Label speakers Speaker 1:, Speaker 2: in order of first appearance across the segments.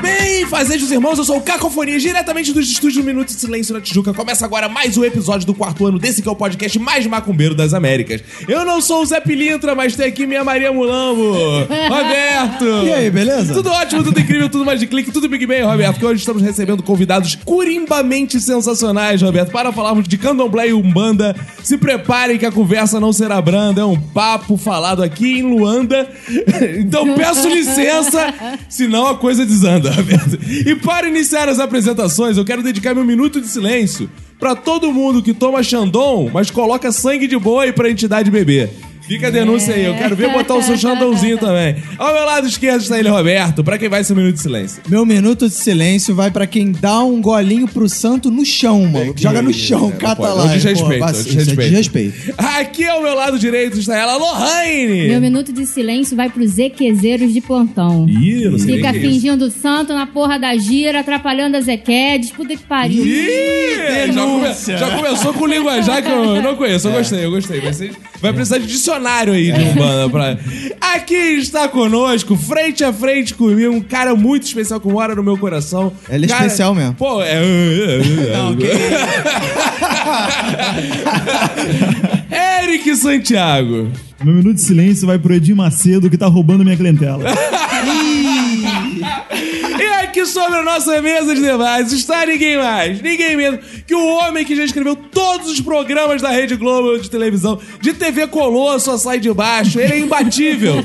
Speaker 1: Bem, fazejos irmãos, eu sou o Cacofonia, diretamente dos estúdios do Minuto de Silêncio na Tijuca. Começa agora mais um episódio do quarto ano desse que é o podcast mais macumbeiro das Américas. Eu não sou o Zé Pilintra, mas tem aqui minha Maria Mulambo, Roberto.
Speaker 2: E aí, beleza?
Speaker 1: Tudo ótimo, tudo incrível, tudo mais de clique, tudo Big Bang, Roberto. Que hoje estamos recebendo convidados curimbamente sensacionais, Roberto, para falarmos de candomblé e umbanda. Se preparem que a conversa não será branda, é um papo falado aqui em Luanda. Então peço licença, senão a coisa desanda, Roberto. E para iniciar as apresentações, eu quero dedicar meu minuto de silêncio para todo mundo que toma Xandon, mas coloca sangue de boi pra entidade beber. Fica a denúncia aí, eu quero ver botar o seu Xandãozinho também. Ao meu lado esquerdo está ele, Roberto, pra quem vai ser o Minuto de Silêncio.
Speaker 2: Meu minuto de silêncio vai pra quem dá um golinho pro santo no chão, mano. Joga no chão, cata
Speaker 1: pode.
Speaker 2: lá.
Speaker 1: É o desrespeito,
Speaker 2: Pô,
Speaker 1: é o
Speaker 2: vacilo,
Speaker 1: desrespeito.
Speaker 2: Isso é desrespeito.
Speaker 1: Aqui ao meu lado direito está ela,
Speaker 3: Meu
Speaker 1: Lohane!
Speaker 3: minuto de silêncio vai pros equezeiros de plantão.
Speaker 1: Ih, não sei
Speaker 3: Fica
Speaker 1: nem quem é isso.
Speaker 3: fingindo santo na porra da gira, atrapalhando as equedes. Puta que pariu.
Speaker 1: Ih, já, come- já começou com linguajar que eu não conheço. Eu gostei, eu gostei. Vocês vai precisar de dicionário aí de Umbanda pra. Aqui está conosco, frente a frente comigo, um cara muito especial que mora no meu coração.
Speaker 2: Ele é
Speaker 1: Cara-
Speaker 2: especial mesmo.
Speaker 1: Pô, é. Eric Santiago.
Speaker 4: Meu minuto de silêncio vai pro Edir Macedo, que tá roubando minha clientela.
Speaker 1: E aqui sobre a nossa mesa de debates está ninguém mais, ninguém menos que o homem que já escreveu todos os programas da Rede Globo de televisão, de TV Colosso, a Sai de Baixo, ele é imbatível.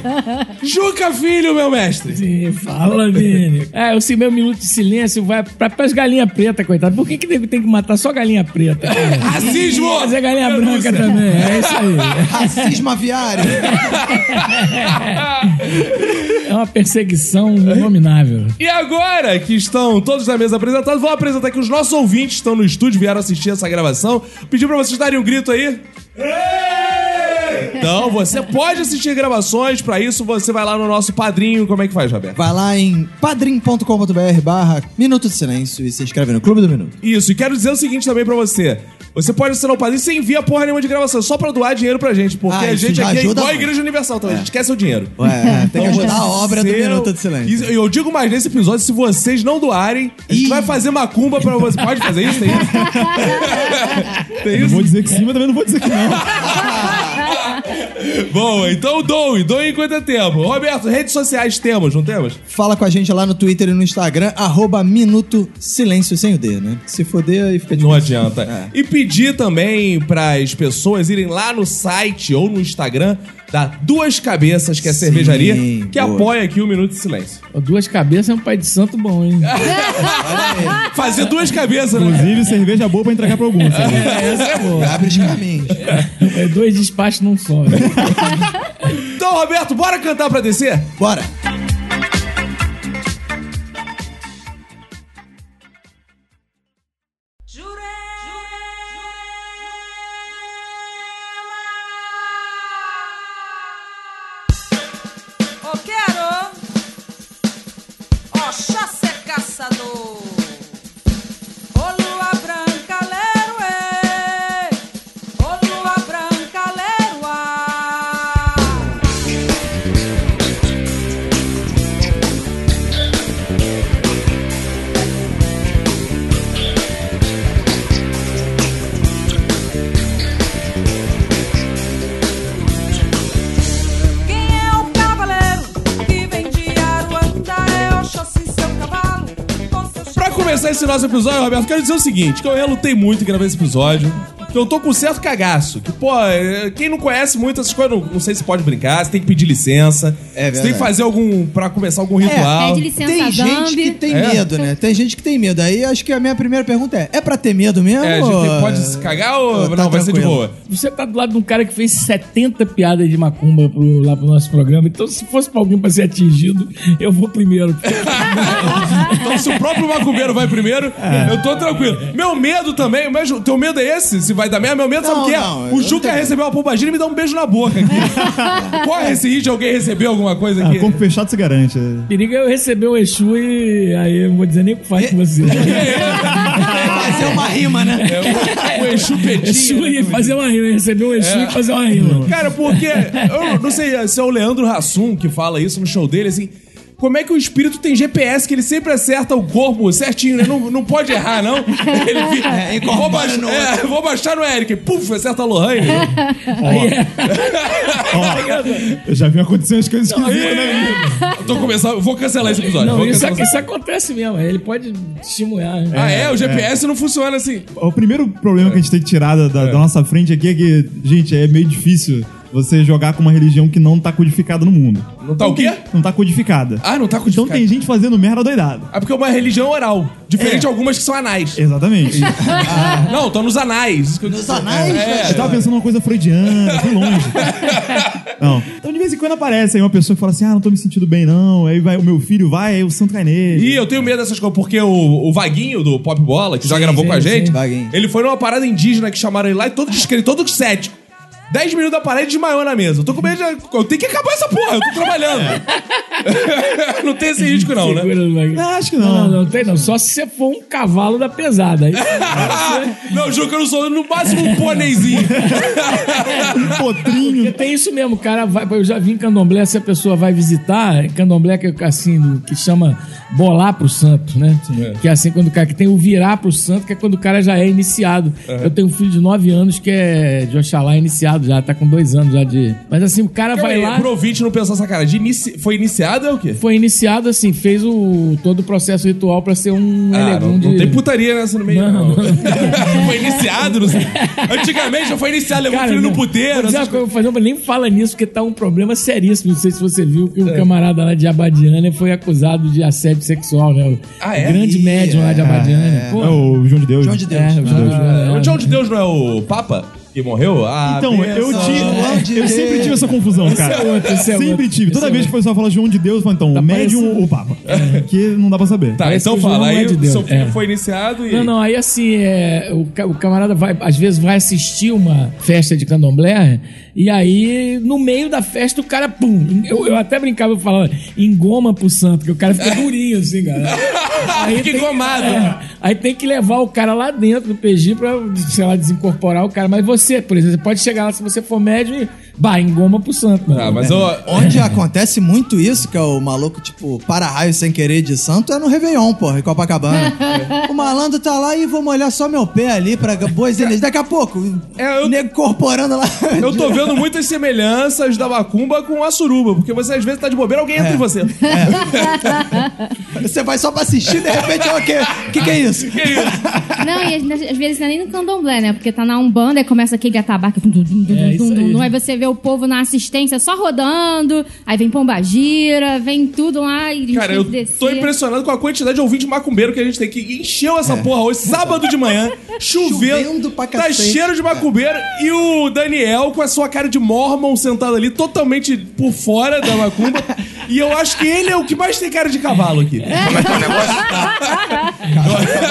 Speaker 1: Juca Filho, meu mestre.
Speaker 5: Ih, Fala, Vini. É, eu sei, meu minuto de silêncio vai pra, pras galinhas pretas, coitado. Por que, que nego tem que matar só galinha preta?
Speaker 1: Racismo!
Speaker 5: Fazer é galinha
Speaker 1: Denúncia.
Speaker 5: branca também. É isso aí.
Speaker 2: Racismo aviário.
Speaker 5: É uma perseguição inominável.
Speaker 1: E agora que estão todos na mesa apresentados, vou apresentar que os nossos ouvintes que estão no estúdio, vieram assistir essa gravação. Pedi pra vocês darem um grito aí. Então, você pode assistir gravações, pra isso você vai lá no nosso padrinho. Como é que faz, Roberto?
Speaker 2: Vai lá em padrim.com.br barra Minuto de Silêncio e se inscreve no Clube do Minuto.
Speaker 1: Isso, e quero dizer o seguinte também pra você. Você pode assinar o padrinho sem enviar porra nenhuma de gravação, só pra doar dinheiro pra gente, porque
Speaker 2: Ah,
Speaker 1: a
Speaker 2: isso
Speaker 1: gente
Speaker 2: já
Speaker 1: aqui é
Speaker 2: ajuda
Speaker 1: igual a
Speaker 2: muito.
Speaker 1: Igreja Universal, então a gente quer seu dinheiro.
Speaker 2: Ué, tem que
Speaker 1: Então,
Speaker 2: ajudar a obra do
Speaker 1: seu-
Speaker 2: Minuto de Silêncio.
Speaker 1: E eu digo mais nesse episódio, se vocês não doarem, a gente
Speaker 2: Ih.
Speaker 1: vai fazer macumba pra você. Pode fazer isso? Tem isso? tem
Speaker 4: Não
Speaker 1: isso?
Speaker 4: vou dizer que sim, mas também não vou dizer que não.
Speaker 1: Boa, então doe, doe enquanto é tempo. Roberto, redes sociais temos, não temos?
Speaker 2: Fala com a gente lá no Twitter e no Instagram, arroba Minuto Silêncio sem o D, né? Se foder, aí fica de
Speaker 1: Não adianta.
Speaker 2: É.
Speaker 1: E pedir também para as pessoas irem lá no site ou no Instagram da Duas Cabeças, que é a
Speaker 2: Sim,
Speaker 1: cervejaria, que
Speaker 2: boa.
Speaker 1: apoia aqui o Minuto de Silêncio.
Speaker 5: Ô, Duas cabeças é um pai de santo bom, hein?
Speaker 1: Fazer duas cabeças, né?
Speaker 4: Inclusive, cerveja boa pra entregar pra alguns.
Speaker 5: É, essa é boa.
Speaker 2: Abre os caminhos.
Speaker 5: É dois despachos num só. né?
Speaker 1: Então, Roberto, bora cantar pra descer?
Speaker 2: Bora.
Speaker 6: Jurema! O quero Oxóssi é caçador Ô lua branca, leroê Ô lua branca, leroá Quem é o cavaleiro que vem de Aruanda? É Oxóssi, seu cavalo com seu
Speaker 1: Pra
Speaker 6: chapéu.
Speaker 1: começar esse nosso episódio, Roberto, quero dizer o seguinte: que eu relutei muito em gravar esse episódio. Eu tô com certo cagaço. Que, pô, é, quem não conhece muito essas coisas, não, não sei se pode brincar, você tem que pedir licença.
Speaker 2: É
Speaker 1: Você tem
Speaker 2: verdade.
Speaker 1: que fazer algum. pra começar algum ritual.
Speaker 3: É, pede licença,
Speaker 2: Tem gente
Speaker 3: Zambi.
Speaker 2: que tem
Speaker 1: É.
Speaker 2: medo, né? Tem gente que tem medo. Aí acho que a minha primeira pergunta é: é pra ter medo mesmo?
Speaker 1: É, a gente
Speaker 2: ou-
Speaker 1: pode se cagar ou.
Speaker 2: Tá
Speaker 1: não, vai ser de
Speaker 2: tranquilo.
Speaker 1: boa.
Speaker 5: Você tá do lado de um cara que fez 70 piadas de macumba pro- lá pro nosso programa, então se fosse pra alguém pra ser atingido, eu vou primeiro.
Speaker 1: Então, se o próprio macumbeiro vai primeiro,
Speaker 2: É.
Speaker 1: eu tô tranquilo. Meu medo também, mas o teu medo é esse? Se vai dar merda, meu medo sabe o
Speaker 2: Não,
Speaker 1: que é?
Speaker 2: não, eu
Speaker 1: o
Speaker 2: não
Speaker 1: Juca
Speaker 2: tenho.
Speaker 1: recebeu uma pombagira e me dá um beijo na boca aqui. Corre esse risco de alguém receber alguma coisa
Speaker 4: Ah,
Speaker 1: aqui.
Speaker 4: corpo fechado se garante. é.
Speaker 5: Perigo é eu receber um Exu e aí eu não vou dizer nem o que faz com você.
Speaker 2: Fazer uma rima, né?
Speaker 1: É, o, o Exu né?
Speaker 5: Exu
Speaker 1: Petinho.
Speaker 5: É e fazer uma rima, receber um
Speaker 1: É.
Speaker 5: Exu e fazer uma rima.
Speaker 1: Cara, porque eu não sei se é o Leandro Hassum que fala isso no show dele, assim. Como é que o espírito tem GPS que ele sempre acerta o corpo certinho, né? Não, não pode errar, não. Ele fica.
Speaker 2: É, incorpora
Speaker 1: vou, baix-
Speaker 2: no
Speaker 1: é, vou baixar no Eric. Puf, acerta a Lohane. né? é.
Speaker 4: Eu já vi acontecer umas coisas esquisitas, né?
Speaker 1: Tô começando, vou cancelar esse episódio.
Speaker 5: Não,
Speaker 1: vou
Speaker 5: isso,
Speaker 1: cancelar.
Speaker 5: isso acontece mesmo, ele pode estimular. né?
Speaker 1: Ah, é? O GPS não funciona assim.
Speaker 4: O primeiro problema que a gente tem que tirar da, da- da nossa frente aqui é que, gente, é meio difícil você jogar com uma religião que não tá codificada no mundo.
Speaker 1: Não tá o quê?
Speaker 4: Não tá codificada.
Speaker 1: Ah, não tá
Speaker 4: Então
Speaker 1: codificado.
Speaker 4: tem gente fazendo merda doidada.
Speaker 1: É porque é uma religião oral. Diferente
Speaker 4: É.
Speaker 1: de algumas que são anais.
Speaker 4: Exatamente.
Speaker 1: Não, estão nos anais. Isso que eu
Speaker 2: Nos
Speaker 1: disse.
Speaker 2: anais?
Speaker 1: É.
Speaker 4: Eu tava pensando numa coisa freudiana, fui longe. Não. Então, de vez em quando aparece aí uma pessoa que fala assim: ah, não tô me sentindo bem, não. Aí vai, o meu filho vai, aí o santo cai nele.
Speaker 1: E eu tenho medo dessas coisas, porque o, o Vaguinho do Pop Bola, que já gravou com a gente,
Speaker 2: Vaguinho.
Speaker 1: ele foi numa parada indígena que chamaram ele lá e todo descrente, todo cético. Dez minutos da parede desmaiou na mesa. Eu tô com medo de. Eu tenho que acabar essa porra, eu tô trabalhando. não tem esse risco, não, né?
Speaker 5: É. Segura no bagulho.
Speaker 4: Ah, acho que
Speaker 5: Não,
Speaker 4: não.
Speaker 5: não tem não. Só se você for um cavalo da pesada. Aí,
Speaker 1: Ah, não, Juca, eu não sou no máximo um pôneizinho.
Speaker 4: Um potrinho.
Speaker 5: porque tem isso mesmo, o cara. Vai, eu já vi em candomblé, se a pessoa vai visitar, candomblé que é assim, do- que chama bolar pro santo, né? Que é assim, quando o cara que tem o virar pro santo, que é quando o cara já é iniciado. Eu tenho um filho de 9 anos que é de Oxalá iniciado já, tá com dois anos já de. Mas assim, o cara
Speaker 1: Calma
Speaker 5: vai
Speaker 1: aí,
Speaker 5: lá.
Speaker 1: Pro ouvinte não pensar essa cara. De inici- Foi iniciado é o quê?
Speaker 5: Foi iniciado assim, fez o todo o processo ritual pra ser um
Speaker 1: Ah,
Speaker 5: elegum
Speaker 1: não, não
Speaker 5: de-
Speaker 1: tem putaria nessa no meio, não.
Speaker 5: Não,
Speaker 1: foi iniciado, não sei. Antigamente já foi iniciado, levou o um filho
Speaker 5: não, ah,
Speaker 1: no puteiro.
Speaker 5: vou dizer uma
Speaker 1: essas
Speaker 5: coisa, vou fazer uma- nem fala nisso, porque tá um problema seríssimo. Não sei se você viu que um
Speaker 1: É.
Speaker 5: camarada lá de Abadiânia foi acusado de assédio sexual, né? O
Speaker 1: Ah, é?
Speaker 5: grande
Speaker 2: Ih,
Speaker 5: médium lá de Abadiânia.
Speaker 4: É
Speaker 5: Pô,
Speaker 4: o João de Deus.
Speaker 2: João de Deus.
Speaker 5: é, o João de Deus.
Speaker 1: coisas. O John de Deus não é o Papa que morreu? Ah,
Speaker 4: Então,
Speaker 1: bem-
Speaker 4: eu,
Speaker 2: Pensa, João de
Speaker 4: tive, eu
Speaker 2: Deus.
Speaker 4: sempre tive essa confusão, cara.
Speaker 5: é outro, esse é
Speaker 4: sempre
Speaker 5: outro.
Speaker 4: tive. Toda
Speaker 5: Esse é
Speaker 4: vez que o pessoal fala João de Deus, fala então,
Speaker 5: Tá
Speaker 4: médium
Speaker 5: parecendo-
Speaker 4: ou papa. Que não dá pra saber.
Speaker 1: Tá,
Speaker 5: Parece
Speaker 1: então
Speaker 5: que o João
Speaker 1: fala
Speaker 5: não é
Speaker 1: aí,
Speaker 5: de Deus.
Speaker 1: seu filho
Speaker 5: É.
Speaker 1: foi iniciado e...
Speaker 5: Não, não, aí assim, é, o, ca- o camarada vai, às vezes vai assistir uma festa de candomblé, e aí, no meio da festa, o cara, pum, eu, eu até brincava, eu falava, engoma pro santo, que o cara fica durinho, assim, cara.
Speaker 1: Fica
Speaker 5: tem-
Speaker 1: engomado.
Speaker 5: é, aí tem que levar o cara lá dentro do PG pra, sei lá, desincorporar o cara. Mas você, por exemplo, você pode chegar lá, se você for médio, e, bah, engoma pro santo, né? mano.
Speaker 1: Ah, mas eu...
Speaker 5: É.
Speaker 2: Onde acontece muito isso, que é o maluco, tipo, para-raio sem querer de santo, é no Réveillon, porra, em Copacabana.
Speaker 1: É.
Speaker 2: o malandro tá lá e vou molhar só meu pé ali pra boas energias. Daqui a pouco,
Speaker 1: É, eu-
Speaker 2: o nego corporando lá.
Speaker 1: Eu tô vendo muitas semelhanças da macumba com a suruba, porque você às vezes tá de bobeira, alguém
Speaker 5: É.
Speaker 1: entra em você.
Speaker 2: Você vai só pra assistir, de repente, ó, o quê? que, que é isso?
Speaker 1: Que isso?
Speaker 3: Não, e às- às vezes não é nem no candomblé, né? Porque tá na Umbanda e começa aquele atabaque. Dum, dum, dum, dum,
Speaker 5: É, isso
Speaker 3: dum, dum,
Speaker 5: aí.
Speaker 3: dum. aí você vê o povo na assistência só rodando, aí vem pombagira, vem tudo lá e
Speaker 1: Cara, eu tô impressionado com a quantidade de ouvinte macumbeiro que a gente tem que encheu essa
Speaker 5: É.
Speaker 1: porra hoje, sábado de manhã, chovendo,
Speaker 2: Chovendo pra
Speaker 1: tá
Speaker 2: cacete.
Speaker 1: cheiro de macumbeiro e o Daniel com a sua cara de mormon sentado ali totalmente por fora da macumba. e eu acho que ele é o que mais tem cara de cavalo aqui.
Speaker 5: É.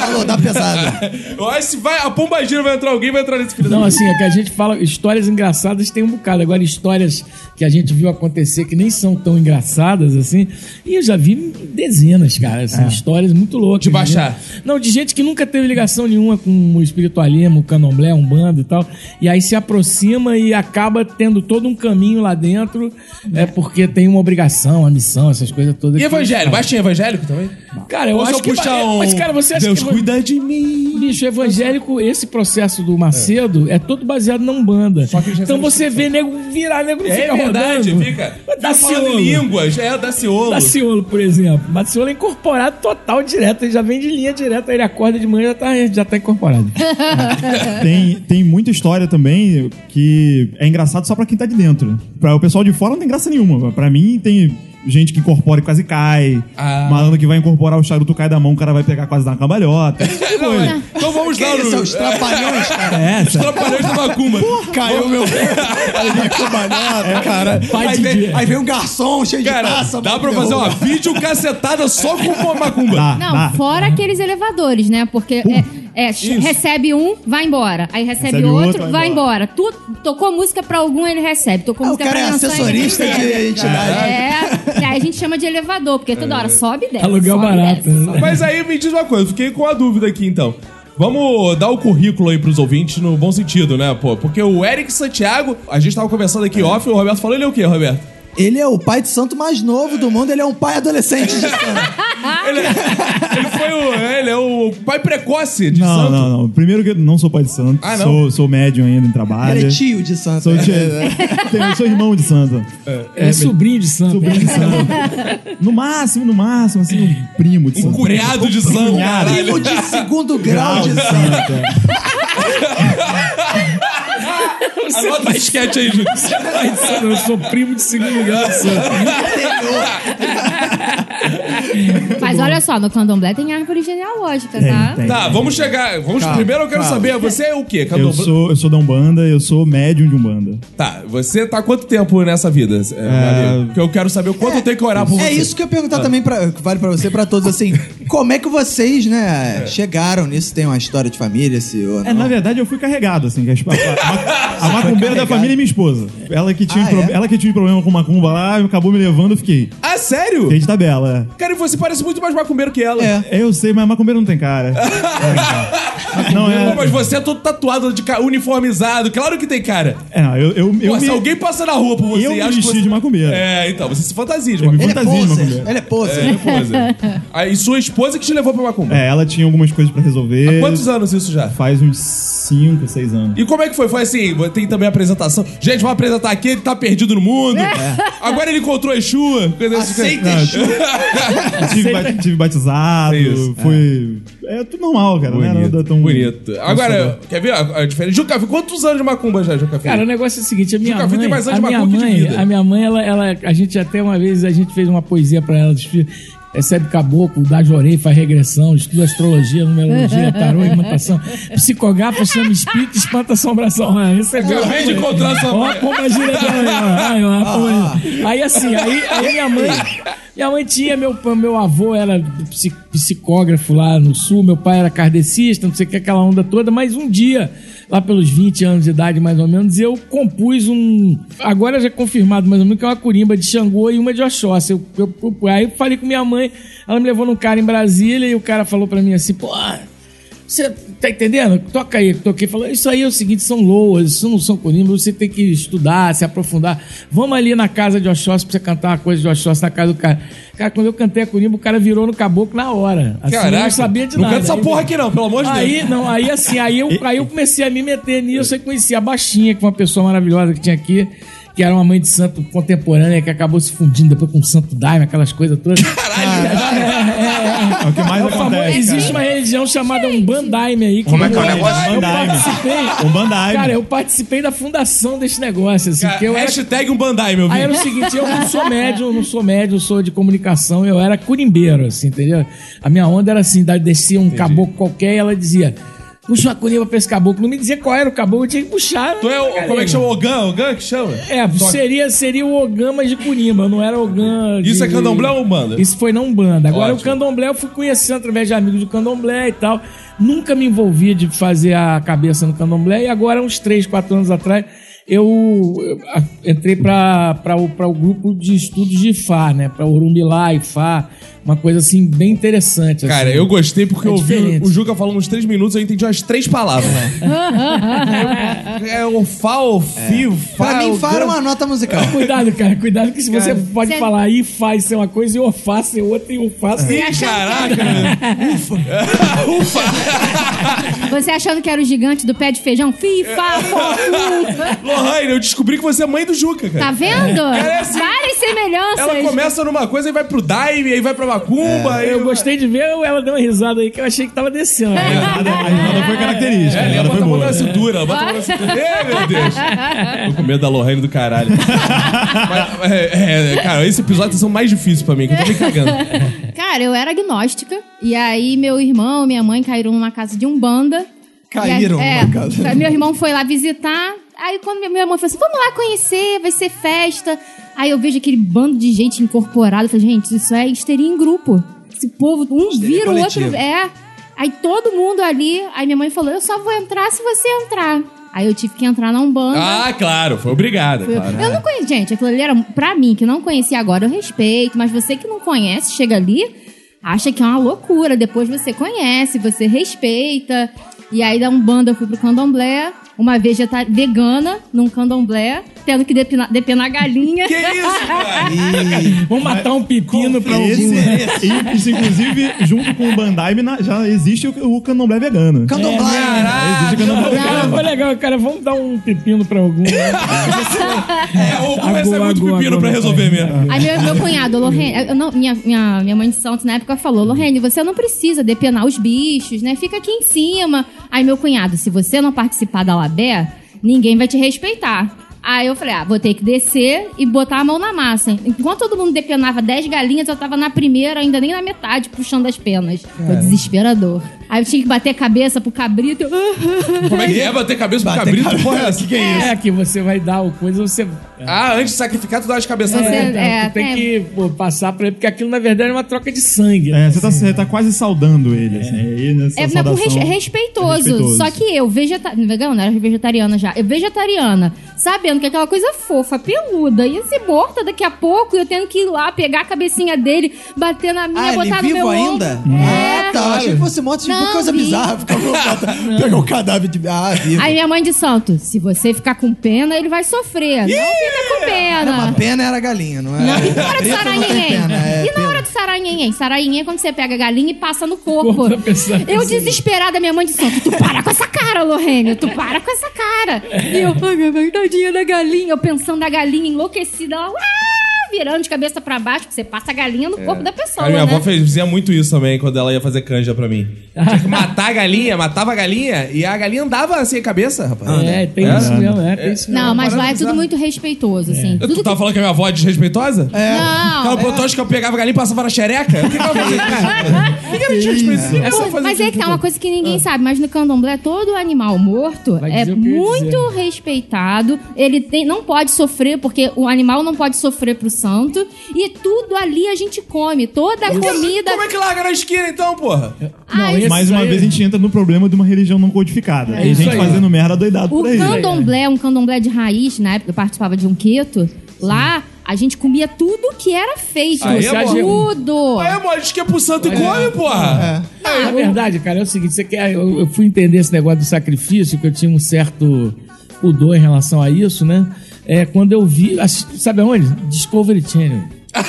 Speaker 2: Falou, dá pesada.
Speaker 1: Eu acho que se vai, a pombagira vai entrar alguém, vai entrar nesse filho da
Speaker 5: Não, assim, é que a gente fala histórias engraçadas tem um bocado. Agora, histórias que a gente viu acontecer que nem são tão engraçadas, assim. E eu já vi dezenas, cara, assim, histórias muito loucas.
Speaker 1: É. De baixar.
Speaker 5: gente- Não, de gente que nunca teve ligação nenhuma com o espiritualismo, o candomblé, um bando e tal. E aí se aproxima e acaba tendo todo um caminho lá dentro, é porque tem uma obrigação, uma missão, essas coisas todas.
Speaker 1: E
Speaker 5: que-
Speaker 1: evangélico? Mas tinha evangélico também?
Speaker 5: Cara, eu
Speaker 1: Ou só
Speaker 5: acho que.
Speaker 1: puxar
Speaker 5: vai-
Speaker 1: um...
Speaker 5: Mas, cara, você acha
Speaker 1: Deus
Speaker 5: que.
Speaker 1: cuida de mim.
Speaker 5: Bicho, evangélico, esse processo do Macedo é, todo baseado na Umbanda.
Speaker 1: que eles
Speaker 5: então
Speaker 1: recebem
Speaker 5: você vê nego virar, nego não
Speaker 1: É
Speaker 5: fica
Speaker 1: verdade,
Speaker 5: rodando.
Speaker 1: fica. Tá Falando em
Speaker 5: Daciolo.
Speaker 1: línguas, é Daciolo.
Speaker 5: Daciolo, por exemplo. Daciolo é incorporado total, direto. Ele já vem de linha direta. Ele acorda de manhã e já tá, já tá incorporado.
Speaker 4: tem, tem muita história também que é engraçado só pra quem tá de dentro. Pra o pessoal de fora não tem graça nenhuma. Pra mim tem gente que incorpora e quase cai.
Speaker 1: Ah.
Speaker 4: Malandro que vai incorporar o charuto cai da mão, o cara vai pegar quase dar uma cambalhota. Esse tipo de coisa.
Speaker 1: Então vamos
Speaker 2: Que
Speaker 1: lá,
Speaker 2: isso, é
Speaker 1: no...
Speaker 2: os trapalhões, cara.
Speaker 4: É
Speaker 1: Os
Speaker 4: essa.
Speaker 1: Trapalhões da Macumba.
Speaker 2: Caiu meu Aí é, cara.
Speaker 5: Pai
Speaker 2: aí,
Speaker 5: de
Speaker 2: vem,
Speaker 5: dia.
Speaker 2: aí vem um garçom cheio
Speaker 1: Cara,
Speaker 2: de taça.
Speaker 1: dá
Speaker 2: mano,
Speaker 1: pra fazer
Speaker 2: derruba.
Speaker 1: uma vídeo cacetada só com uma macumba.
Speaker 4: Dá,
Speaker 3: Não,
Speaker 4: dá.
Speaker 3: fora aqueles elevadores, né? Porque é, é, ch- recebe um, vai embora. Aí recebe,
Speaker 4: Recebe
Speaker 3: outro,
Speaker 4: outro,
Speaker 3: vai
Speaker 4: vai
Speaker 3: embora. Tu, tocou música pra algum, ele recebe. Tocou
Speaker 2: Ah, o
Speaker 3: música
Speaker 2: cara
Speaker 3: pra
Speaker 2: é
Speaker 3: maçã, ele
Speaker 2: assessorista
Speaker 3: recebe.
Speaker 2: de entidade.
Speaker 3: É, e aí a gente chama de elevador, porque toda hora sobe e desce.
Speaker 5: Aluguel
Speaker 3: sobe e
Speaker 5: barato. né?
Speaker 3: desce, sobe e
Speaker 1: Mas aí me diz uma coisa, fiquei com a dúvida aqui então. Vamos dar o currículo aí pros ouvintes no bom sentido, né, pô? Porque o Eric Santiago, a gente tava conversando aqui off, o Roberto falou, ele é o quê, Roberto?
Speaker 2: Ele é o pai de santo mais novo do mundo, ele é um pai adolescente de santo.
Speaker 1: Ele, é- ele foi o. Ele é o pai precoce de
Speaker 4: Não,
Speaker 1: santo.
Speaker 4: não, não. Primeiro que eu não sou pai de santo.
Speaker 1: Ah, não?
Speaker 4: Sou, sou médium ainda em trabalho.
Speaker 2: Ele é tio de santo. É,
Speaker 4: Sou, tio- Tenho- sou irmão de santo.
Speaker 5: É, sobrinho de santo.
Speaker 4: Sobrinho de santo. No máximo, no máximo, assim, um primo de
Speaker 1: Um
Speaker 4: santo.
Speaker 1: cunhado de santo,
Speaker 4: Cunhado.
Speaker 1: caralho.
Speaker 2: Primo de segundo grau de santo.
Speaker 1: Anota o esquete aí, Júlio.
Speaker 5: Eu sou primo de segundo lugar de santo.
Speaker 3: desce. Mas olha só, no candomblé tem árvore genealógica, tá?
Speaker 4: tem.
Speaker 1: Tá, vamos chegar. Vamos, primeiro eu quero saber, você é o quê? Cantor-
Speaker 4: Eu sou, eu sou da Umbanda, eu sou médium de Umbanda.
Speaker 1: Tá, você tá há quanto tempo nessa vida? É, meu amigo? Porque eu quero saber o quanto eu tenho que orar por você.
Speaker 2: É isso que eu ia perguntar
Speaker 4: Ah.
Speaker 2: também, pra, que vale pra você, e pra todos, assim, como é que vocês, né, chegaram nisso? Tem uma história de família, se ou
Speaker 4: É,
Speaker 2: não?
Speaker 4: na verdade, eu fui carregado, assim. que A, a, a, a macumbeira da
Speaker 2: carregado?
Speaker 4: família é minha esposa. Ela que, tinha
Speaker 2: Ah,
Speaker 4: um pro-
Speaker 2: é?
Speaker 4: ela que tinha um problema com macumba lá, acabou me levando, eu fiquei.
Speaker 1: Ah, sério?
Speaker 4: Fiquei de tabela.
Speaker 1: Cara, e você parece muito mais macumbeiro que ela.
Speaker 2: É.
Speaker 4: Eu sei, mas macumbeiro não tem cara. É, não,
Speaker 1: Pô, mas
Speaker 4: é.
Speaker 1: você é todo tatuado, de ca- uniformizado. Claro que tem cara.
Speaker 4: é não, eu, eu, eu
Speaker 1: Pô, se
Speaker 4: me-
Speaker 1: alguém passa na rua por você
Speaker 4: eu me
Speaker 1: e acha que
Speaker 4: vesti
Speaker 1: você...
Speaker 4: de macumbeiro.
Speaker 1: É, então, você se fantasia de
Speaker 4: Eu me
Speaker 2: Ele
Speaker 1: macumba.
Speaker 2: é
Speaker 4: fantasismo,
Speaker 2: poser,
Speaker 4: mulher.
Speaker 2: ele é poser.
Speaker 1: É, esposa. Aí sua esposa que te levou pra macumba.
Speaker 4: É, ela tinha algumas coisas pra resolver.
Speaker 1: Há quantos anos isso já?
Speaker 4: Faz uns 5, 6 anos.
Speaker 1: E como é que foi? Foi assim, tem também a apresentação. Gente, vamos apresentar aqui, ele tá perdido no mundo.
Speaker 5: É.
Speaker 1: É. Agora ele encontrou Exu. coisa assim. desse
Speaker 2: Aceita
Speaker 1: cara.
Speaker 2: Exu.
Speaker 4: Tive, ba- tive batizado,
Speaker 1: É isso.
Speaker 4: fui. É. tudo normal, cara. não era nada
Speaker 1: Bonito,
Speaker 4: tão.
Speaker 1: bonito. Agora,
Speaker 4: assustador.
Speaker 1: quer ver a, a diferença? Jucafi, quantos anos de macumba já, Jucafi?
Speaker 5: Cara, o negócio é o seguinte, a minha
Speaker 1: Juca,
Speaker 5: mãe,
Speaker 1: tem mais anos
Speaker 5: a
Speaker 1: de
Speaker 5: minha
Speaker 1: macumba que de
Speaker 5: mãe,
Speaker 1: vida.
Speaker 5: a minha mãe, ela, ela- a gente até uma vez a gente fez uma poesia pra ela dos filhos. Recebe caboclo, dá jorei, faz regressão, estuda astrologia, numerologia, tarô, imantação, psicogafa, chama espírito, espanta assombração. Ah, recebeu.
Speaker 1: Acabei de encontrar essa
Speaker 5: Ó,
Speaker 1: mãe.
Speaker 5: a pomba gira dela aí, ó. Ai, ó, a pomba gira. Aí assim, aí, aí minha mãe. Minha mãe tinha, meu, meu avô era psi- psicógrafo lá no sul, meu pai era kardecista, não sei o que, aquela onda toda, mas um dia, lá pelos 20 anos de idade mais ou menos, eu compus um. Agora já é confirmado mais ou menos que é uma curimba de Xangô e uma de Oxóssi. Eu, eu- eu- aí eu falei com minha mãe, ela me levou num cara em Brasília e o cara falou pra mim assim, pô. Você tá entendendo? Toca aí, toquei. Falou, isso aí é o seguinte, são loas, isso não são corimbas, você tem que estudar, se aprofundar. Vamos ali na casa de Oxóssi pra você cantar uma coisa de Oxóssi na casa do cara. Cara, quando eu cantei a corimba, o cara virou no caboclo na hora. Assim,
Speaker 1: Caraca,
Speaker 5: eu não sabia de
Speaker 1: não
Speaker 5: nada.
Speaker 1: canta essa
Speaker 5: Aí-
Speaker 1: porra aqui não, pelo amor de
Speaker 5: Aí,
Speaker 1: Deus.
Speaker 5: não, aí assim, aí eu, aí eu comecei a me meter nisso, aí conheci a Baixinha, que é uma pessoa maravilhosa que tinha aqui, que era uma mãe de santo contemporânea, que acabou se fundindo depois com o santo daime, aquelas coisas todas.
Speaker 4: É o que mais
Speaker 5: É o famoso-
Speaker 4: acontece.
Speaker 5: existe uma religião chamada um bandaime aí.
Speaker 7: Como é que é o
Speaker 5: eu-
Speaker 7: negócio?
Speaker 5: Eu
Speaker 4: Umbandaime.
Speaker 5: participei.
Speaker 4: Um Bandai.
Speaker 5: Cara, eu participei da fundação desse negócio, assim, que eu era...
Speaker 1: Hashtag um Bandai, meu
Speaker 5: Aí era o
Speaker 1: filho.
Speaker 5: seguinte, eu não sou médium, eu não sou médium, eu sou de comunicação, eu era curimbeiro, assim, entendeu? A minha onda era assim, da- descia um caboclo qualquer e ela dizia, puxa uma curimba pra esse caboclo. Não me dizia qual era o caboclo, eu tinha que puxar.
Speaker 1: Tu é o, como é que chama? Ogan? Ogan que chama?
Speaker 5: É, seria, seria o Ogama de Curimba, não era Ogama de...
Speaker 1: Isso é candomblé ou Umbanda?
Speaker 5: Isso foi na Umbanda. Agora
Speaker 1: Ótimo.
Speaker 5: o candomblé eu fui conhecendo através de amigos do candomblé e tal. Nunca me envolvia de fazer a cabeça no candomblé. E agora, uns 3, 4 anos atrás, eu, eu, ah, entrei para o, pra o grupo de estudos de Ifá, né? Para Urumilá, Ifá, uma coisa assim bem interessante.
Speaker 1: Cara,
Speaker 5: assim.
Speaker 1: eu gostei porque
Speaker 5: É
Speaker 1: eu ouvi
Speaker 5: diferente.
Speaker 1: o Juca falando uns três minutos, eu entendi umas três palavras. é o fal, fio, fal.
Speaker 2: É. Pra mim, Fá era uma
Speaker 1: Ah, gran-
Speaker 2: nota musical.
Speaker 5: Cuidado, cara, cuidado que se você pode
Speaker 3: Cê-
Speaker 5: falar e faz ser uma coisa e o faz ser outra e o faz ser...
Speaker 3: achando que
Speaker 1: Caraca, velho.
Speaker 3: era- Você achando que era o gigante do pé de feijão? FIFA, fofu.
Speaker 1: Lohane, eu descobri que você é mãe do Juca, cara.
Speaker 3: Tá vendo?
Speaker 1: é assim.
Speaker 3: Várias semelhanças.
Speaker 1: Ela começa numa coisa e vai pro dive, aí vai pra macumba. aí
Speaker 5: Eu gostei de ver ela deu uma risada aí que eu achei que tava descendo.
Speaker 4: A risada foi característica.
Speaker 1: É,
Speaker 4: ela
Speaker 1: ela
Speaker 4: foi
Speaker 1: bota a mão
Speaker 4: boa.
Speaker 1: na cintura, ela bota a mão na cintura. Ei, meu Deus. Tô com medo da Lorraine do caralho. Mas, mas, é, é, cara, esse episódio são mais difíceis pra mim, que eu tô me cagando.
Speaker 3: Cara, eu era agnóstica. E aí, meu irmão, minha mãe caíram numa casa de Umbanda.
Speaker 2: Caíram
Speaker 3: E aí-
Speaker 2: numa casa.
Speaker 3: Meu irmão foi lá visitar. Aí, quando minha- minha mãe falou assim: vamos lá conhecer, vai ser festa. Aí eu vejo aquele bando de gente incorporada. Eu falei, gente, isso é histeria em grupo. Esse povo, um vira o outro.
Speaker 2: coletiva.
Speaker 3: É. Aí todo mundo ali. Aí minha mãe falou: eu só vou entrar se você entrar. Aí eu tive que entrar na Umbanda.
Speaker 1: Ah, claro, foi obrigada,
Speaker 3: Eu-
Speaker 1: claro.
Speaker 3: Eu não conheço, gente. Aquilo ali era um, pra mim, que não conhecia agora, eu respeito. Mas você que não conhece, chega ali, acha que é uma loucura. Depois você conhece, você respeita. E aí da Umbanda eu fui pro candomblé, uma vegeta vegana num candomblé, tendo que depinar, depenar galinha.
Speaker 1: Que É isso, cara?
Speaker 5: Vamos matar um pepino pra um...
Speaker 4: Esse, e- isso, inclusive, junto com o Bandai, na- já existe o, o candomblé vegano.
Speaker 2: Candomblé.
Speaker 1: É,
Speaker 4: Existe o candomblé
Speaker 5: Ah, foi legal, cara. Vamos dar um pepino pra algum.
Speaker 1: É, ou começa
Speaker 5: Agora,
Speaker 1: muito
Speaker 5: agora,
Speaker 1: pepino pra
Speaker 5: agora. né?
Speaker 1: resolver mesmo.
Speaker 5: Uhum.
Speaker 3: Aí meu, meu cunhado, Lorraine, eu não- minha, minha, minha mãe de santo na época falou: Lorraine, você não precisa depenar os bichos, né? Fica aqui em cima. Aí meu cunhado, se você não participar da Labé, ninguém vai te respeitar. Aí eu falei, ah, vou ter que descer e botar a mão na massa. Enquanto todo mundo depenava 10 galinhas, eu tava na primeira, ainda nem na metade, puxando as penas. Foi desesperador. Aí eu tinha que bater cabeça pro cabrito. "Ah, eu-
Speaker 1: Como é que é bater cabeça pro cabrito? Porra, é essa?
Speaker 5: É, que você vai dar o coisa, você.
Speaker 1: Ah, antes de sacrificar, tu dá as cabeçadas.
Speaker 3: Você-
Speaker 1: nele.
Speaker 5: Então,
Speaker 3: é,
Speaker 5: tu tem
Speaker 3: é.
Speaker 5: que pô, passar por ele, porque aquilo na verdade é uma troca de sangue. né?
Speaker 4: É, você tá, você tá quase saudando ele, assim. aí nessa
Speaker 3: É, não, com
Speaker 4: saudação,
Speaker 3: res- respeitoso.
Speaker 4: respeitoso.
Speaker 3: Só que eu, vegeta... vegana, era vegetariana já. Eu, vegetariana, sabendo que é aquela coisa fofa, peluda, ia ser morta daqui a pouco, e eu tendo que ir lá pegar a cabecinha dele, bater na minha,
Speaker 2: Ah, ele
Speaker 3: botar no meu
Speaker 2: vivo
Speaker 3: ombro.
Speaker 2: ainda?
Speaker 3: É.
Speaker 2: Ah, tá. Eu Achei que fosse morto de
Speaker 3: Não,
Speaker 2: coisa
Speaker 3: vivo.
Speaker 2: bizarra. Ficar com- Pegar o cadáver de. Ah, vivo.
Speaker 3: Aí minha mãe de santo, se você ficar com pena, ele vai sofrer. Não fica com
Speaker 2: A
Speaker 3: pena.
Speaker 2: pena era galinha, não é?
Speaker 3: Não, e na hora do
Speaker 2: Preto não tem
Speaker 3: saranhenhen?
Speaker 2: pena, é
Speaker 3: e na
Speaker 2: pena.
Speaker 3: hora do saranhenhen? Saranhenhen é quando você pega a galinha e passa no corpo.
Speaker 5: Outra pessoa
Speaker 3: Eu
Speaker 5: fez isso.
Speaker 3: desesperada, minha mãe de santo, tu para com essa cara, Lorrênio, tu para com essa cara. E eu, ai, tadinha da galinha, eu pensando na galinha enlouquecida, ela, uá, virando de cabeça pra baixo, porque você passa a galinha no corpo da pessoa,
Speaker 1: Cara, minha
Speaker 3: né?
Speaker 1: avó fazia muito isso também quando ela ia fazer canja pra mim. Tinha que matar a galinha, matava a galinha e a galinha andava sem a cabeça, rapaz.
Speaker 5: É, tem
Speaker 1: É?
Speaker 5: isso mesmo, é, tem isso mesmo.
Speaker 3: Não, mas
Speaker 1: parada
Speaker 3: lá é tudo
Speaker 1: bizarra.
Speaker 3: muito respeitoso, assim.
Speaker 1: Eu-
Speaker 3: Tudo
Speaker 1: Tu tava falando que a minha avó é desrespeitosa?
Speaker 3: que...
Speaker 1: Aquela
Speaker 3: Não,
Speaker 1: protótipo que eu pegava a galinha e passava na xereca? O que que ela fazia? Por que que ela tinha desprezo? Essa fazia
Speaker 3: Mas é que tá uma coisa que ninguém sabe, mas no candomblé todo animal morto
Speaker 5: Vai
Speaker 3: é
Speaker 5: dizer o que eu ia
Speaker 3: muito respeitado. Ele tem- não pode sofrer, porque o animal não pode sofrer pro santo. E tudo ali a gente come, toda a comida.
Speaker 1: Como é que larga na esquina então, porra?
Speaker 3: Ai,
Speaker 5: esse
Speaker 4: Mais uma
Speaker 5: aí-
Speaker 4: vez a gente entra no problema de uma religião não codificada. Tem
Speaker 5: isso
Speaker 4: gente
Speaker 5: aí.
Speaker 4: fazendo merda doidado
Speaker 3: O
Speaker 4: por aí.
Speaker 3: candomblé, um candomblé de raiz, na época eu participava de um queto, lá a gente comia tudo que era feito.
Speaker 1: Aí é
Speaker 5: bom.
Speaker 3: tudo!
Speaker 1: Aí, amor, diz que é pro santo e come, porra.
Speaker 3: Ah,
Speaker 5: Na verdade, cara, é o seguinte, você quer, eu, eu fui entender esse negócio do sacrifício, que eu tinha um certo pudor em relação a isso, né? É, quando eu vi, ass- sabe aonde? Discovery Channel.
Speaker 1: Ah,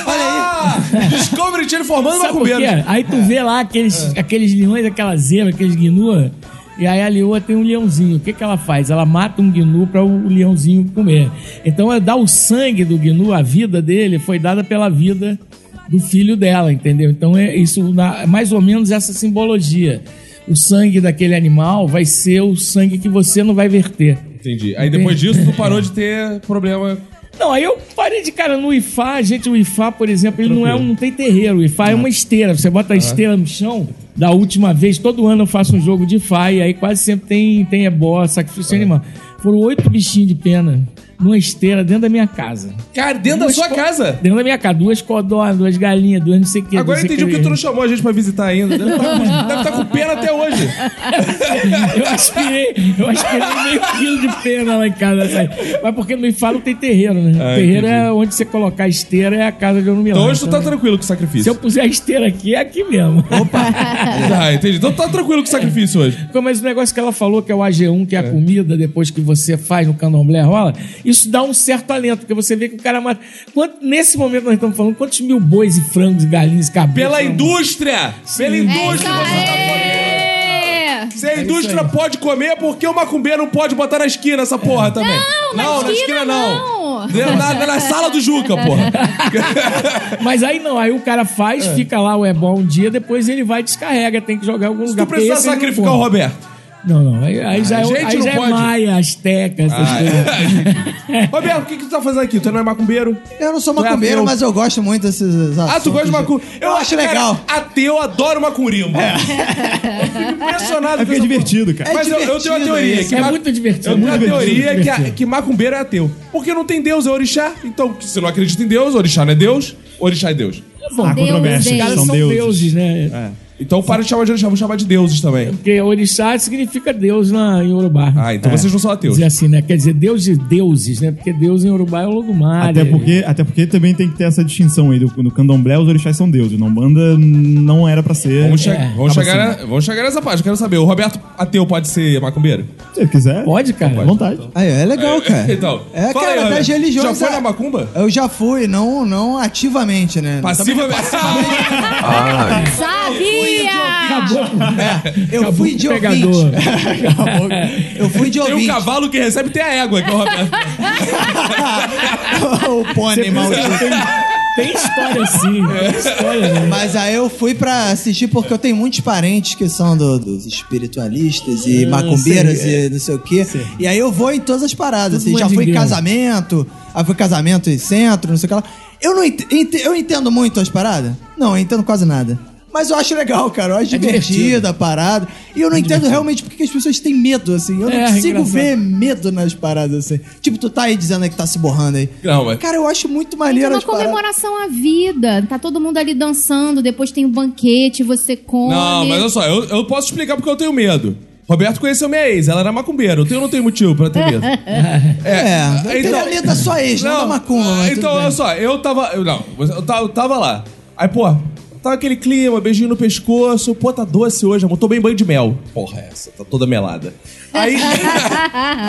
Speaker 1: Olha aí. Discovery Channel formando
Speaker 5: Sabe por quê?
Speaker 1: macumbeiro.
Speaker 5: Aí tu vê lá aqueles, aqueles leões, aquelas zebras, aqueles gnuas, e aí a leoa tem um leãozinho. O que, que ela faz? Ela mata um gnu para o leãozinho comer. Então ela dá o sangue do gnu, a vida dele foi dada pela vida do filho dela, entendeu? Então é isso, na- é mais ou menos essa simbologia. O sangue daquele animal vai ser o sangue que você não vai verter.
Speaker 1: Entendi. Aí depois disso, tu parou de ter problema.
Speaker 5: Não, aí eu parei de cara no IFA, gente, o IFA, por exemplo, ele não é um não tem terreiro, o IFA é
Speaker 1: Ah.
Speaker 5: uma esteira, você bota a esteira no chão. Da última vez, todo ano eu faço um é jogo de IFA e aí quase sempre tem tem ebó, sacrifício animal. Foram oito bichinhos de pena. numa esteira dentro da minha casa.
Speaker 1: Cara, dentro da
Speaker 5: Duas
Speaker 1: sua
Speaker 5: co-
Speaker 1: casa.
Speaker 5: Dentro da minha casa, duas codornas, duas galinhas, duas não sei o que.
Speaker 1: Agora eu entendi porque tu não chamou a gente pra visitar ainda. Deve estar com pena até hoje.
Speaker 5: Eu aspirei, eu aspirei meio quilo de pena lá em casa. sabe? Mas porque no Ifalo tem terreiro, né?
Speaker 1: Ah,
Speaker 5: terreiro
Speaker 1: entendi.
Speaker 5: é onde você colocar a esteira, é a casa de Onumilar.
Speaker 1: Então hoje tu tá tranquilo com o sacrifício.
Speaker 5: Se eu puser a esteira aqui, é aqui mesmo.
Speaker 1: Ah, entendi. Então tá tranquilo com o sacrifício hoje.
Speaker 5: Como esse negócio que ela falou, que é o AG1, que é a comida depois que você faz no candomblé rola, isso dá um certo alento, porque você vê que o cara mata. Quanto, nesse momento nós estamos falando, quantos mil bois e frangos e galinhas e cabelos.
Speaker 1: Pela
Speaker 5: frango-
Speaker 1: indústria! Pela
Speaker 3: É isso
Speaker 1: indústria você tá
Speaker 3: aí!
Speaker 1: Se a indústria pode comer, por que o macumbeiro não pode botar na esquina essa porra também?
Speaker 3: Não, na esquina
Speaker 1: é
Speaker 3: não.
Speaker 1: Dentro da- é Na, sala do Juca, porra.
Speaker 5: Mas aí não, aí o cara faz, fica lá, o é bom um dia, depois ele vai e descarrega, tem que jogar em algum
Speaker 1: Se
Speaker 5: lugar.
Speaker 1: tu precisar
Speaker 5: porque esse é ele não
Speaker 1: sacrificar o
Speaker 5: come.
Speaker 1: Roberto.
Speaker 5: Não, não, aí, aí já, é,
Speaker 1: gente,
Speaker 5: aí
Speaker 1: não
Speaker 5: já é
Speaker 1: pode. Ah, é.
Speaker 5: maia, asteca, essas coisas.
Speaker 1: Roberto, o que, que tu tá fazendo aqui? Tu não é macumbeiro?
Speaker 2: Eu não sou
Speaker 1: Tu é
Speaker 2: macumbeiro,
Speaker 1: ateu?
Speaker 2: mas eu gosto muito desses
Speaker 1: Ah, tu gosta de macumba?
Speaker 2: Eu, acho
Speaker 1: cara,
Speaker 2: legal.
Speaker 1: Ateu, adoro macumba. Eu fico impressionado
Speaker 4: É porque é divertido, cara.
Speaker 1: Mas eu, eu tenho a
Speaker 2: divertido
Speaker 1: teoria.
Speaker 2: isso.
Speaker 1: Que
Speaker 5: É
Speaker 1: ma-
Speaker 5: muito divertido.
Speaker 1: Eu tenho a
Speaker 5: muito divertido,
Speaker 1: teoria que, a-
Speaker 5: divertido.
Speaker 1: que macumbeiro é ateu. Porque não tem Deus, é orixá. Então, se não acredita em Deus, orixá não é Deus, orixá é Deus.
Speaker 5: Bom,
Speaker 4: Há
Speaker 3: Deus,
Speaker 4: controvérsias.
Speaker 3: Deus.
Speaker 5: Os caras
Speaker 4: São,
Speaker 5: são, deuses,
Speaker 4: deuses.
Speaker 5: né?
Speaker 1: Então para de chamar de orixá, vamos chamar de deuses também.
Speaker 5: Porque orixá significa deus na, em Urubá.
Speaker 1: Ah, então vocês não são ateus.
Speaker 5: dizer assim, né? Quer dizer, deus de deuses, né? Porque deus em Urubá é o Logumar.
Speaker 4: Até porque, até porque também tem que ter essa distinção aí. Do, no candomblé, os orixás são deuses. Na Umbanda, não era pra ser.
Speaker 1: Vamos, che-
Speaker 5: É.
Speaker 1: vamos
Speaker 4: Acaba
Speaker 1: chegar
Speaker 4: sendo.
Speaker 1: a- vamos chegar nessa parte, eu quero saber. O Roberto ateu pode ser macumbeiro?
Speaker 4: Se ele quiser.
Speaker 5: Pode, cara.
Speaker 4: à vontade.
Speaker 2: Aí, é legal, cara.
Speaker 1: Então,
Speaker 2: é,
Speaker 1: fala aí,
Speaker 2: cara,
Speaker 1: Roberto.
Speaker 2: das religiões.
Speaker 1: Já foi
Speaker 2: é-
Speaker 1: na macumba?
Speaker 2: Eu já fui, não, não ativamente, né?
Speaker 1: Passiva... Ah,
Speaker 3: Sabia!
Speaker 2: É, Eu
Speaker 5: Acabou
Speaker 2: fui
Speaker 5: com
Speaker 2: de
Speaker 5: o pegador.
Speaker 2: ouvinte. Acabou. Eu fui de
Speaker 1: Tem um
Speaker 2: ouvinte.
Speaker 1: cavalo que recebe tem a égua, que é o Roberto.
Speaker 2: o pônei maldito.
Speaker 5: Tem história sim.
Speaker 4: É.
Speaker 5: Tem história, né?
Speaker 2: Mas aí eu fui pra assistir porque eu tenho muitos parentes que são do- dos espiritualistas
Speaker 5: Hum,
Speaker 2: e macumbeiras e não sei o quê. E aí eu vou em todas as paradas.
Speaker 5: Tudo
Speaker 2: Assim, já fui em
Speaker 5: mandingueiro.
Speaker 2: casamento, aí fui em casamento e centro, não sei o que lá. Eu não ent- ent- eu entendo muito as paradas? Não, eu entendo quase nada. Mas eu acho legal, cara. Eu acho
Speaker 5: É divertido.
Speaker 2: divertida a parada. E eu não entendo realmente porque que as pessoas têm medo, assim. Eu não
Speaker 5: É,
Speaker 2: consigo
Speaker 5: engraçado.
Speaker 2: ver medo nas paradas, assim. Tipo, tu tá aí dizendo aí que tá se borrando aí.
Speaker 1: Não, é.
Speaker 2: Cara, eu acho muito
Speaker 3: É
Speaker 2: maneiro
Speaker 3: uma
Speaker 2: as paradas.
Speaker 3: comemoração à vida. Tá todo mundo ali dançando, depois tem o banquete, você come.
Speaker 1: Não, Ah, mas olha só, eu, eu posso explicar porque eu tenho medo. Roberto conheceu minha ex, ela era macumbeira. Eu tenho, não tenho motivo pra ter medo.
Speaker 2: É,
Speaker 1: então-
Speaker 2: então, da linha da sua ex, não, da macumba.
Speaker 1: ah,
Speaker 2: mas tudo
Speaker 1: então,
Speaker 2: bem.
Speaker 1: olha só, eu tava. eu- não, eu tava, eu tava lá. Aí, pô, tava aquele clima, beijinho no pescoço, pô, tá doce hoje, amor. Tomei banho de mel. Porra, essa, tá toda melada. Aí.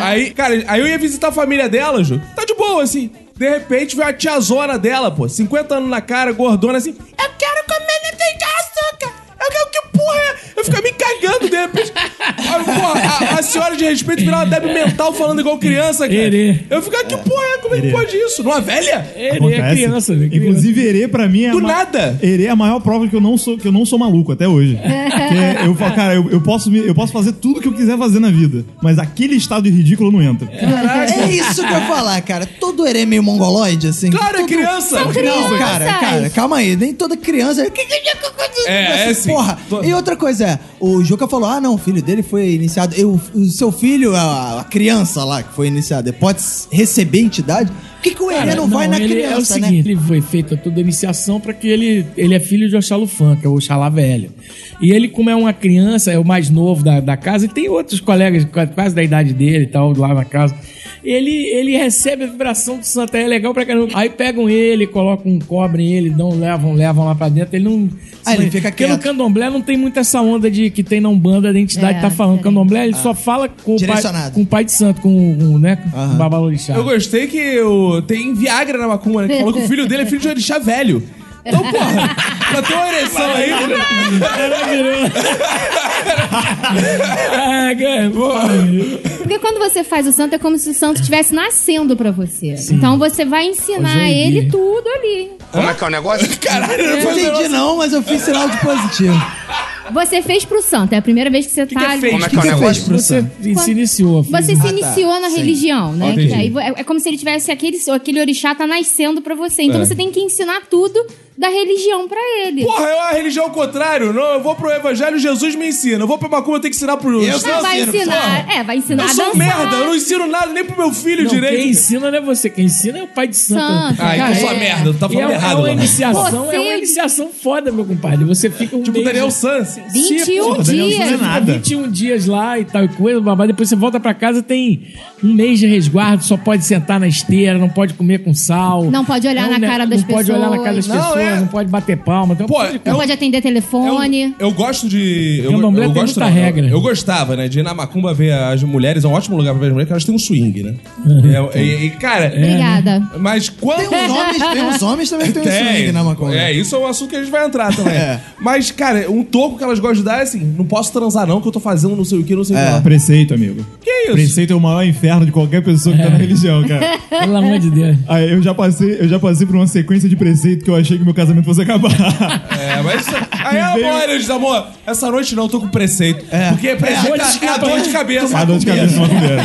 Speaker 1: aí, cara, aí eu ia visitar a família dela, Ju. Tá de boa, assim. De repente veio a tiazona dela, pô, 50 anos na cara, gordona, assim. Eu quero comer não tem açúcar! Eu quero que porra é? Eu fico me cagando de repente. Aí, porra, a, a senhora de respeito virou uma débil mental falando igual criança, cara.
Speaker 5: Erê.
Speaker 1: Eu fico, ah, que porra é? Como é que pode isso? Numa velha?
Speaker 5: Ele é criança, né? Criança.
Speaker 4: Inclusive, Herê, pra mim, é
Speaker 1: Do
Speaker 4: a ma-
Speaker 1: nada.
Speaker 4: Herê é a maior prova que eu não sou, que eu não sou maluco até hoje. Porque eu falo, cara, eu, eu posso me- eu posso fazer tudo que eu quiser fazer na vida. Mas aquele estado de ridículo não entra.
Speaker 2: É isso que eu ia falar, cara. Todo herê meio mongoloide, assim.
Speaker 1: Claro, é
Speaker 2: Todo-
Speaker 1: criança!
Speaker 3: São
Speaker 2: Não,
Speaker 3: crianças.
Speaker 2: cara, cara, calma aí. Nem toda criança.
Speaker 1: É, é assim.
Speaker 2: Porra.
Speaker 1: Tô-
Speaker 2: E outra coisa é, o Juca falou: ah, não, o filho dele foi iniciado. Eu, o seu filho, a, a criança lá que foi iniciada, pode receber entidade? Por que, que o herê
Speaker 5: Cara,
Speaker 2: não, vai na
Speaker 5: ele
Speaker 2: criança,
Speaker 5: É o
Speaker 2: né?
Speaker 5: seguinte, ele foi feito toda a iniciação para que ele, ele é filho de Oxalufã, que é o Oxalá velho. E ele, como é uma criança, é o mais novo da, da casa, e tem outros colegas qua- quase da idade dele e tal, lá na casa. Ele, ele recebe a vibração do Santa, é legal pra caramba. Aí pegam ele, colocam, cobrem ele, dão, levam, levam lá pra dentro. Ele não.
Speaker 2: Ah, ele fica
Speaker 5: Porque no
Speaker 2: quieto.
Speaker 5: candomblé não tem muito essa onda de que tem na Umbanda, da entidade
Speaker 3: É,
Speaker 5: tá falando.
Speaker 3: diferente.
Speaker 5: Candomblé ele só fala com o, pai,
Speaker 2: Ah. Direcionado.
Speaker 5: com o pai de santo, com, o- né, com o
Speaker 2: Aham.
Speaker 5: Babalorixá.
Speaker 1: Eu gostei que o- tem Viagra na macumba, né? Que falou que o filho dele é filho de orixá velho. Então, porra, pra ter uma ereção aí. né?
Speaker 5: Ah, cara,
Speaker 3: Porque quando você faz o santo, é como se o santo estivesse nascendo pra você. Então você vai
Speaker 5: Hoje eu
Speaker 3: ensinar
Speaker 5: vi.
Speaker 3: ele tudo ali.
Speaker 2: Eu
Speaker 1: Caralho, eu não
Speaker 2: não
Speaker 1: faz É, o
Speaker 2: entendi,
Speaker 1: negócio.
Speaker 2: não, mas eu fiz sinal de positivo.
Speaker 3: Você fez pro santo, é a primeira vez que você
Speaker 1: que
Speaker 3: tá
Speaker 1: é
Speaker 3: ali.
Speaker 1: fez? Como é
Speaker 2: que eu fiz,
Speaker 5: Você
Speaker 2: professor?
Speaker 5: se iniciou. filho.
Speaker 3: Você se iniciou na religião, né?
Speaker 1: entendi.
Speaker 3: Que aí vo- é, é como se ele tivesse aquele, aquele orixá tá nascendo pra você. Então
Speaker 1: É.
Speaker 3: você tem que ensinar tudo da religião pra ele.
Speaker 1: Porra, é uma religião ao contrário. Não, eu vou pro evangelho, Jesus me ensina. Eu vou pra macumba, eu tenho que ensinar pro
Speaker 2: Eu
Speaker 3: Ah, vai
Speaker 2: ensino,
Speaker 3: ensinar. É, vai ensinar
Speaker 1: Eu
Speaker 3: a
Speaker 1: sou
Speaker 3: dançar.
Speaker 1: merda, eu não ensino nada nem pro meu filho
Speaker 5: Não,
Speaker 1: direito.
Speaker 5: quem ensina não é você, quem ensina é o pai de santo.
Speaker 3: Santo,
Speaker 1: Ah, então
Speaker 3: cara,
Speaker 1: sua
Speaker 3: é.
Speaker 1: merda, tu tá
Speaker 5: E é,
Speaker 1: falando
Speaker 5: uma- é
Speaker 1: errado.
Speaker 5: uma
Speaker 1: Lana.
Speaker 5: iniciação, é uma
Speaker 3: Você-
Speaker 5: iniciação foda, meu compadre. Você fica um
Speaker 1: Tipo,
Speaker 5: mês-
Speaker 1: Daniel Sans.
Speaker 3: 21
Speaker 4: Porra, Daniel, não é
Speaker 3: dias.
Speaker 5: Fica
Speaker 4: nada.
Speaker 5: 21 dias lá e tal e coisa, babá. Depois você volta pra casa, tem um mês de resguardo, só pode sentar na esteira, não pode comer com sal.
Speaker 3: Não pode olhar na
Speaker 5: né?
Speaker 3: cara
Speaker 5: não
Speaker 3: das
Speaker 5: pode olhar na cara das
Speaker 3: pessoas.
Speaker 1: Não,
Speaker 5: pessoas,
Speaker 1: é.
Speaker 5: não pode bater palma. Tem um
Speaker 1: Pô, é
Speaker 5: monte de
Speaker 3: Não
Speaker 1: Eu-
Speaker 3: pode atender
Speaker 1: Eu,
Speaker 3: telefone.
Speaker 1: eu gosto de. Eu,
Speaker 5: Candomblé
Speaker 1: eu
Speaker 5: tem muita
Speaker 1: gosto não, não.
Speaker 5: regra.
Speaker 1: Eu gostava, né? De ir na macumba ver as mulheres. É um ótimo lugar pra ver as mulheres, porque elas têm um swing, né? É, né? e, e, cara.
Speaker 3: Obrigada.
Speaker 1: Mas
Speaker 2: Tem
Speaker 1: quando.
Speaker 2: uns homens, tem uns homens também que tem um swing na maconha.
Speaker 1: É, isso é um assunto que a gente vai entrar também.
Speaker 2: É.
Speaker 1: Mas, cara, um toco que elas gostam de dar é assim: não posso transar, não, que eu tô fazendo não sei o que, não sei o que.
Speaker 2: É.
Speaker 1: lá.
Speaker 4: Preceito, amigo.
Speaker 1: Que isso?
Speaker 4: Preceito é o maior inferno de qualquer pessoa que tá na religião, cara.
Speaker 5: Pelo amor de Deus.
Speaker 4: Aí eu já passei, eu já passei por uma sequência de preceito que eu achei que meu casamento fosse acabar.
Speaker 1: É, mas isso. Aí,
Speaker 4: Veio-
Speaker 1: amor, eles dizem, amor, essa noite não, eu tô com preceito.
Speaker 2: É.
Speaker 1: Porque preceito
Speaker 5: É,
Speaker 1: é, é a dor de cabeça.
Speaker 4: A dor Ah, de cabeça uma mulher.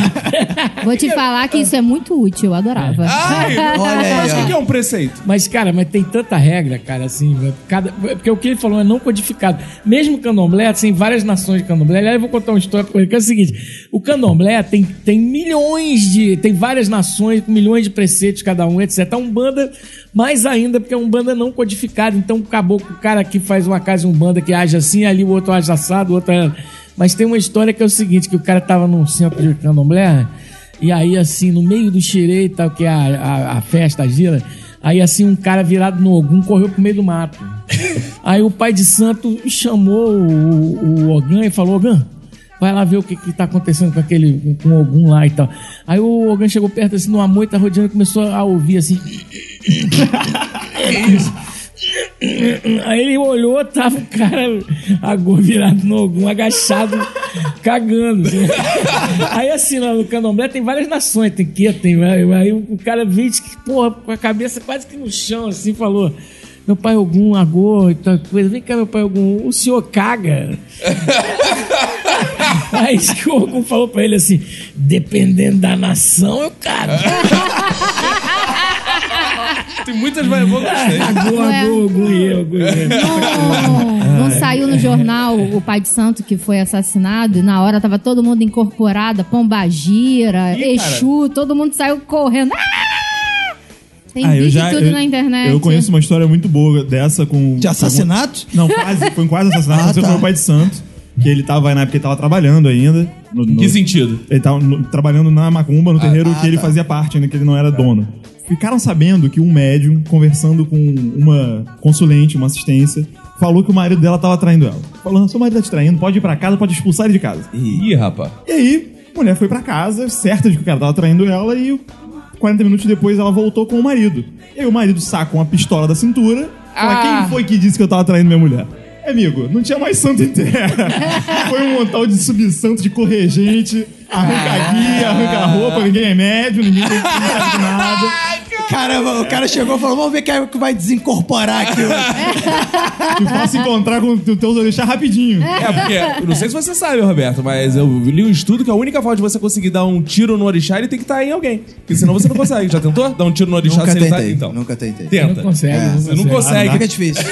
Speaker 3: Vou te falar que isso é muito útil, eu adorava.
Speaker 1: Ai,
Speaker 2: Olha aí,
Speaker 1: mas o que
Speaker 2: ó.
Speaker 1: que é um preceito?
Speaker 5: Mas, cara, mas tem tanta regra, cara, assim, né? cada, porque o que ele falou é não codificado. Mesmo o candomblé, assim, várias nações de candomblé, aliás, eu vou contar uma história pra você, que é o seguinte, o candomblé tem, tem milhões de, tem várias nações com milhões de preceitos cada um, etc. A Umbanda, mais ainda, porque é Umbanda não codificada, então o caboclo, o cara que faz uma casa em Umbanda que age assim, ali o outro age assado, o outro... age- Mas tem uma história que é o seguinte, que o cara tava num centro de candomblé, e aí, assim, no meio do xerê e tal, que é a, a, a festa, a gira, aí, assim, um cara virado no Ogum correu pro meio do mato. aí o pai de santo chamou o, o Ogã e falou, Ogã, vai lá ver o que que tá acontecendo com aquele, com o Ogum lá e tal. Aí o Ogã chegou perto, assim, numa moita rodeando e começou a ouvir, assim... Aí ele olhou, tava o cara agô virado no algum, agachado, cagando. assim. Aí assim, lá no candomblé tem várias nações, tem que tem. Aí aí o cara veio que, porra, com a cabeça quase que no chão, assim, falou. Meu pai algum agô e tal coisa. Vem cá, meu pai algum. O senhor caga? Aí que o Ogum falou pra ele assim: dependendo da nação, eu cago.
Speaker 1: Tem um muitas vai. Eu gostei.
Speaker 5: Agô, agô, agô, e eu, agô, e eu.
Speaker 3: Não, não saiu no jornal o pai de santo que foi assassinado. e Na hora tava todo mundo incorporado, pombagira,
Speaker 1: Ih, cara.
Speaker 3: Exu, todo mundo saiu correndo. Ah! Tem
Speaker 4: Ah,
Speaker 3: vídeo e tudo na internet.
Speaker 4: Eu conheço uma história muito boa dessa com.
Speaker 2: De assassinato?
Speaker 4: Não, quase. Foi um quase assassinato.
Speaker 2: Ah,
Speaker 4: aconteceu com
Speaker 2: tá.
Speaker 4: meu pai de santo. Que ele tava, na época, ele tava trabalhando ainda. No, no-
Speaker 1: Que sentido?
Speaker 4: Ele tava no- trabalhando na macumba,
Speaker 2: Ah,
Speaker 4: no terreiro
Speaker 2: tá,
Speaker 4: que ele fazia parte, ainda que ele não era dono. Ficaram sabendo que um médium, conversando com uma consulente, uma assistência, falou que o marido dela tava traindo ela. Falando, seu marido tá te traindo, pode ir pra casa, pode expulsar ele de casa.
Speaker 1: Ih, rapaz.
Speaker 4: E aí, a mulher foi pra casa, certa de que o cara tava traindo ela, e 40 minutos depois ela voltou com o marido. E aí o marido saca uma pistola da cintura, fala,
Speaker 5: Ah.
Speaker 4: quem foi que disse que eu tava traindo minha mulher? Amigo, não tinha mais santo em terra. Foi um montal de subsanto, de corregente, arranca guia, arranca roupa, ninguém é médio, ninguém tem sabe de nada.
Speaker 2: Caramba, o cara chegou e falou: vamos ver quem é que vai desincorporar aqui. hoje."
Speaker 4: Que faça encontrar com o teu orixá rapidinho.
Speaker 1: É, porque, eu não sei se você sabe, Roberto, mas eu li um estudo que a única forma de você conseguir dar um tiro no orixá, ele tem que estar em alguém. Porque senão você não consegue. Já tentou dar um tiro no orixá
Speaker 2: Nunca
Speaker 1: sem ele tá
Speaker 2: tentei.
Speaker 1: então?
Speaker 2: Nunca Ah, tentei.
Speaker 1: Tenta.
Speaker 5: Não consegue, não
Speaker 1: Você não
Speaker 5: consegue.
Speaker 1: consegue.
Speaker 2: Fica difícil.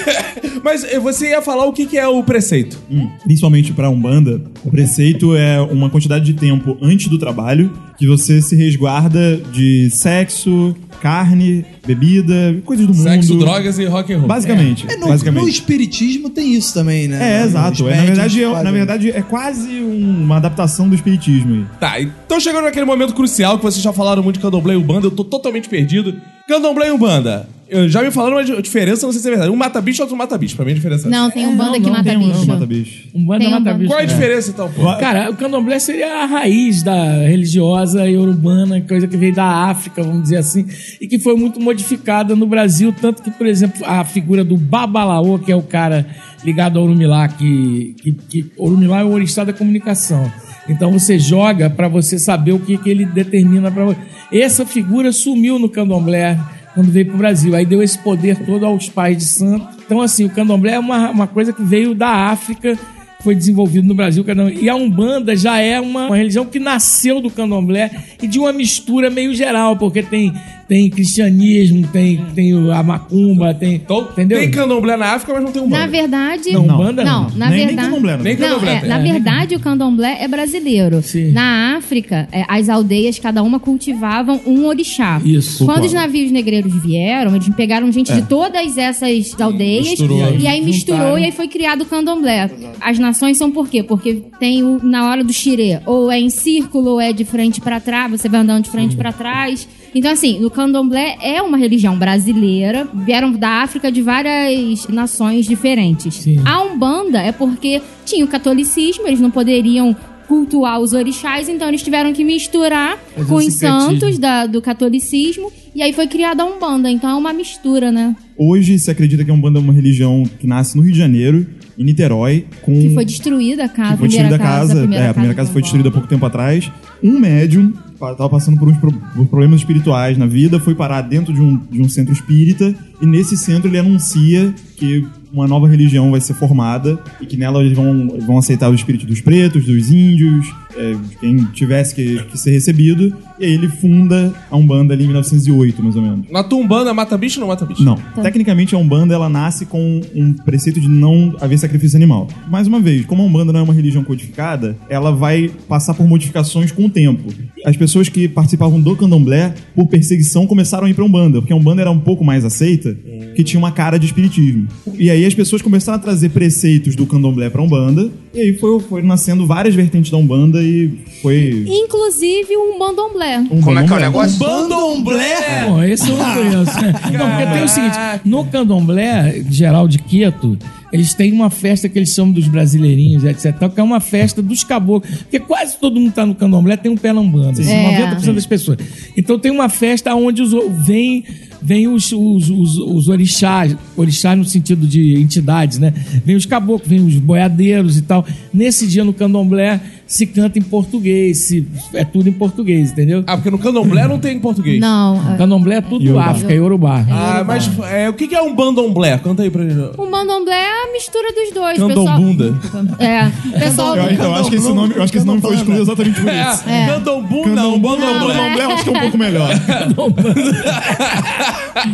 Speaker 1: Mas eh, você ia falar o que que é o preceito.
Speaker 4: principalmente pra Umbanda, o preceito é uma quantidade de tempo antes do trabalho que você se resguarda de sexo, carne, bebida, coisas do mundo.
Speaker 1: Sexo, drogas e rock and roll.
Speaker 4: Basicamente.
Speaker 2: É, no,
Speaker 4: basicamente.
Speaker 2: no espiritismo tem isso também, né?
Speaker 4: É,
Speaker 2: Os
Speaker 4: exato. É,
Speaker 2: médiums
Speaker 4: na, verdade, é,
Speaker 2: fazem.
Speaker 4: na verdade, é quase um- uma adaptação do espiritismo aí.
Speaker 1: Tá, então chegando naquele momento crucial que vocês já falaram muito de Candomblé e Umbanda, eu tô totalmente perdido. Candomblé e Umbanda. Eu já me falaram uma di- diferença, não sei se é verdade. Um mata bicho e outro mata bicho. Pra mim a diferença é
Speaker 3: Não, tem um bando
Speaker 5: não,
Speaker 3: que
Speaker 5: não,
Speaker 3: mata
Speaker 5: tem um não
Speaker 3: bicho.
Speaker 4: Não mata bicho.
Speaker 5: Um bando
Speaker 3: Tem
Speaker 5: mata
Speaker 3: um bando.
Speaker 5: bicho.
Speaker 1: essa. Qual é a diferença então, pô?
Speaker 5: Cara, o candomblé seria a raiz da religiosa e urbana, coisa que veio da África, vamos dizer assim, e que foi muito modificada no Brasil, tanto que, por exemplo, a figura do Babalaô, que é o cara ligado ao Orumilá, que, que, que Orumilá é o orixá da comunicação. Então você joga pra você saber o que, que ele determina para você. Essa figura sumiu no candomblé quando veio pro Brasil. Aí deu esse poder todo aos pais de santo. Então, assim, o candomblé é uma, uma coisa que veio da África, foi desenvolvido no Brasil. cada- E a Umbanda já é uma, uma religião que nasceu do candomblé e de uma mistura meio geral, porque tem tem cristianismo, tem, tem o- a macumba, tem.
Speaker 1: Então,
Speaker 2: É.
Speaker 5: entendeu?
Speaker 1: tem candomblé na África, mas não tem um
Speaker 3: Na verdade.
Speaker 5: Não, Umbanda não.
Speaker 3: não, na
Speaker 4: Nem- nem
Speaker 3: verdade.
Speaker 4: candomblé, não.
Speaker 1: Nem
Speaker 3: Não,
Speaker 1: candomblé
Speaker 3: é,
Speaker 1: tem.
Speaker 3: na verdade, o candomblé é brasileiro.
Speaker 5: Sim.
Speaker 3: Na África, é, as aldeias, cada uma cultivavam um orixá.
Speaker 5: Isso.
Speaker 3: Quando os navios negreiros vieram, eles pegaram gente de todas essas aldeias
Speaker 5: É. Misturou.
Speaker 3: e aí misturou
Speaker 5: Juntaram.
Speaker 3: e aí foi criado o candomblé. As nações são por quê? Porque tem o, na hora do xirê, ou é em círculo, ou é de frente pra trás, você vai andando de frente
Speaker 5: Uhum.
Speaker 3: pra trás. Então, assim, o candomblé é uma religião brasileira, vieram da África de várias nações diferentes.
Speaker 5: Sim.
Speaker 3: A Umbanda é porque tinha o catolicismo, eles não poderiam cultuar os orixás, então eles tiveram que misturar
Speaker 5: Fazer
Speaker 3: com
Speaker 5: um
Speaker 3: os
Speaker 5: sincretismo.
Speaker 3: santos da- do catolicismo, e aí foi criada a Umbanda, então é uma mistura, né?
Speaker 4: Hoje se acredita que a Umbanda é uma religião que nasce no Rio de Janeiro, em Niterói, com.
Speaker 3: Que foi destruída a casa,
Speaker 4: que foi destruída a casa. é, a primeira casa foi destruída há pouco tempo atrás. Um médium estava passando por uns pro- por problemas espirituais na vida, foi parar dentro de um, de um centro espírita, e nesse centro ele anuncia que uma nova religião vai ser formada e que nela eles vão, vão aceitar o espírito dos pretos, dos índios, é, de quem tivesse que, que ser recebido. E aí ele funda a Umbanda ali em 1908, mais ou menos.
Speaker 1: Na Tumbanda mata bicho ou não mata bicho?
Speaker 4: Não. Tecnicamente, a Umbanda ela nasce com um preceito de não haver sacrifício animal. Mais uma vez, como a Umbanda não é uma religião codificada, ela vai passar por modificações com o tempo. As pessoas que participavam do candomblé, por perseguição, começaram a ir pra Umbanda, porque a Umbanda era um pouco mais aceita, que tinha uma cara de espiritismo. E aí as pessoas começaram a trazer preceitos do candomblé pra Umbanda, e aí foi, foi nascendo várias vertentes da Umbanda e foi.
Speaker 3: Inclusive um bandomblé.
Speaker 4: um
Speaker 7: Como é que é o
Speaker 4: candomblé.
Speaker 7: negócio?
Speaker 2: Bandomblé?
Speaker 5: Bom, esse eu não conheço. É, não, porque tem o seguinte: no candomblé geral de Queto, eles têm uma festa que eles chamam dos brasileirinhos, etc. tal, Que é uma festa dos caboclos. Porque quase todo mundo que tá no candomblé tem um pé na umbanda. assim,
Speaker 3: É.
Speaker 5: 90% das pessoas. Então tem uma festa onde os, o- vem. Vem os, os, os, os orixás, orixás no sentido de entidades, né? Vem os caboclos, vem os boiadeiros e tal. Nesse dia no candomblé se canta em português, se, é tudo em português, entendeu?
Speaker 1: Ah, porque no candomblé não tem em português.
Speaker 3: Não.
Speaker 4: Tá
Speaker 3: é-
Speaker 5: Candomblé é tudo
Speaker 4: Iorubá.
Speaker 5: África, é Yorubá.
Speaker 1: Ah, mas é, o que que é um bandomblé? Canta aí pra gente.
Speaker 3: Um bandomblé é a mistura dos dois.
Speaker 1: Candombunda.
Speaker 3: Pessoal, é, pessoal...
Speaker 4: Eu, então, eu acho que esse nome, eu acho que esse nome foi escolhido exatamente por isso.
Speaker 1: É, candombunda, um bandomblé.
Speaker 4: Candomblé eu acho que é um pouco melhor.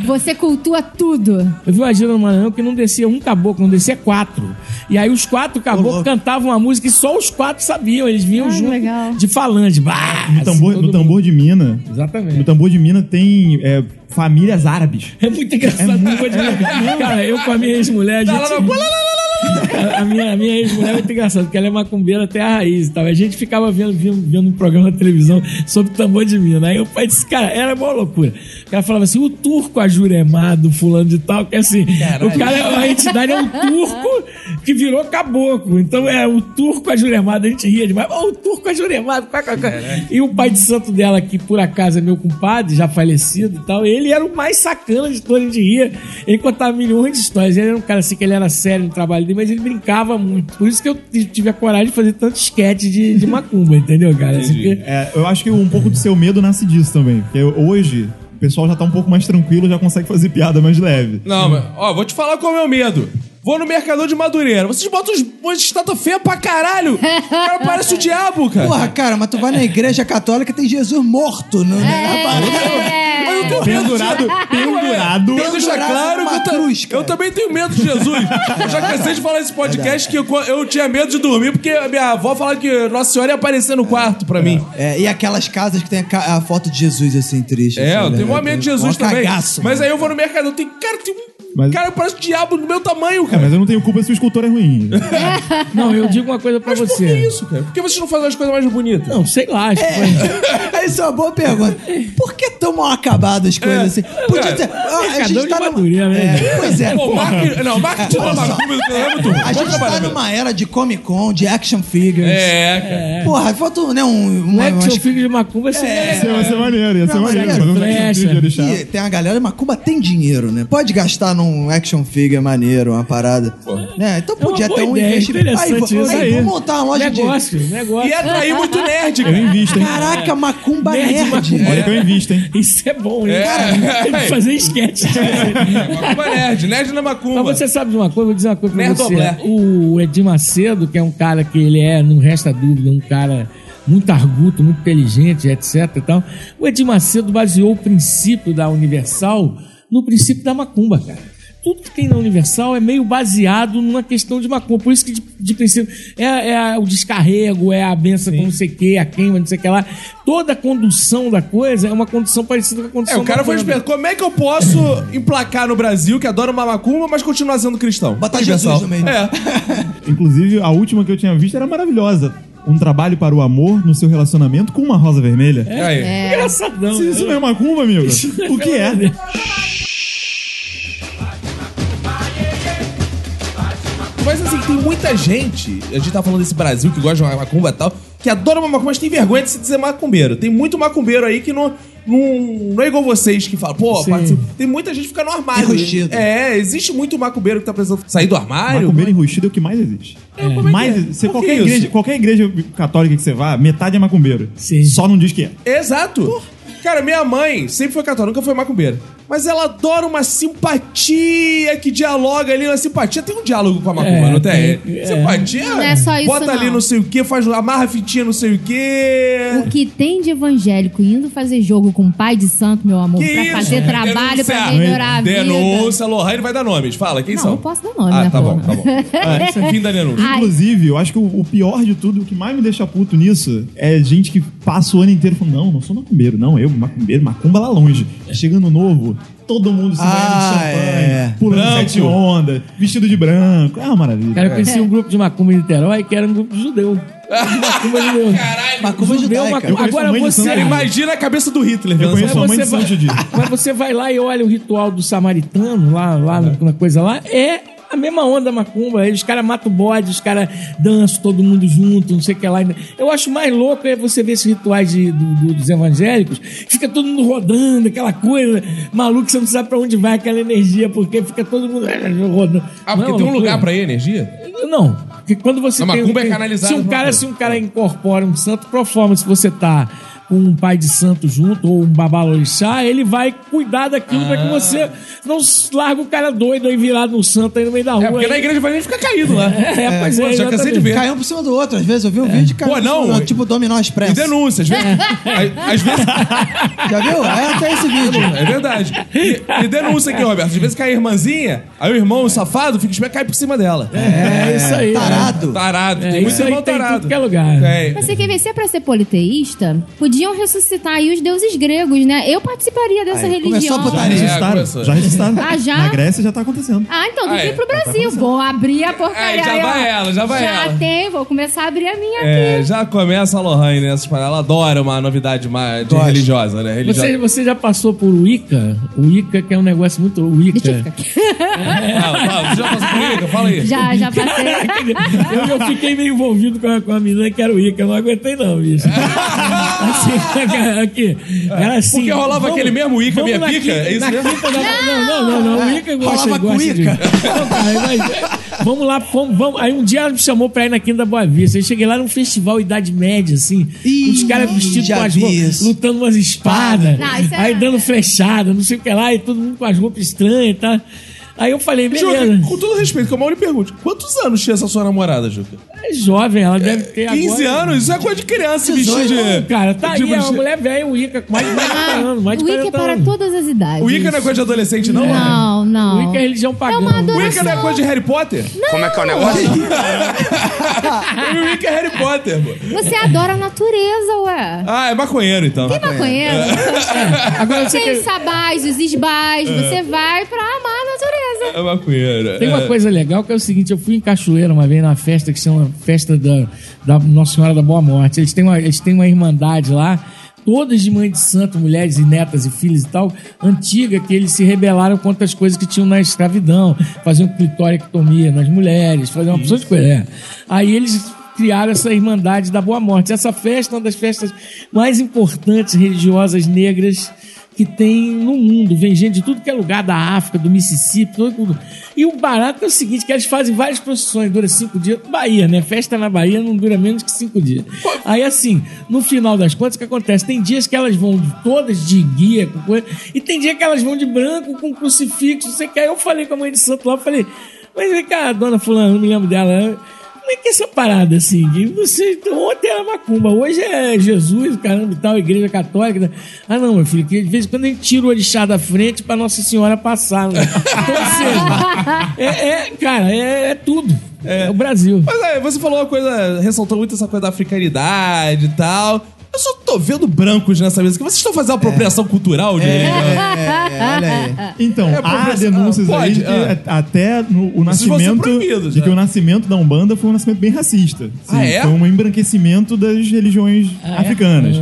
Speaker 3: Você cultua tudo.
Speaker 5: Eu vi uma gira no Maranhão que não descia um caboclo, não descia quatro. E aí os quatro caboclos cantavam uma música e só os quatro sabiam. Eles vinham
Speaker 3: Ah,
Speaker 5: junto
Speaker 3: legal.
Speaker 5: de falange. Bah,
Speaker 4: No tambor,
Speaker 5: assim,
Speaker 4: no
Speaker 5: todo
Speaker 4: tambor de mina.
Speaker 5: mundo.
Speaker 4: No
Speaker 5: Exatamente.
Speaker 4: tambor de mina tem é, famílias árabes.
Speaker 5: É muito engraçado. não vou te negar. Cara, eu com a minha ex-mulher, a gente... A- A minha, a minha ex-mulher é muito engraçada, porque ela é macumbeira até a raiz e tal. A gente ficava vendo, vendo, vendo um programa de televisão sobre o tambor de mina. Aí o pai disse, cara, era uma loucura. O cara falava assim, o turco ajuremado, fulano de tal, que assim, o cara, é- a entidade é um turco que virou caboclo. Então é o turco ajuremado, a gente ria demais. "Ó, o turco é ajuremado, quá, quá, quá." E o pai de santo dela, que por acaso é meu compadre, já falecido e tal, ele era o mais sacana de todos, a gente ria. Ele contava milhões de histórias. Ele era um cara assim que ele era sério no trabalho dele, mas ele brincava muito. Por isso que eu t- tive a coragem de fazer tanto esquete de, de macumba, entendeu, cara? Assim, porque-
Speaker 4: É, eu acho que um pouco do seu medo nasce disso também. Porque hoje o pessoal já tá um pouco mais tranquilo, já consegue fazer piada mais leve.
Speaker 1: Não, mas, ó, vou te falar qual é o meu medo. Vou no mercador de Madureira. Vocês botam uns, umas estátuas feias pra caralho. O cara parece o diabo, cara.
Speaker 2: Porra, cara, mas tu vai na igreja católica tem Jesus morto, né? não
Speaker 3: É.
Speaker 1: Mas eu tenho medo de-
Speaker 4: Pendurado, pendurado.
Speaker 1: Eu deixar
Speaker 2: Pendurado
Speaker 1: claro que
Speaker 2: numa
Speaker 1: eu, ta-
Speaker 2: cruz, cara.
Speaker 1: eu também tenho medo de Jesus. Eu já cansei de falar nesse podcast que eu, eu tinha medo de dormir porque a minha avó falava que Nossa Senhora ia aparecer no quarto pra mim.
Speaker 2: É, e aquelas casas que tem a, ca- a foto de Jesus assim, triste.
Speaker 1: É,
Speaker 2: assim,
Speaker 1: eu
Speaker 2: né?
Speaker 1: tenho maior medo de Jesus
Speaker 2: Mó
Speaker 1: também.
Speaker 2: Cagaço,
Speaker 1: mas
Speaker 2: mano.
Speaker 1: aí eu vou no mercador, tem cara, tem um
Speaker 4: Mas-
Speaker 1: cara parece o diabo do meu tamanho,
Speaker 4: É,
Speaker 1: cara.
Speaker 4: mas eu não tenho culpa se o escultor é ruim.
Speaker 5: Não, eu digo uma coisa pra
Speaker 1: Mas por
Speaker 5: você.
Speaker 1: que isso, cara? Por que vocês não fazem as coisas mais bonitas?
Speaker 5: Não, sei lá. Acho que foi... um
Speaker 2: Aí isso é uma boa pergunta. Por que tão mal acabadas as coisas assim? Podia ter. Ah, a
Speaker 5: Mercador
Speaker 2: gente
Speaker 5: É, um de
Speaker 2: tá numa...
Speaker 5: Madureira, né?
Speaker 2: É, pois é.
Speaker 1: Pô, marketing, não, marketing da
Speaker 2: Olha só.
Speaker 1: macumba do é muito ruim.
Speaker 2: A
Speaker 1: Vamos
Speaker 2: gente
Speaker 1: trabalhar,
Speaker 2: tá
Speaker 1: meu.
Speaker 2: numa era de Comic Con, de action figures.
Speaker 1: É, cara.
Speaker 2: Porra, falta né, um.
Speaker 5: Um
Speaker 2: Uma,
Speaker 5: action
Speaker 2: umas-
Speaker 5: figure de macumba seria legal.
Speaker 4: Ia ser maneiro, ia ser
Speaker 2: Não,
Speaker 4: maneiro.
Speaker 2: maneiro.
Speaker 4: Fazer um desafio de orixá.
Speaker 2: E tem a galera, Macumba tem dinheiro, né? Pode gastar num action figure maneiro, uma parada. Né? Então
Speaker 5: É uma
Speaker 2: podia ter
Speaker 5: boa
Speaker 2: um
Speaker 5: ideia,
Speaker 2: investimento. Aí,
Speaker 5: interessante
Speaker 2: vou-
Speaker 5: isso
Speaker 2: aí,
Speaker 5: aí.
Speaker 2: vamos montar uma loja
Speaker 5: Negócio, negócio.
Speaker 1: E atrair muito nerd,
Speaker 4: Eu
Speaker 1: cara.
Speaker 4: invisto, hein?
Speaker 2: Caraca, Macumba
Speaker 5: Nerd,
Speaker 2: Nerd. é.
Speaker 5: macumba.
Speaker 4: Olha que eu invisto, hein?
Speaker 5: Isso é bom, hein?
Speaker 1: É.
Speaker 5: Cara, tem que fazer esquete.
Speaker 2: É.
Speaker 1: Macumba é nerd, nerd na macumba.
Speaker 5: Mas você sabe de uma coisa, vou dizer uma coisa pra
Speaker 1: Nerdoblé.
Speaker 5: você. O Edir Macedo, que é um cara que ele é, não resta dúvida, um cara muito arguto, muito inteligente, etc. E tal. O Edir Macedo baseou o princípio da Universal no princípio da macumba, cara. Tudo que tem na Universal é meio baseado numa questão de macumba. Por isso que, de, de princípio, é, é a- o descarrego, é a benção com não sei o que, a queima, não sei o que lá. Toda a condução da coisa é uma condução parecida com a
Speaker 1: É,
Speaker 5: condução
Speaker 1: o cara foi
Speaker 5: macumba.
Speaker 1: esperto. Como é que eu posso emplacar no Brasil que adora uma macumba, mas continuar sendo cristão?
Speaker 2: Botar
Speaker 1: Universal.
Speaker 2: Jesus no meio.
Speaker 1: É.
Speaker 4: Inclusive, a última que eu tinha visto era maravilhosa. Um trabalho para o amor no seu relacionamento com uma rosa vermelha. É.
Speaker 1: Aí.
Speaker 5: Engraçadão.
Speaker 4: Se
Speaker 5: né?
Speaker 4: isso não é macumba, amigo? O que é?
Speaker 1: Mas assim, tem muita gente, a gente tá falando desse Brasil que gosta de uma macumba e tal, que adora uma macumba, mas tem vergonha de se dizer macumbeiro. Tem muito macumbeiro aí que não. Não, não é igual vocês que falam, pô,
Speaker 5: Sim.
Speaker 1: participo. tem muita gente que fica no armário.
Speaker 2: Enrustido.
Speaker 1: É, existe muito macumbeiro que tá precisando sair do armário.
Speaker 4: Macumbeira enrustida é o que mais existe.
Speaker 5: como
Speaker 4: mais, você-
Speaker 1: Por que
Speaker 4: qualquer,
Speaker 1: isso?
Speaker 4: igreja, qualquer igreja católica que você vá, metade é macumbeiro.
Speaker 5: Sim.
Speaker 4: Só não diz que é.
Speaker 1: Exato. Cara, minha mãe sempre foi católica, nunca foi macumbeira. Mas ela adora uma simpatia que dialoga ali na simpatia. Tem um diálogo com a macumba,
Speaker 5: É,
Speaker 1: não tem?
Speaker 5: tem, é.
Speaker 1: Simpatia?
Speaker 3: Não é só isso,
Speaker 1: Bota ali
Speaker 3: não.
Speaker 1: não sei o que, faz amarra a fitinha não sei o
Speaker 3: O
Speaker 1: quê.
Speaker 3: que tem de evangélico indo fazer jogo com o pai de santo, meu amor,
Speaker 1: Que
Speaker 3: pra
Speaker 1: isso?
Speaker 3: fazer trabalho, pra
Speaker 1: Denúncia.
Speaker 3: melhorar a vida.
Speaker 1: Denúncia, Lohane vai dar nomes. Fala, quem
Speaker 3: Não,
Speaker 1: são?
Speaker 3: não posso dar nome,
Speaker 1: Ah,
Speaker 3: né,
Speaker 1: tá
Speaker 3: porra?
Speaker 1: bom, tá bom. Ah, esse é o fim da denúncia.
Speaker 3: Ai.
Speaker 4: Inclusive, eu acho que o, o pior de tudo, o que mais me deixa puto nisso, é gente que passa o ano inteiro falando: não, não sou macumbeiro, não, eu, macumbeiro, macumba lá longe. Chegando novo, todo mundo se banhando
Speaker 2: Ah,
Speaker 4: de champanhe,
Speaker 2: é.
Speaker 4: pulando
Speaker 1: Branco.
Speaker 4: sete onda, vestido de branco. É uma maravilha.
Speaker 5: Cara, eu conheci um grupo de macumba em Niterói que era um grupo de judeu. macumba judeu.
Speaker 2: Macumba
Speaker 5: Judeu,
Speaker 2: judaica.
Speaker 5: macumba.
Speaker 4: conheço
Speaker 5: Agora
Speaker 4: um monte de
Speaker 5: você.
Speaker 4: santo.
Speaker 1: Imagina a cabeça do Hitler.
Speaker 4: Eu
Speaker 1: vendo
Speaker 4: conheço
Speaker 1: essa-
Speaker 4: uma mãe
Speaker 5: você
Speaker 4: de Santo de.
Speaker 5: Mas você vai lá e olha o ritual do samaritano, lá, lá na coisa lá, é a mesma onda da macumba. Aí Os caras matam o bode, os caras dançam todo mundo junto, não sei o que lá. Eu acho mais louco é você ver esses rituais de- do- do- dos evangélicos, que fica todo mundo rodando, aquela coisa, maluco, você não sabe pra onde vai aquela energia, porque fica todo mundo rodando.
Speaker 1: Ah, porque
Speaker 5: Não,
Speaker 1: tem um
Speaker 5: loucura.
Speaker 1: lugar pra ir, energia?
Speaker 5: Não, porque quando você
Speaker 1: A
Speaker 5: tem,
Speaker 1: macumba é
Speaker 5: tem-
Speaker 1: canalizada
Speaker 5: se um
Speaker 1: pra
Speaker 5: cara,
Speaker 1: macumba.
Speaker 5: se um cara incorpora um santo performance, se você tá com um pai de santo junto ou um babalorixá, ele vai cuidar daquilo pra
Speaker 1: Ah.
Speaker 5: que você não s- larga o cara doido aí virado no santo aí no meio da rua.
Speaker 1: É, porque na
Speaker 5: aí.
Speaker 1: igreja vai nem ficar caído lá.
Speaker 5: é, pois
Speaker 1: Pô,
Speaker 5: é,
Speaker 1: já cansei de
Speaker 5: exatamente.
Speaker 1: ver.
Speaker 2: Caiu um por cima do outro, às vezes. Eu vi um vídeo de cara.
Speaker 1: Pô, não, ué.
Speaker 2: Tipo, dominó
Speaker 1: E
Speaker 2: expresso.
Speaker 1: denúncia, às vezes. a- às vezes
Speaker 2: Já viu? É até esse vídeo.
Speaker 1: É verdade. E, e denúncia aqui, Roberto. Às vezes cai a irmãzinha, aí o irmão, o safado, fica esperando cai por cima dela.
Speaker 5: É isso
Speaker 1: né?
Speaker 5: aí.
Speaker 2: Tarado.
Speaker 1: Tarado.
Speaker 5: É,
Speaker 1: tem muito
Speaker 5: isso aí
Speaker 1: irmão
Speaker 5: tem em
Speaker 1: tarado.
Speaker 5: tudo que é lugar.
Speaker 1: Tem.
Speaker 3: Mas você quer ver, se é pra ser politeísta, podiam ressuscitar aí os deuses gregos, né? Eu participaria dessa
Speaker 2: Aí, começou
Speaker 3: religião.
Speaker 2: a
Speaker 4: Já
Speaker 2: putaria.
Speaker 4: registaram.
Speaker 1: começou.
Speaker 4: já registraram.
Speaker 3: Ah, já?
Speaker 4: Na Grécia já tá acontecendo.
Speaker 3: Ah, então tem
Speaker 1: Ah,
Speaker 3: que
Speaker 1: é.
Speaker 3: ir pro Brasil. Vou abrir a porcaria.
Speaker 1: Aí, já
Speaker 3: aí, ó.
Speaker 1: vai ela, já vai ela.
Speaker 3: Já tem, vou começar a abrir a minha
Speaker 1: É,
Speaker 3: aqui.
Speaker 1: já começa a Lohane nessas paradas. Ela adora uma novidade mais de
Speaker 2: Gosto.
Speaker 1: religiosa, né? Religiosa.
Speaker 5: Você, você já passou por Wicca? Wicca que é um negócio muito Wicca.
Speaker 3: Deixa eu ficar aqui.
Speaker 1: Fala, fala. Você já passou por Wicca? Fala aí.
Speaker 3: Já, já passei.
Speaker 5: eu, eu fiquei meio envolvido com a, com a menina que era o Ica, eu não aguentei não, bicho. assim, aqui, era assim.
Speaker 1: Porque rolava aquele mesmo Ica,
Speaker 5: vamos
Speaker 1: minha
Speaker 5: na
Speaker 1: pica,
Speaker 5: quinta-
Speaker 1: é isso
Speaker 5: na
Speaker 1: mesmo?
Speaker 5: quinta da- não, não, não, não, o Ica gosta,
Speaker 2: Rolava
Speaker 5: gosta
Speaker 2: com
Speaker 5: de- Então
Speaker 2: Ica.
Speaker 5: Não, cara, mas- Vamos lá, fomos, vamos. Aí um dia ela me chamou pra ir na Quinta da Boa Vista. Eu cheguei lá num festival Idade Média, assim.
Speaker 2: Ih,
Speaker 5: os caras vestidos
Speaker 2: já
Speaker 5: com as
Speaker 2: vi
Speaker 5: roupas,
Speaker 2: isso.
Speaker 5: lutando umas espadas.
Speaker 3: Não, isso é-
Speaker 5: aí dando flechada, não sei o que lá, e todo mundo com as roupas estranhas e tá? Aí eu falei, beleza.
Speaker 1: Juca, com todo respeito, que eu mal lhe pergunto, quantos anos tinha essa sua namorada, Juca?
Speaker 5: É jovem, ela deve ter
Speaker 1: 15
Speaker 5: agora...
Speaker 1: anos? Tipo assim- Isso é coisa de criança, esse bichinho de...
Speaker 5: Não, cara, tá
Speaker 1: de
Speaker 5: aí, é uma
Speaker 1: bichinho.
Speaker 5: mulher velha, o Ica, com mais de 40 anos. Mais de
Speaker 3: O Wicca é
Speaker 5: 40
Speaker 3: para
Speaker 5: anos.
Speaker 3: todas as idades.
Speaker 1: O Ica não é coisa de adolescente, não? Lohane?
Speaker 3: Não, não.
Speaker 5: O Ica é religião pagã.
Speaker 3: É uma
Speaker 1: O
Speaker 3: adolescente.
Speaker 1: Ica não é coisa de Harry Potter?
Speaker 7: Como é que é o negócio?
Speaker 1: E o Ica é Harry Potter, pô.
Speaker 3: Você adora a natureza, ué.
Speaker 1: Ah, é maconheiro, então.
Speaker 3: Tem maconheiro?
Speaker 1: É.
Speaker 5: Agora você
Speaker 3: Tem
Speaker 5: quer...
Speaker 3: os sabajos, esbais. Você vai pra amar a natureza.
Speaker 1: É maconheiro.
Speaker 5: Tem uma
Speaker 1: é.
Speaker 5: coisa legal que é o seguinte: eu fui em Cachoeira uma vez na festa que chama Festa da, da Nossa Senhora da Boa Morte. Eles têm, uma, eles têm uma irmandade lá, todas de mãe de santo, mulheres e netas e filhos e tal, antiga, que eles se rebelaram contra as coisas que tinham na escravidão. Faziam clitorectomia nas mulheres, faziam uma porção de coisa. é. Aí eles criaram essa Irmandade da Boa Morte. Essa festa é uma das festas mais importantes religiosas negras que tem no mundo. Vem gente de tudo que é lugar, da África, do Mississippi, todo mundo. E o barato é o seguinte, que eles fazem várias procissões, dura cinco dias. Bahia, né? Festa na Bahia não dura menos que cinco dias. Aí, assim, no final das contas, o que acontece? Tem dias que elas vão de- todas de guia, com coisa, e tem dia que elas vão de branco, com crucifixo, não sei o que. Aí eu falei com a mãe de santo lá, eu falei, mas vem cá, dona fulana, não me lembro dela, né? como é que é essa parada, assim? de Você, ontem era macumba, hoje é Jesus, caramba e tal, igreja católica. né? Ah, não, meu filho, que de vez em quando a gente tira o orixá da frente pra Nossa Senhora passar. Né? Ou seja, é, é, cara, é, é tudo. É. o Brasil.
Speaker 1: Mas é, você falou uma coisa, ressaltou muito essa coisa da africanidade e tal. Eu só tô vendo brancos nessa mesa. Que vocês estão fazendo
Speaker 3: É.
Speaker 1: apropriação cultural, de
Speaker 4: Então,
Speaker 1: É,
Speaker 4: há
Speaker 1: professor-
Speaker 4: denúncias
Speaker 1: ah,
Speaker 4: aí de que
Speaker 1: pode,
Speaker 4: a- até no- o
Speaker 1: Esses vão ser
Speaker 4: nascimento.
Speaker 1: proibidos,
Speaker 4: De
Speaker 1: né?
Speaker 4: que o nascimento da Umbanda foi um nascimento bem racista.
Speaker 1: Ah, é?
Speaker 4: Foi um embranquecimento das religiões
Speaker 5: Ah, é?
Speaker 4: africanas.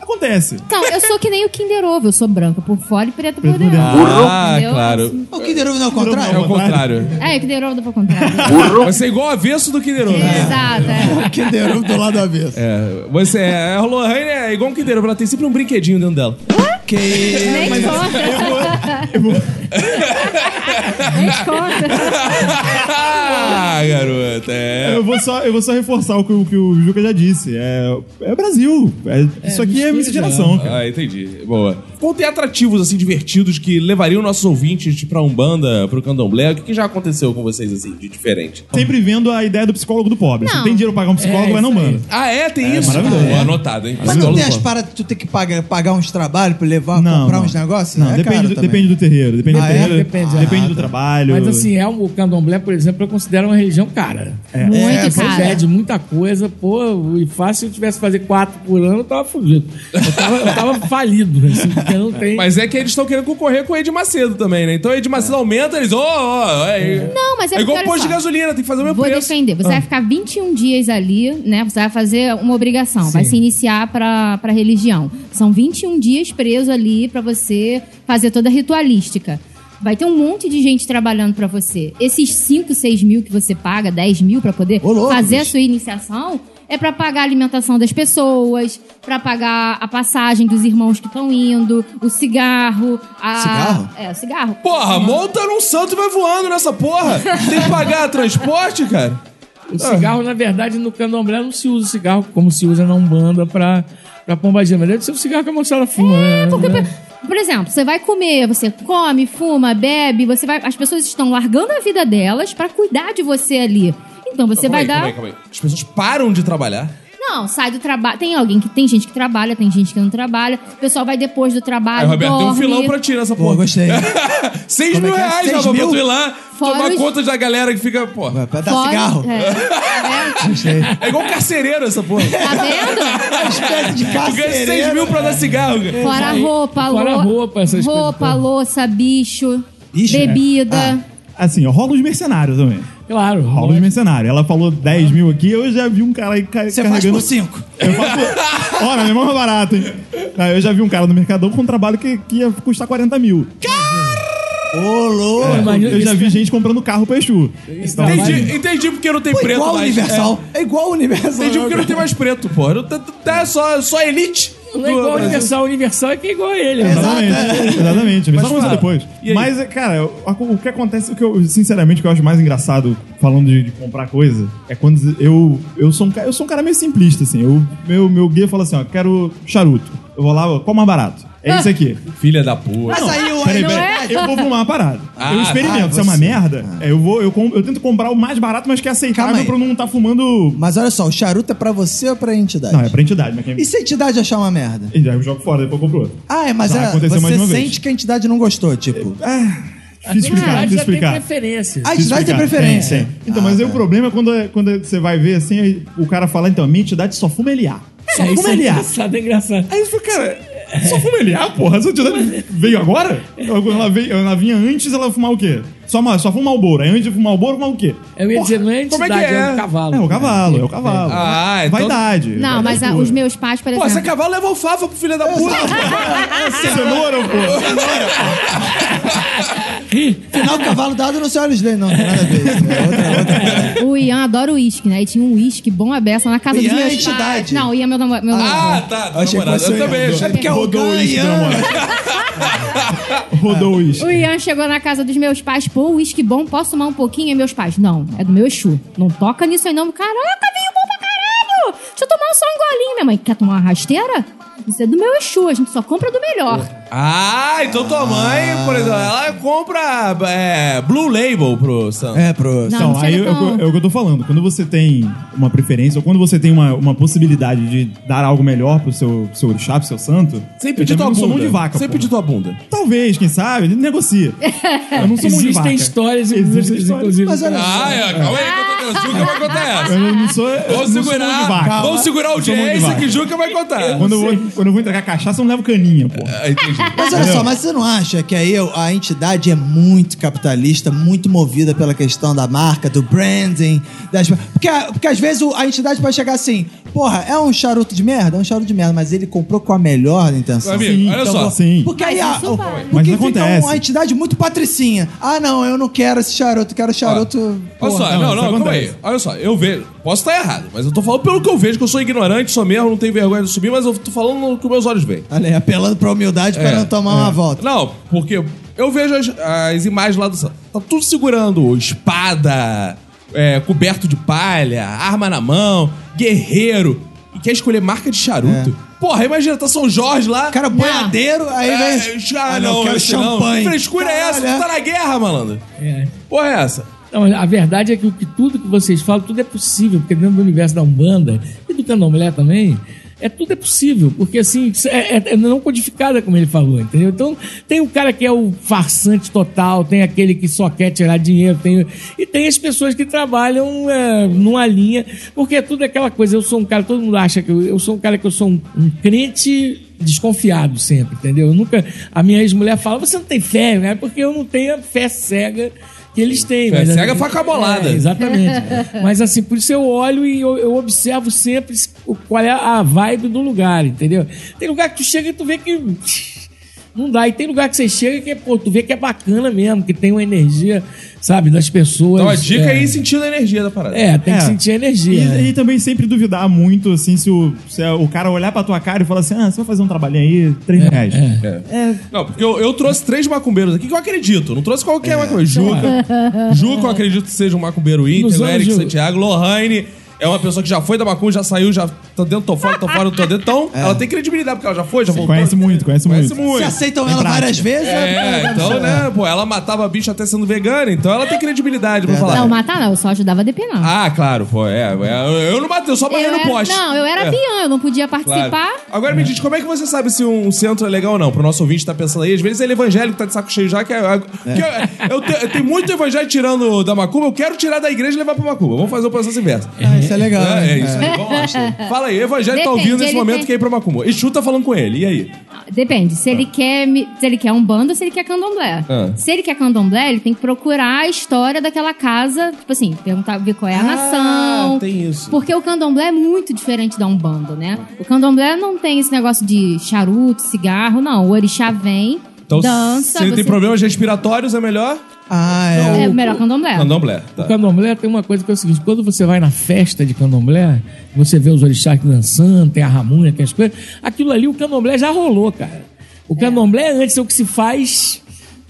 Speaker 4: Acontece.
Speaker 3: Então, eu sou que nem o Kinder Ovo, eu sou branca por fora e preta por dentro.
Speaker 1: Ah,
Speaker 3: Entendeu?
Speaker 1: claro.
Speaker 2: O Kinder Ovo não é o
Speaker 1: É
Speaker 2: contrário?
Speaker 1: o contrário.
Speaker 3: É, o Kinder Ovo dá pra contrário.
Speaker 1: Vai ser igual o avesso do Kinder Ovo.
Speaker 3: Exato, Uhum. é.
Speaker 2: O Kinder Ovo do lado avesso.
Speaker 1: É, você é. A Lohane é igual um Kinder Ovo, ela tem sempre um brinquedinho dentro dela.
Speaker 2: Que...
Speaker 3: Nem conta, nem conta.
Speaker 1: ah, garota, é.
Speaker 4: Eu vou, só, eu vou só reforçar o que, o que o Juca já disse. É, é Brasil. É- isso aqui é
Speaker 5: mistura
Speaker 4: miscigenação, cara.
Speaker 1: Ah, entendi. Boa. Vão ter atrativos, assim, divertidos que levariam nossos ouvintes pra Umbanda, pro Candomblé. O que, que já aconteceu com vocês, assim, de diferente?
Speaker 4: Sempre vendo a ideia do psicólogo do pobre. Se
Speaker 3: Não.
Speaker 4: tem dinheiro pra pagar um psicólogo,
Speaker 5: É,
Speaker 4: vai não
Speaker 5: isso aí.
Speaker 4: manda.
Speaker 1: Ah, é? Tem isso?
Speaker 4: maravilhoso.
Speaker 1: Pô, anotado, hein?
Speaker 2: Mas não tem as
Speaker 1: Psicólogo,
Speaker 2: paradas que tu tem que pagar, pagar uns trabalhos pra levar,
Speaker 4: Não,
Speaker 2: comprar
Speaker 4: não.
Speaker 2: uns negócios?
Speaker 4: Não,
Speaker 2: É caro
Speaker 4: depende, do,
Speaker 2: também.
Speaker 4: depende do terreiro. Depende
Speaker 2: Ah,
Speaker 4: do
Speaker 2: é?
Speaker 4: terreiro.
Speaker 5: Depende,
Speaker 4: Depende,
Speaker 5: é.
Speaker 4: do trabalho.
Speaker 5: Mas assim, é, o candomblé, por exemplo, eu considero uma religião cara.
Speaker 2: É,
Speaker 1: É,
Speaker 3: Muito,
Speaker 5: Você
Speaker 3: cara.
Speaker 5: pede muita coisa, pô, e fácil se eu tivesse que fazer quatro por ano, eu tava fugido. Eu tava, eu tava falido, assim, porque não tem.
Speaker 1: Mas é que eles estão querendo concorrer com o Ed Macedo também, né? Então o Ed Macedo aumenta, eles. Ô, ô, ó, é.
Speaker 3: Não, mas é
Speaker 1: É igual
Speaker 3: porque, olha
Speaker 1: posto de
Speaker 3: só.
Speaker 1: gasolina, tem que fazer o meu
Speaker 3: Vou
Speaker 1: preço. Ah.
Speaker 3: defender. Você vai ficar 21 dias ali, né? Você vai fazer uma obrigação, vai se iniciar pra, pra religião. São 21 dias preso ali pra você fazer toda a ritualística. Vai ter um monte de gente trabalhando pra você. Esses 5, 6 mil que você paga, 10 mil pra poder
Speaker 2: Ô, louco,
Speaker 3: fazer a
Speaker 2: bicho.
Speaker 3: sua iniciação, é pra pagar a alimentação das pessoas, pra pagar a passagem dos irmãos que estão indo, o cigarro, a...
Speaker 2: Cigarro?
Speaker 3: É, o cigarro.
Speaker 1: Porra, monta num santo e vai voando nessa porra. Tem que pagar transporte, cara?
Speaker 4: Ah.
Speaker 5: O cigarro, na verdade, no candomblé não se usa o cigarro como se usa na Umbanda pra, pra pombagira. Mas deve ser o cigarro que a moçada fuma,
Speaker 4: É,
Speaker 5: né?
Speaker 3: Porque, por- por exemplo, você vai comer, você come, fuma, bebe, você vai. As pessoas estão largando a vida delas pra cuidar de você ali. Então você
Speaker 1: Calma
Speaker 3: vai
Speaker 1: aí,
Speaker 3: dar.
Speaker 1: calma aí, calma aí. As pessoas param de trabalhar.
Speaker 3: Não, sai do trabalho. Tem alguém que tem gente que trabalha, tem gente que não trabalha. O pessoal vai depois do trabalho.
Speaker 1: Aí, Roberto, tem um
Speaker 3: dorme.
Speaker 1: filão pra ti nessa
Speaker 2: Pô,
Speaker 1: porra.
Speaker 2: gostei.
Speaker 1: 6
Speaker 2: Como é
Speaker 1: mil
Speaker 2: que é?
Speaker 1: reais,
Speaker 2: Seis
Speaker 1: Rafa, pra
Speaker 2: mil?
Speaker 1: tu ir lá
Speaker 3: Fora
Speaker 1: tomar
Speaker 3: os-
Speaker 1: conta da galera que fica, porra.
Speaker 2: Pra dar
Speaker 3: Fora-
Speaker 2: Tá cigarro.
Speaker 3: É. É.
Speaker 1: É igual carcereiro essa porra.
Speaker 3: Tá vendo?
Speaker 2: Espécie de
Speaker 1: Tu ganha 6 mil pra dar cigarro. cara.
Speaker 3: É, Fora a roupa,
Speaker 5: Fora a
Speaker 3: lou-
Speaker 5: roupa, essas coisas
Speaker 3: Roupa,
Speaker 5: todas.
Speaker 3: louça, bicho,
Speaker 2: Bicho, é.
Speaker 3: bebida.
Speaker 4: assim, ó, rola os mercenários também.
Speaker 5: Claro.
Speaker 4: Rola os mercenários. é Ela falou 10 mil aqui, eu já vi um cara aí ca-
Speaker 2: Você faz
Speaker 4: carregando.
Speaker 2: por cinco.
Speaker 4: Eu faço por- Ora, meu irmão é barato, hein? Ah, Eu já vi um cara no Mercadão com um trabalho que, que ia custar 40 mil.
Speaker 2: Ô, louco.
Speaker 5: É, mas
Speaker 4: Eu já vi gente comprando carro pro Exu.
Speaker 1: Tá
Speaker 4: Então,
Speaker 1: Entendi, entendi porque não tem
Speaker 2: Pô,
Speaker 1: preto
Speaker 2: igual o
Speaker 1: mais.
Speaker 2: Universal. É. igual o Universal.
Speaker 1: É, entendi porque não tem mais preto, porra. Não tá- Tá só, só elite.
Speaker 5: Não é igual o Universal. O Universal é que é igual a ele. mano.
Speaker 4: Exatamente, exatamente. Mas só começou
Speaker 1: fala.
Speaker 4: depois.
Speaker 1: E aí?
Speaker 4: Mas, cara, o, o que acontece, o que eu, sinceramente, o que eu acho mais engraçado falando de, de comprar coisa é quando eu, eu, sou um, ca- eu sou um cara meio simplista, assim. Eu, meu, meu guia fala assim: ó, quero charuto. Eu vou lá, ó, qual mais barato? É isso aqui.
Speaker 1: Filha da porra.
Speaker 2: Mas aí o
Speaker 4: Peraí,
Speaker 2: aí não
Speaker 4: peraí.
Speaker 2: é.
Speaker 4: Eu vou fumar uma parada.
Speaker 1: Ah,
Speaker 4: eu experimento.
Speaker 2: tá,
Speaker 4: Se é uma
Speaker 2: você.
Speaker 4: merda, é, eu, vou, eu, com- eu tento comprar o mais barato, mas que é
Speaker 2: Calma
Speaker 4: aceitável
Speaker 2: aí.
Speaker 4: pra eu não estar tá fumando.
Speaker 2: Mas olha só, o charuto é pra você ou pra entidade?
Speaker 4: Não, é pra entidade, mas quem.
Speaker 2: E se a entidade achar uma merda?
Speaker 4: Aí eu jogo fora, depois eu compro outro.
Speaker 2: Ah, é, mas
Speaker 4: Já
Speaker 2: é-
Speaker 4: aconteceu mais
Speaker 2: você
Speaker 4: de uma vez.
Speaker 2: sente que a entidade não gostou, tipo.
Speaker 4: É, Difícil
Speaker 5: Ah, já
Speaker 4: explicar, difícil
Speaker 5: tem
Speaker 4: explicar.
Speaker 5: preferência.
Speaker 2: A entidade tem é preferência. Ah, tá.
Speaker 4: Tem, tem. Então, mas aí o problema é quando, é- quando você vai ver assim, aí o cara fala, então, minha entidade só fuma LA. Só
Speaker 5: É, isso
Speaker 4: fuma
Speaker 5: é
Speaker 4: LA.
Speaker 5: engraçado, é engraçado.
Speaker 4: Aí você fala, cara, só fuma LA, porra? Essa entidade veio agora? Ela, ela veio, ela vinha antes, ela fumar o quê? Só, ma- só fuma o boro. Aí antes de fumar o boro, fumar o quê?
Speaker 5: Eu ia dizer, não é
Speaker 1: como é que
Speaker 5: entidade, é
Speaker 1: é?
Speaker 5: um cavalo.
Speaker 4: É o cavalo, é o cavalo.
Speaker 1: Ah, então-
Speaker 4: Vaidade.
Speaker 3: Não,
Speaker 4: vaidade
Speaker 3: mas a-
Speaker 4: pura.
Speaker 3: os meus pais, por
Speaker 1: Pô, essa
Speaker 3: exemplo.
Speaker 1: cavalo leva alfafa pro filho da puta.
Speaker 4: Ah, Cenoura, é, pô.
Speaker 2: Afinal, o cavalo dado não se olha os dentes, não. Não tem nada a ver. isso, É outra, outra.
Speaker 3: O Ian adora uísque, né? E tinha um uísque bom a beça na casa
Speaker 2: O
Speaker 3: dos
Speaker 2: Ian é
Speaker 3: meus pais.
Speaker 2: entidade.
Speaker 3: Não, o Ian é meu namorado.
Speaker 1: Ah, tá.
Speaker 2: Eu achei que
Speaker 1: namorado.
Speaker 2: fosse
Speaker 1: Eu
Speaker 2: o
Speaker 1: também
Speaker 2: Ian.
Speaker 1: achei.
Speaker 2: É porque é o
Speaker 4: Rodou isso, meu
Speaker 2: Ganha.
Speaker 4: amor.
Speaker 1: Ah.
Speaker 4: Rodou isso.
Speaker 3: O Ian chegou na casa dos meus pais, pô, uísque bom, posso tomar um pouquinho? E meus pais, não, é do meu Exu. Não toca nisso aí não. Caraca, vinho bom pra caralho! Deixa eu tomar só um golinho. Minha mãe, quer tomar uma rasteira? Isso é do meu Exu, a gente só compra do melhor.
Speaker 1: Ah, então tua mãe, por exemplo, ela compra é, Blue Label pro Santos.
Speaker 2: É, pro.
Speaker 3: Não,
Speaker 4: Então,
Speaker 3: não
Speaker 4: aí
Speaker 3: chega
Speaker 4: é, o
Speaker 3: tão-
Speaker 4: que- é o que eu tô falando. Quando você tem uma preferência, ou quando você tem uma, uma possibilidade de dar algo melhor pro seu, pro seu orixá, pro seu santo.
Speaker 1: Sem
Speaker 4: eu
Speaker 1: pedir
Speaker 4: também
Speaker 1: tua
Speaker 4: não sou
Speaker 1: bunda.
Speaker 4: mão de vaca.
Speaker 1: Sem
Speaker 4: pô.
Speaker 1: pedir tua bunda.
Speaker 4: Talvez, quem sabe, negocia. Eu não sou mão de vaca.
Speaker 5: Existem histórias e
Speaker 4: é Existem
Speaker 5: músicas,
Speaker 4: histórias.
Speaker 5: inclusive.
Speaker 2: Mas olha só.
Speaker 1: Ah, é, calma aí, que eu tô Juca vai contar essa.
Speaker 4: Eu não sou. eu não
Speaker 1: Vamos
Speaker 4: sou mão de vaca.
Speaker 1: segurar, vamos segurar a
Speaker 4: Eu sou mão de
Speaker 1: audiência
Speaker 4: vaca.
Speaker 1: que Juca vai contar.
Speaker 4: Quando eu, vou, quando eu vou entregar cachaça, eu não levo caninha, pô.
Speaker 1: Ah, entendi.
Speaker 2: Mas olha só, mas você não acha que aí a entidade é muito capitalista, muito movida pela questão da marca, do branding? Das... Porque, porque às vezes o- a entidade pode chegar assim, porra, é um charuto de merda? É um charuto de merda, mas ele comprou com a melhor intenção.
Speaker 1: Amigo,
Speaker 4: Sim,
Speaker 1: olha
Speaker 4: então
Speaker 1: só.
Speaker 4: vou- Sim.
Speaker 2: Porque aí a,
Speaker 3: Mas isso
Speaker 2: o-
Speaker 3: vai.
Speaker 2: porque
Speaker 4: Mas
Speaker 2: fica
Speaker 4: acontece.
Speaker 2: uma entidade muito patricinha. Ah, não, eu não quero esse charuto, eu quero charuto. porra.
Speaker 1: Olha só,
Speaker 4: não,
Speaker 1: não,
Speaker 4: isso
Speaker 1: não, calma
Speaker 4: acontece.
Speaker 1: aí. Olha só, eu vejo. Posso estar errado, mas eu tô falando pelo que eu vejo, que eu sou ignorante, sou mesmo, não tenho vergonha de subir, mas eu tô falando no que meus olhos veem.
Speaker 2: Olha aí, apelando pra humildade pra
Speaker 1: É,
Speaker 2: não tomar uma volta.
Speaker 1: Não, porque eu vejo as, as imagens lá do santo. Tá tudo segurando espada, é, coberto de palha, arma na mão, guerreiro. E quer escolher marca de charuto?
Speaker 4: É.
Speaker 1: Porra, imagina, tá São Jorge lá.
Speaker 2: O cara é boiadeiro, aí
Speaker 1: é,
Speaker 2: vem.
Speaker 1: ah,
Speaker 2: eu
Speaker 1: não,
Speaker 2: quero
Speaker 1: esse não.
Speaker 2: champanhe.
Speaker 1: Que frescura é essa? Tu
Speaker 2: Caralho,
Speaker 1: tá na guerra, malandro.
Speaker 5: É.
Speaker 1: Porra, é essa?
Speaker 5: Então, a verdade é que, o que tudo que vocês falam, tudo é possível, porque dentro do universo da Umbanda e do Candomblé também, é tudo é possível, porque assim, isso é, é- é não codificada, como ele falou, entendeu? Então, tem o cara que é o farsante total, tem aquele que só quer tirar dinheiro, tem, e tem as pessoas que trabalham é, numa linha, porque tudo é aquela coisa, eu sou um cara, todo mundo acha que eu, eu sou um cara que eu sou um, um crente desconfiado sempre, entendeu? Eu nunca, a minha ex-mulher fala, você não tem fé, né? Porque eu não tenho a fé cega que eles têm.
Speaker 1: Fé É, cega, faca bolada.
Speaker 5: É, exatamente. mas assim, por isso eu olho e eu, eu observo sempre se- o- qual é a vibe do lugar, entendeu? Tem lugar que tu chega e tu vê que. Não dá. E tem lugar que você chega que, pô, tu vê que é bacana mesmo, que tem uma energia, sabe, das pessoas.
Speaker 1: Então a dica é,
Speaker 5: é
Speaker 1: ir sentindo a energia da parada.
Speaker 5: É, tem
Speaker 4: É.
Speaker 5: que sentir a energia. né?
Speaker 4: E, e também sempre duvidar muito, assim, se o, se o cara olhar pra tua cara e falar assim: ah, você vai fazer um trabalhinho aí, três
Speaker 5: É,
Speaker 4: reais. É
Speaker 1: Não, porque eu, eu trouxe três macumbeiros aqui que eu acredito. Não trouxe qualquer macumbeiro. Juca. Juca, eu acredito que seja um macumbeiro
Speaker 5: Nos
Speaker 1: íntegro.
Speaker 5: anos
Speaker 1: Eric
Speaker 5: de-
Speaker 1: Santiago. Lohane é uma pessoa que já foi da macumba, já saiu, já tá dentro, tô fora, tô fora, tô dentro. Então, ela tem credibilidade, porque ela já foi, já voltou.
Speaker 4: Conhece muito, conhece,
Speaker 1: Conhece
Speaker 4: muito.
Speaker 2: Se
Speaker 1: muito.
Speaker 2: aceitam ela várias vezes,
Speaker 1: É, então, né, pô, ela matava bicho até sendo vegana, então ela tem credibilidade pra falar.
Speaker 3: Não, matar não, eu só ajudava a depenar.
Speaker 1: Ah, claro, pô, é. é, eu- eu não matei, eu só
Speaker 3: eu
Speaker 1: apanhei no
Speaker 3: era-
Speaker 1: poste.
Speaker 3: Não, eu era
Speaker 1: É.
Speaker 3: peão, eu não podia
Speaker 1: Claro.
Speaker 3: participar.
Speaker 1: Agora me diz, como é que você sabe se um centro é legal ou não? Pro nosso ouvinte que tá pensando aí, às vezes ele é evangélico, tá de saco cheio já, que, é, que eu, eu, te- eu tenho muito evangelho tirando da macumba, eu quero tirar da igreja e levar pra macumba. Vamos fazer o processo inverso.
Speaker 2: Ah, isso é legal.
Speaker 1: É,
Speaker 2: né?
Speaker 1: é isso aí, vamos lá. Fala aí, evangélico tá
Speaker 3: Depende,
Speaker 1: ouvindo nesse
Speaker 3: ele
Speaker 1: momento
Speaker 3: tem-
Speaker 1: que é ir pra macumba. E Chu tá falando com ele, e aí?
Speaker 3: Depende, se ele quer me- se ele quer um bando ou se ele quer candomblé.
Speaker 1: Tá. Ah.
Speaker 3: Se ele quer candomblé, ele tem que procurar a história daquela casa, tipo assim, perguntar ver qual é a nação.
Speaker 1: Ah, tem isso.
Speaker 3: Porque o candomblé é muito diferente da Umbanda, né? O candomblé não tem esse negócio de charuto, cigarro, não. O orixá vem,
Speaker 1: Então,
Speaker 3: dança.
Speaker 1: se
Speaker 3: você-
Speaker 1: tem problemas respiratórios, é melhor
Speaker 2: Ah, é.
Speaker 3: É o melhor candomblé.
Speaker 1: candomblé.
Speaker 5: O
Speaker 1: Tá.
Speaker 5: candomblé tem uma coisa que é o seguinte: quando você vai na festa de candomblé, você vê os orixás dançando, tem a ramunha, tem as coisas. Aquilo ali, o candomblé já rolou, cara. O candomblé antes é o que se faz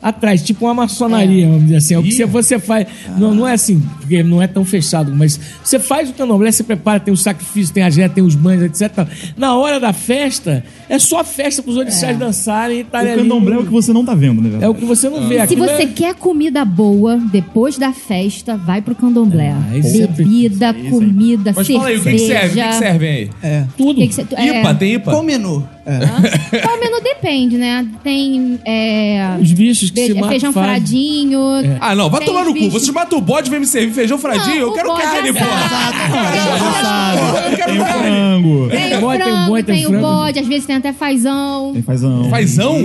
Speaker 5: atrás, tipo uma maçonaria, vamos dizer assim. É o que você, você faz. Não, não é assim, porque não é tão fechado, mas você faz o candomblé, você prepara, tem o sacrifício, tem a jeta, tem os banhos, etc. Na hora da festa, é só a festa para os orixás dançarem e
Speaker 4: O
Speaker 5: estarem ali.
Speaker 4: candomblé é o que você não tá vendo, né?
Speaker 5: É o que você não vê.
Speaker 3: Se
Speaker 5: Aquilo
Speaker 3: você
Speaker 5: é-
Speaker 3: quer comida boa, depois da festa, vai pro candomblé.
Speaker 5: Ah, isso é-
Speaker 3: Bebida,
Speaker 4: isso aí.
Speaker 3: comida,
Speaker 1: é Mas
Speaker 3: cerveja.
Speaker 1: fala aí, o que, que serve? O que, que serve aí?
Speaker 5: tudo.
Speaker 3: O que que cê- tu- é,
Speaker 1: IPA, tem IPA?
Speaker 2: Qual o menu? É.
Speaker 3: Qual menu depende, né? Tem é,
Speaker 5: Os bichos que
Speaker 3: be-
Speaker 5: se É. matam.
Speaker 3: feijão
Speaker 5: fazem.
Speaker 3: fradinho.
Speaker 1: Ah, não, vai
Speaker 3: Tem
Speaker 1: tomar no cu.
Speaker 3: bicho.
Speaker 1: Você mata o bode, vem me servir feijão fradinho? eu
Speaker 3: o
Speaker 1: quero
Speaker 3: bode é
Speaker 1: carne,
Speaker 3: assado.
Speaker 1: porra. Eu quero
Speaker 4: Tem o
Speaker 1: carne.
Speaker 4: frango.
Speaker 3: Tem
Speaker 5: Tem
Speaker 3: o
Speaker 5: É. boi, tem
Speaker 3: frango,
Speaker 5: boi, tem
Speaker 3: tem o
Speaker 5: frango.
Speaker 3: bode, às vezes tem até fazão.
Speaker 4: Tem fazão.
Speaker 1: Fazão?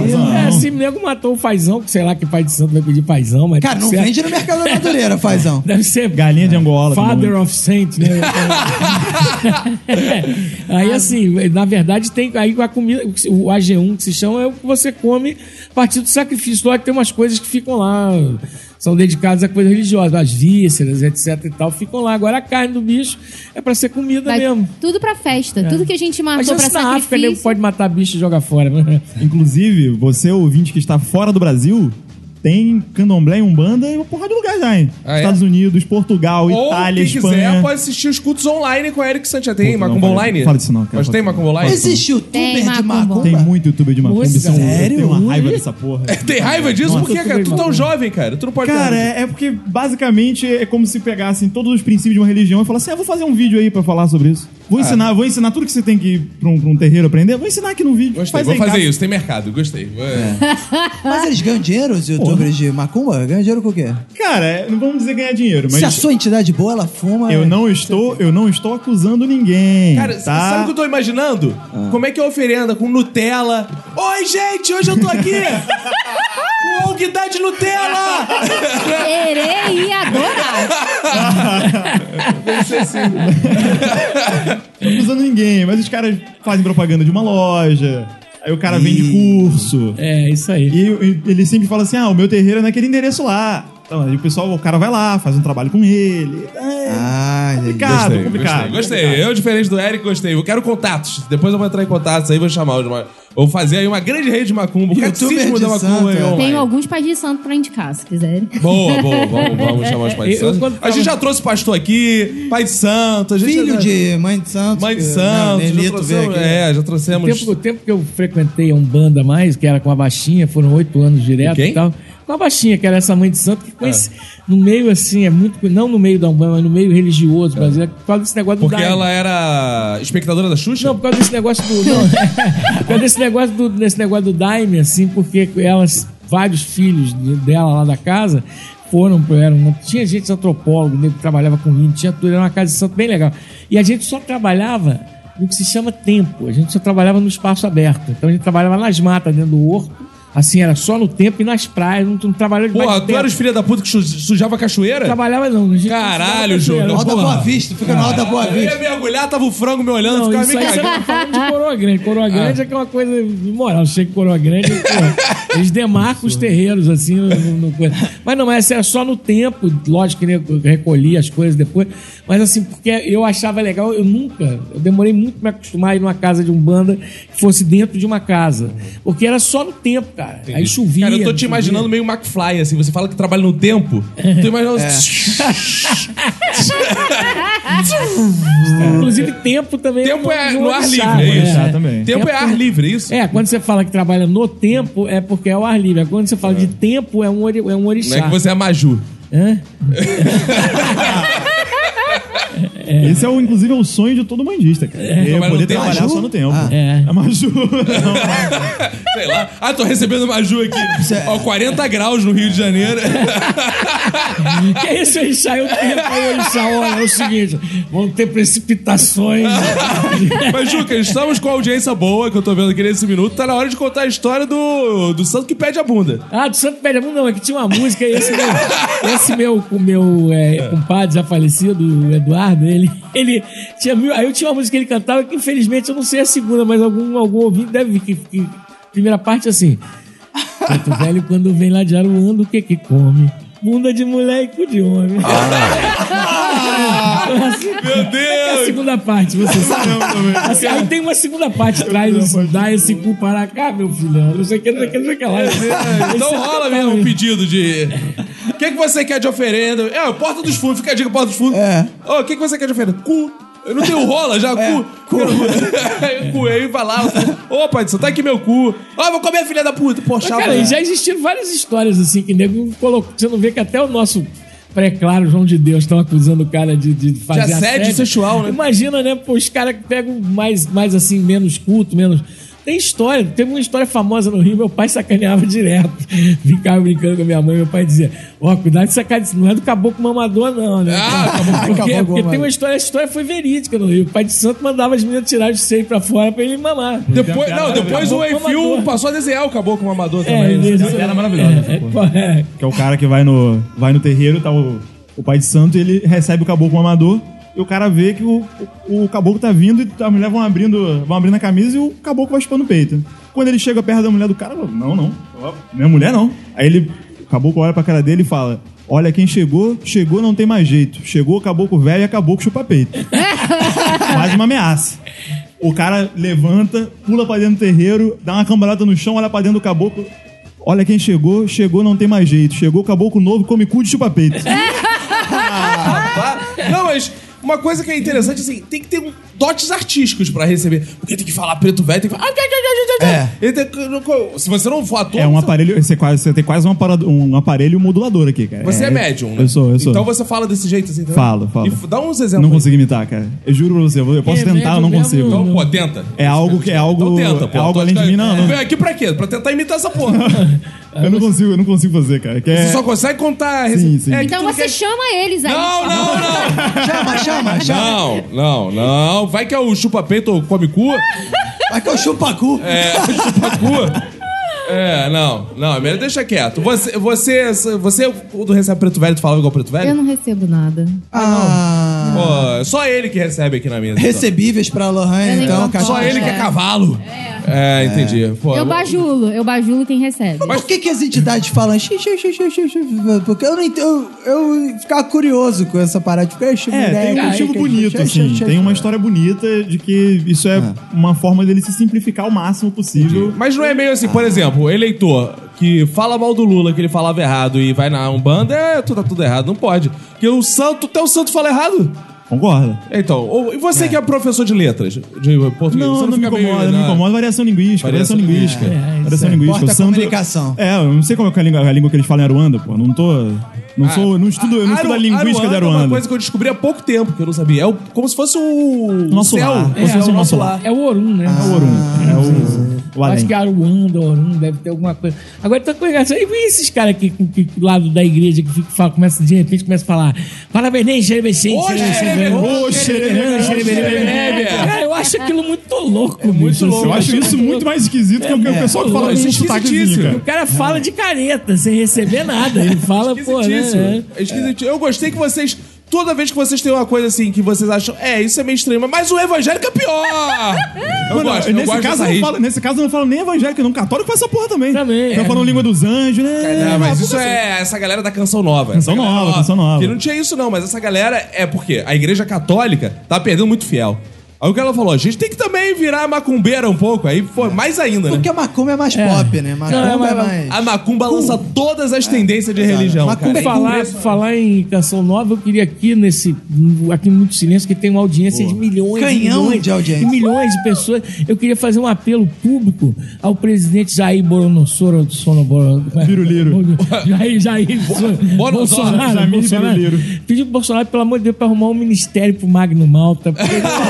Speaker 5: É, se o nego matou o fazão, que sei lá que pai de santo vai pedir fazão, mas.
Speaker 2: Cara,
Speaker 5: tá
Speaker 2: não
Speaker 5: certo.
Speaker 2: vende no Mercado da Madureira, fazão.
Speaker 5: Deve ser
Speaker 4: Galinha de Angola.
Speaker 5: Father
Speaker 4: também.
Speaker 5: of Saint, né? aí assim, na verdade tem aí a comida, o AG1 que se chama é o que você come a partir do sacrifício. Lógico que tem umas coisas que ficam lá, são dedicadas a coisas religiosas, as vísceras, etc e tal, ficam lá. Agora a carne do bicho é pra ser comida
Speaker 3: Vai
Speaker 5: mesmo. É.
Speaker 3: tudo pra festa. Tudo que a gente
Speaker 5: Mas
Speaker 3: marcou pra
Speaker 5: se na África nego
Speaker 3: sacrifício.
Speaker 5: pode matar bicho e jogar fora, né?
Speaker 4: Inclusive, você ouvinte que está fora do Brasil, Tem candomblé e umbanda em uma porrada de lugar já, hein?
Speaker 1: Ah, é?
Speaker 4: Estados Unidos, Portugal,
Speaker 1: Ou
Speaker 4: Itália,
Speaker 1: quem
Speaker 4: Espanha.
Speaker 1: quiser pode assistir os cultos online com a Eric Santia. Tem
Speaker 4: Puta, não,
Speaker 1: Macumba
Speaker 4: fala-
Speaker 1: Online?
Speaker 4: fala disso não, cara.
Speaker 1: Mas tem
Speaker 4: Fala-
Speaker 1: Macumba Online?
Speaker 2: Existe
Speaker 3: Tem
Speaker 2: youtuber de
Speaker 3: macumba.
Speaker 2: macumba?
Speaker 4: Tem muito YouTube de macumba.
Speaker 5: Nossa,
Speaker 4: isso é um-
Speaker 2: sério?
Speaker 4: Eu tenho uma raiva
Speaker 5: Ui.
Speaker 4: dessa porra.
Speaker 1: É, Tem raiva disso?
Speaker 5: Nossa,
Speaker 1: Por que,
Speaker 5: eu tô
Speaker 1: cara?
Speaker 5: bem
Speaker 1: Tu tão
Speaker 5: maluco.
Speaker 1: jovem, cara. Tu não pode ter
Speaker 4: Cara,
Speaker 1: raiva.
Speaker 4: é, é porque basicamente é como se pegassem todos os princípios de uma religião e falassem, ah, vou fazer um vídeo aí pra falar sobre isso.
Speaker 1: Ah.
Speaker 4: Vou ensinar, vou ensinar tudo que você tem que ir pra um, pra um terreiro aprender, vou ensinar aqui no vídeo.
Speaker 1: Gostei,
Speaker 4: Faz tá?
Speaker 1: vou
Speaker 4: aí em
Speaker 1: fazer
Speaker 4: casa.
Speaker 1: isso. Tem mercado, gostei.
Speaker 2: Mas eles ganham dinheiro, os youtubers de macumba? Ganham dinheiro com o quê?
Speaker 4: Cara, é, não vamos dizer ganhar dinheiro,
Speaker 2: Se a
Speaker 4: mas
Speaker 2: sua entidade boa, ela fuma. é.
Speaker 4: eu não estou, eu não estou acusando ninguém.
Speaker 1: Cara,
Speaker 4: tá?
Speaker 1: sabe o que eu tô imaginando? Como é que é a oferenda com Nutella? Oi, gente, hoje eu tô aqui! com o de Nutella!
Speaker 3: Terei e adorar.
Speaker 1: tá-
Speaker 4: Não tô acusando ninguém, mas os caras fazem propaganda de uma loja, aí o cara vende
Speaker 2: Ih.
Speaker 4: curso.
Speaker 5: É, isso aí.
Speaker 4: E, e ele sempre fala assim: ah, o meu terreiro é naquele endereço lá. Então, aí o pessoal, o cara vai lá, faz um trabalho com ele. É,
Speaker 2: Ah,
Speaker 4: complicado, complicado.
Speaker 1: Gostei, gostei. Eu, diferente do Eric, gostei. Eu quero contatos. Depois eu vou entrar em contatos aí, vou chamar os. ma- Vou fazer aí uma grande rede de macumba. O
Speaker 2: Youtuber
Speaker 1: catecismo
Speaker 2: de
Speaker 1: da macumba aí,
Speaker 2: santo.
Speaker 1: online.
Speaker 3: Tenho alguns pais de santo pra indicar, se quiserem.
Speaker 5: É
Speaker 1: Boa, boa. Vamos, vamos chamar os pais de
Speaker 5: Eu- eu
Speaker 1: santo.
Speaker 5: quando
Speaker 1: A gente
Speaker 5: tava-
Speaker 1: já trouxe pastor aqui, pai de santo. A gente
Speaker 2: filho
Speaker 1: já-
Speaker 2: de mãe de santos.
Speaker 5: É,
Speaker 1: Mãe de
Speaker 2: que-
Speaker 1: santo.
Speaker 2: né,
Speaker 1: já
Speaker 2: Nelito veio
Speaker 1: trouxemos,
Speaker 2: aqui.
Speaker 1: é, já
Speaker 5: O
Speaker 1: trouxemos.
Speaker 5: tempo, o tempo que eu frequentei a Umbanda mais, que era com a baixinha, foram oito anos direto
Speaker 1: Com quem? Ah.
Speaker 5: e tal. Com a baixinha, que era essa mãe de santo, que conhece, no meio assim, é muito. Não no meio da Umbanda, mas no meio religioso brasileiro, por causa desse negócio do
Speaker 1: Ah. Porque
Speaker 5: daime.
Speaker 1: ela era espectadora da Xuxa?
Speaker 5: Não, por causa desse negócio do. Não, por causa desse negócio do, desse negócio do Daime, assim, porque elas, vários filhos de- dela lá da casa foram, pro- eram, não- tinha gente antropólogo, nego que trabalhava com índio, tinha tudo, era uma casa de santo bem legal. E a gente só trabalhava no que se chama tempo, a gente só trabalhava no espaço aberto. Então a gente trabalhava nas matas, dentro do horto, assim, era só no tempo e nas praias, não, não trabalhava de
Speaker 1: Porra,
Speaker 5: bate-tempo.
Speaker 1: tu era os filha da puta que su- sujava a cachoeira?
Speaker 5: Trabalhava não. a gente não
Speaker 1: Caralho,
Speaker 5: trabalhava
Speaker 1: Júlio.
Speaker 5: com
Speaker 2: Alta
Speaker 1: Porra. É.
Speaker 2: Boa Vista, fica na Alta Boa
Speaker 1: Eu ia
Speaker 2: Vista.
Speaker 1: mergulhar, tava o frango me Ah. olhando,
Speaker 5: Não,
Speaker 1: ficava
Speaker 5: isso
Speaker 1: meio
Speaker 5: aí você tá
Speaker 1: cagado.
Speaker 5: falando de Coroa Grande. Coroa Grande é aquela coisa imoral. Chega em Coroa Grande, pô, eles demarcam os terreiros, assim, no, no- coisa. Mas não, mas era só no tempo. Lógico que né, eu recolhi as coisas depois. Mas assim, porque eu achava legal, eu nunca, eu demorei muito pra me acostumar a ir numa casa de umbanda que fosse dentro de uma casa. Porque era só no tempo, cara. Aí chovia.
Speaker 1: Cara, eu tô te
Speaker 5: chovia.
Speaker 1: imaginando meio McFly, assim. Você fala que trabalha no tempo,
Speaker 5: É.
Speaker 1: tô imaginando.
Speaker 5: Inclusive, tempo também.
Speaker 1: Tempo é
Speaker 5: um
Speaker 1: no ar
Speaker 5: orixá,
Speaker 1: livre, é
Speaker 5: né?
Speaker 1: isso.
Speaker 4: Ah, também.
Speaker 1: Tempo é ar livre, isso?
Speaker 5: É, quando você fala que trabalha no tempo, é porque é o ar livre. Quando você fala de tempo, é um, ori- é um
Speaker 1: Não
Speaker 5: orixá.
Speaker 1: é que você é Maju.
Speaker 5: Hã?
Speaker 4: Esse é o, inclusive, é o sonho de todo mandista, cara. É,
Speaker 1: Trabalhar no
Speaker 4: poder
Speaker 1: tempo.
Speaker 4: trabalhar
Speaker 2: Maju?
Speaker 4: só no tempo.
Speaker 2: Ah.
Speaker 5: É.
Speaker 4: É Maju.
Speaker 1: Sei lá. Ah, tô recebendo Maju aqui.
Speaker 2: é-
Speaker 1: Ó, 40 graus no Rio de Janeiro.
Speaker 5: Que é isso, orixá? Eu tenho pra orixá. Olha, é o seguinte, vão ter precipitações.
Speaker 1: Mas, Juca, estamos com a audiência boa que eu tô vendo aqui nesse minuto. Tá na hora de contar a história do, do santo que pede a bunda.
Speaker 5: Ah, do Santo Pé de Mundo, não, é que tinha uma música e esse meu, esse meu, o meu é, compadre já falecido, o Eduardo, ele, ele tinha mil, aí eu tinha uma música que ele cantava que infelizmente eu não sei a segunda, mas algum, algum ouvinte deve que, que primeira parte é assim. Preto velho quando vem lá de Aruanda, o que que come? Bunda de mulher e cu de homem.
Speaker 1: Ah, Meu
Speaker 5: É a
Speaker 1: Deus!
Speaker 5: segunda parte, você sabe. Assim, aí tem uma segunda parte, traz esse, dá esse cu para cá, meu filhão. Não sei o que, não sei o que, não sei o que lá. é
Speaker 1: Então rola mesmo um pedido de. O que, que você quer de oferenda? É, porta dos fundos, fica a dica, porta dos fundos.
Speaker 2: É.
Speaker 1: Ô, o que, que você quer de oferenda? Cu. Eu não tenho rola já, cu. Cu. Aí o cu, aí vai lá. Ô, pai, você tá aqui meu cu. Ó, vou comer, filha da puta. Pô, chapa.
Speaker 5: Cara, e já existiram várias histórias assim que nego colocou. Você não vê que até o nosso pré-claro João de Deus estão acusando o cara de, de fazer
Speaker 1: assédio sexual, né?
Speaker 5: Imagina, né? Pô, os caras que pegam mais, mais assim, menos culto, menos. Tem história, teve uma história famosa no Rio, meu pai sacaneava direto. Ficava brincando com a minha mãe, meu pai dizia: Ó, cuidado de sacanear, isso não é do caboclo mamador, não, né?
Speaker 1: Ah, acabou.
Speaker 5: Porque,
Speaker 2: Acabou,
Speaker 5: porque
Speaker 2: mano.
Speaker 5: tem uma história, a história foi verídica no Rio. O pai de santo mandava as meninas tirar os seios pra fora pra ele mamar.
Speaker 1: Depois, não, depois o
Speaker 5: Acabou com
Speaker 1: Enfio
Speaker 5: amador.
Speaker 1: passou a desenhar o caboclo amador
Speaker 5: É,
Speaker 1: também. né?
Speaker 5: isso.
Speaker 4: piada maravilhosa, essa
Speaker 5: É,
Speaker 4: porra.
Speaker 5: é,
Speaker 4: que é o cara que vai no, vai no terreiro, tá o, o pai de santo, e ele recebe o caboclo amador. E o cara vê que o, o, o caboclo tá vindo e a mulher vão abrindo, vão abrindo a camisa e o caboclo vai chupando o peito. Quando ele chega perto da mulher do cara, fala, não, não, minha mulher não. Aí ele, o caboclo olha pra cara dele e fala: Olha quem chegou, chegou não tem mais jeito. Chegou o caboclo velho e acabou com chupa peito. Mais uma ameaça. O cara levanta, pula pra dentro do terreiro, dá uma cambalhota no chão, olha pra dentro do caboclo. Olha quem chegou, chegou, não tem mais jeito. Chegou, caboclo novo, come cu de
Speaker 1: É
Speaker 4: chupa-peito.
Speaker 1: Tá? Não, mas uma coisa que é interessante, assim, tem que ter um- dotes artísticos pra receber. Porque tem que falar preto velho, tem que falar. "Ah,
Speaker 2: É.
Speaker 1: Ele tem- Se você não for ator.
Speaker 4: É um
Speaker 1: você-
Speaker 4: aparelho, você, quase, você tem quase um aparelho, um aparelho modulador aqui, cara.
Speaker 1: Você é, médium, né?
Speaker 4: Eu sou, eu sou.
Speaker 1: Então você é um fala desse jeito, assim, entendeu?
Speaker 4: Falo, falo.
Speaker 1: E f- dá uns
Speaker 4: Não
Speaker 1: exemplos.
Speaker 4: consigo imitar, cara. Eu juro pra você, eu vou- eu posso
Speaker 5: É
Speaker 4: tentar, eu
Speaker 5: médium
Speaker 4: não
Speaker 5: mesmo?
Speaker 4: consigo.
Speaker 1: Então, pô, tenta.
Speaker 4: É algo que é
Speaker 1: Então
Speaker 4: algo,
Speaker 1: tenta, pô.
Speaker 4: é algo
Speaker 1: Tô
Speaker 4: além de
Speaker 1: te-
Speaker 4: mim, não.
Speaker 1: Tu
Speaker 4: não.
Speaker 1: veio aqui pra quê? Pra tentar imitar essa porra.
Speaker 4: Eu não consigo, eu não consigo fazer, cara. Que é-
Speaker 1: Você só consegue contar. É,
Speaker 4: Sim, sim.
Speaker 1: que
Speaker 3: Então
Speaker 1: tu
Speaker 5: é-
Speaker 3: você
Speaker 1: quer-
Speaker 3: chama eles aí.
Speaker 1: Não, não, não.
Speaker 2: Chama, chama, chama.
Speaker 1: Não, não, não. Vai que é o chupa-peito ou come-cu.
Speaker 2: Vai que eu chupo a cu.
Speaker 1: É, chupacu. É, não, não, é melhor deixar quieto. Você, você, você, quando recebe preto velho, tu falava igual preto velho?
Speaker 3: Eu não recebo nada.
Speaker 2: Ah,
Speaker 1: Pô, é só ele que recebe aqui na mesa. então.
Speaker 2: recebíveis pra
Speaker 3: Eu
Speaker 2: Lohan,
Speaker 3: nem
Speaker 2: então.
Speaker 3: gosto.
Speaker 2: cara.
Speaker 1: Só ele que é cavalo. É, entendi. Pô,
Speaker 3: Eu bajulo, eu bajulo quem recebe.
Speaker 2: Mas por que, que as entidades falam xixi, xixi, xixi, xixi? Porque eu não entendo. Eu, eu ficava curioso com essa parada. Tipo, é,
Speaker 4: É, tem um motivo bonito, assim. Tem uma história bonita de que isso é uma forma dele se simplificar o máximo possível.
Speaker 1: Mas não é meio assim, por exemplo, eleitor que fala mal do Lula, que ele falava errado e vai na Umbanda, é, tu tá tudo errado, não pode. Porque o santo, até o santo fala errado.
Speaker 4: Concorda?
Speaker 1: Então, ou- e você que é professor de letras, de português,
Speaker 4: Não,
Speaker 1: você
Speaker 4: não, me
Speaker 1: fica meio,
Speaker 4: incomoda, não me
Speaker 1: né?
Speaker 4: incomoda. Variação linguística,
Speaker 1: Variação-
Speaker 4: variação linguística.
Speaker 5: é, isso
Speaker 4: Variação
Speaker 5: é.
Speaker 4: linguística.
Speaker 2: Importa
Speaker 4: O
Speaker 2: a
Speaker 4: santo-
Speaker 2: comunicação.
Speaker 4: É, eu não sei qual é a língua, a língua que eles falam em Aruanda, pô. Não tô... Não sou... Não estudo, eu não estudo a
Speaker 1: Ah. Aru-
Speaker 4: linguística de
Speaker 1: É uma
Speaker 4: Aruanda.
Speaker 1: coisa que eu descobri há pouco tempo, que eu não sabia. É o- como se fosse o
Speaker 4: Nosso
Speaker 1: céu.
Speaker 4: lar.
Speaker 1: Como se fosse o
Speaker 4: É, o
Speaker 1: nosso
Speaker 4: nosso
Speaker 1: lar.
Speaker 5: É o Orum, né?
Speaker 4: É o Orum. É o... O além.
Speaker 5: Acho que Aruanda, Orum, deve ter alguma coisa. Agora, tá com essa- e esses caras aqui com- que- do lado da igreja que fica, fala, começa, de repente começa a falar Parabéns, Xerebexem,
Speaker 1: Ô, xereberê, ô, xereberê, xereberê.
Speaker 5: Cara, eu acho aquilo muito louco,
Speaker 1: muito
Speaker 5: bicho,
Speaker 1: louco.
Speaker 5: assim,
Speaker 4: É Eu acho isso muito mais esquisito que o que o pessoal que fala
Speaker 5: É,
Speaker 4: com
Speaker 5: isso é
Speaker 4: sotaquezinho,
Speaker 1: esquisitíssimo.
Speaker 4: cara.
Speaker 5: O cara fala de careta, sem receber nada. Ele fala, pô, né?
Speaker 1: Esquisitíssimo. Esquisitíssimo. É Eu gostei que vocês. Toda vez que vocês têm uma coisa assim que vocês acham, é, isso é meio estranho, mas o evangélico é pior! Eu
Speaker 4: Mano,
Speaker 1: gosto, eu
Speaker 4: nesse,
Speaker 1: gosto
Speaker 4: caso
Speaker 1: dessa
Speaker 4: eu não
Speaker 1: risca.
Speaker 4: falo, nesse caso eu não falo nem evangélico, não. Católico faz essa porra também.
Speaker 5: Também,
Speaker 4: Então
Speaker 5: é.
Speaker 4: falam língua dos anjos, né?
Speaker 1: Não, mas isso
Speaker 4: Assim.
Speaker 1: é essa galera da canção nova.
Speaker 4: Canção
Speaker 1: Essa galera
Speaker 4: nova, canção nova.
Speaker 1: Que não tinha isso, não, mas essa galera é porque a igreja católica tá perdendo muito fiel. Aí o que ela falou, a gente tem que também virar macumbeira um pouco. Aí foi mais ainda, né?
Speaker 2: Porque a macumba é mais pop, né? Macumba
Speaker 5: Não, é,
Speaker 2: é
Speaker 5: mas-
Speaker 2: mais.
Speaker 1: A macumba lança todas as tendências de religião.
Speaker 2: Macumba
Speaker 1: cara.
Speaker 2: é
Speaker 5: Falar, falar em canção nova, eu queria aqui nesse aqui no Muito Silêncio, que tem uma audiência de milhões, e
Speaker 2: Canhão
Speaker 5: milhões
Speaker 2: de audiência.
Speaker 5: e milhões de pessoas. Eu queria fazer um apelo público ao presidente Jair Bolsonaro, Sono Boro-
Speaker 4: Biruliro.
Speaker 5: Jair, Jair
Speaker 1: Bolsonaro,
Speaker 5: Bolsonaro,
Speaker 4: Jamir
Speaker 5: Bolsonaro.
Speaker 4: Biruliro.
Speaker 5: Pedir pro Bolsonaro, pelo amor de Deus, pra arrumar um ministério pro Magno Malta, porque ele falou,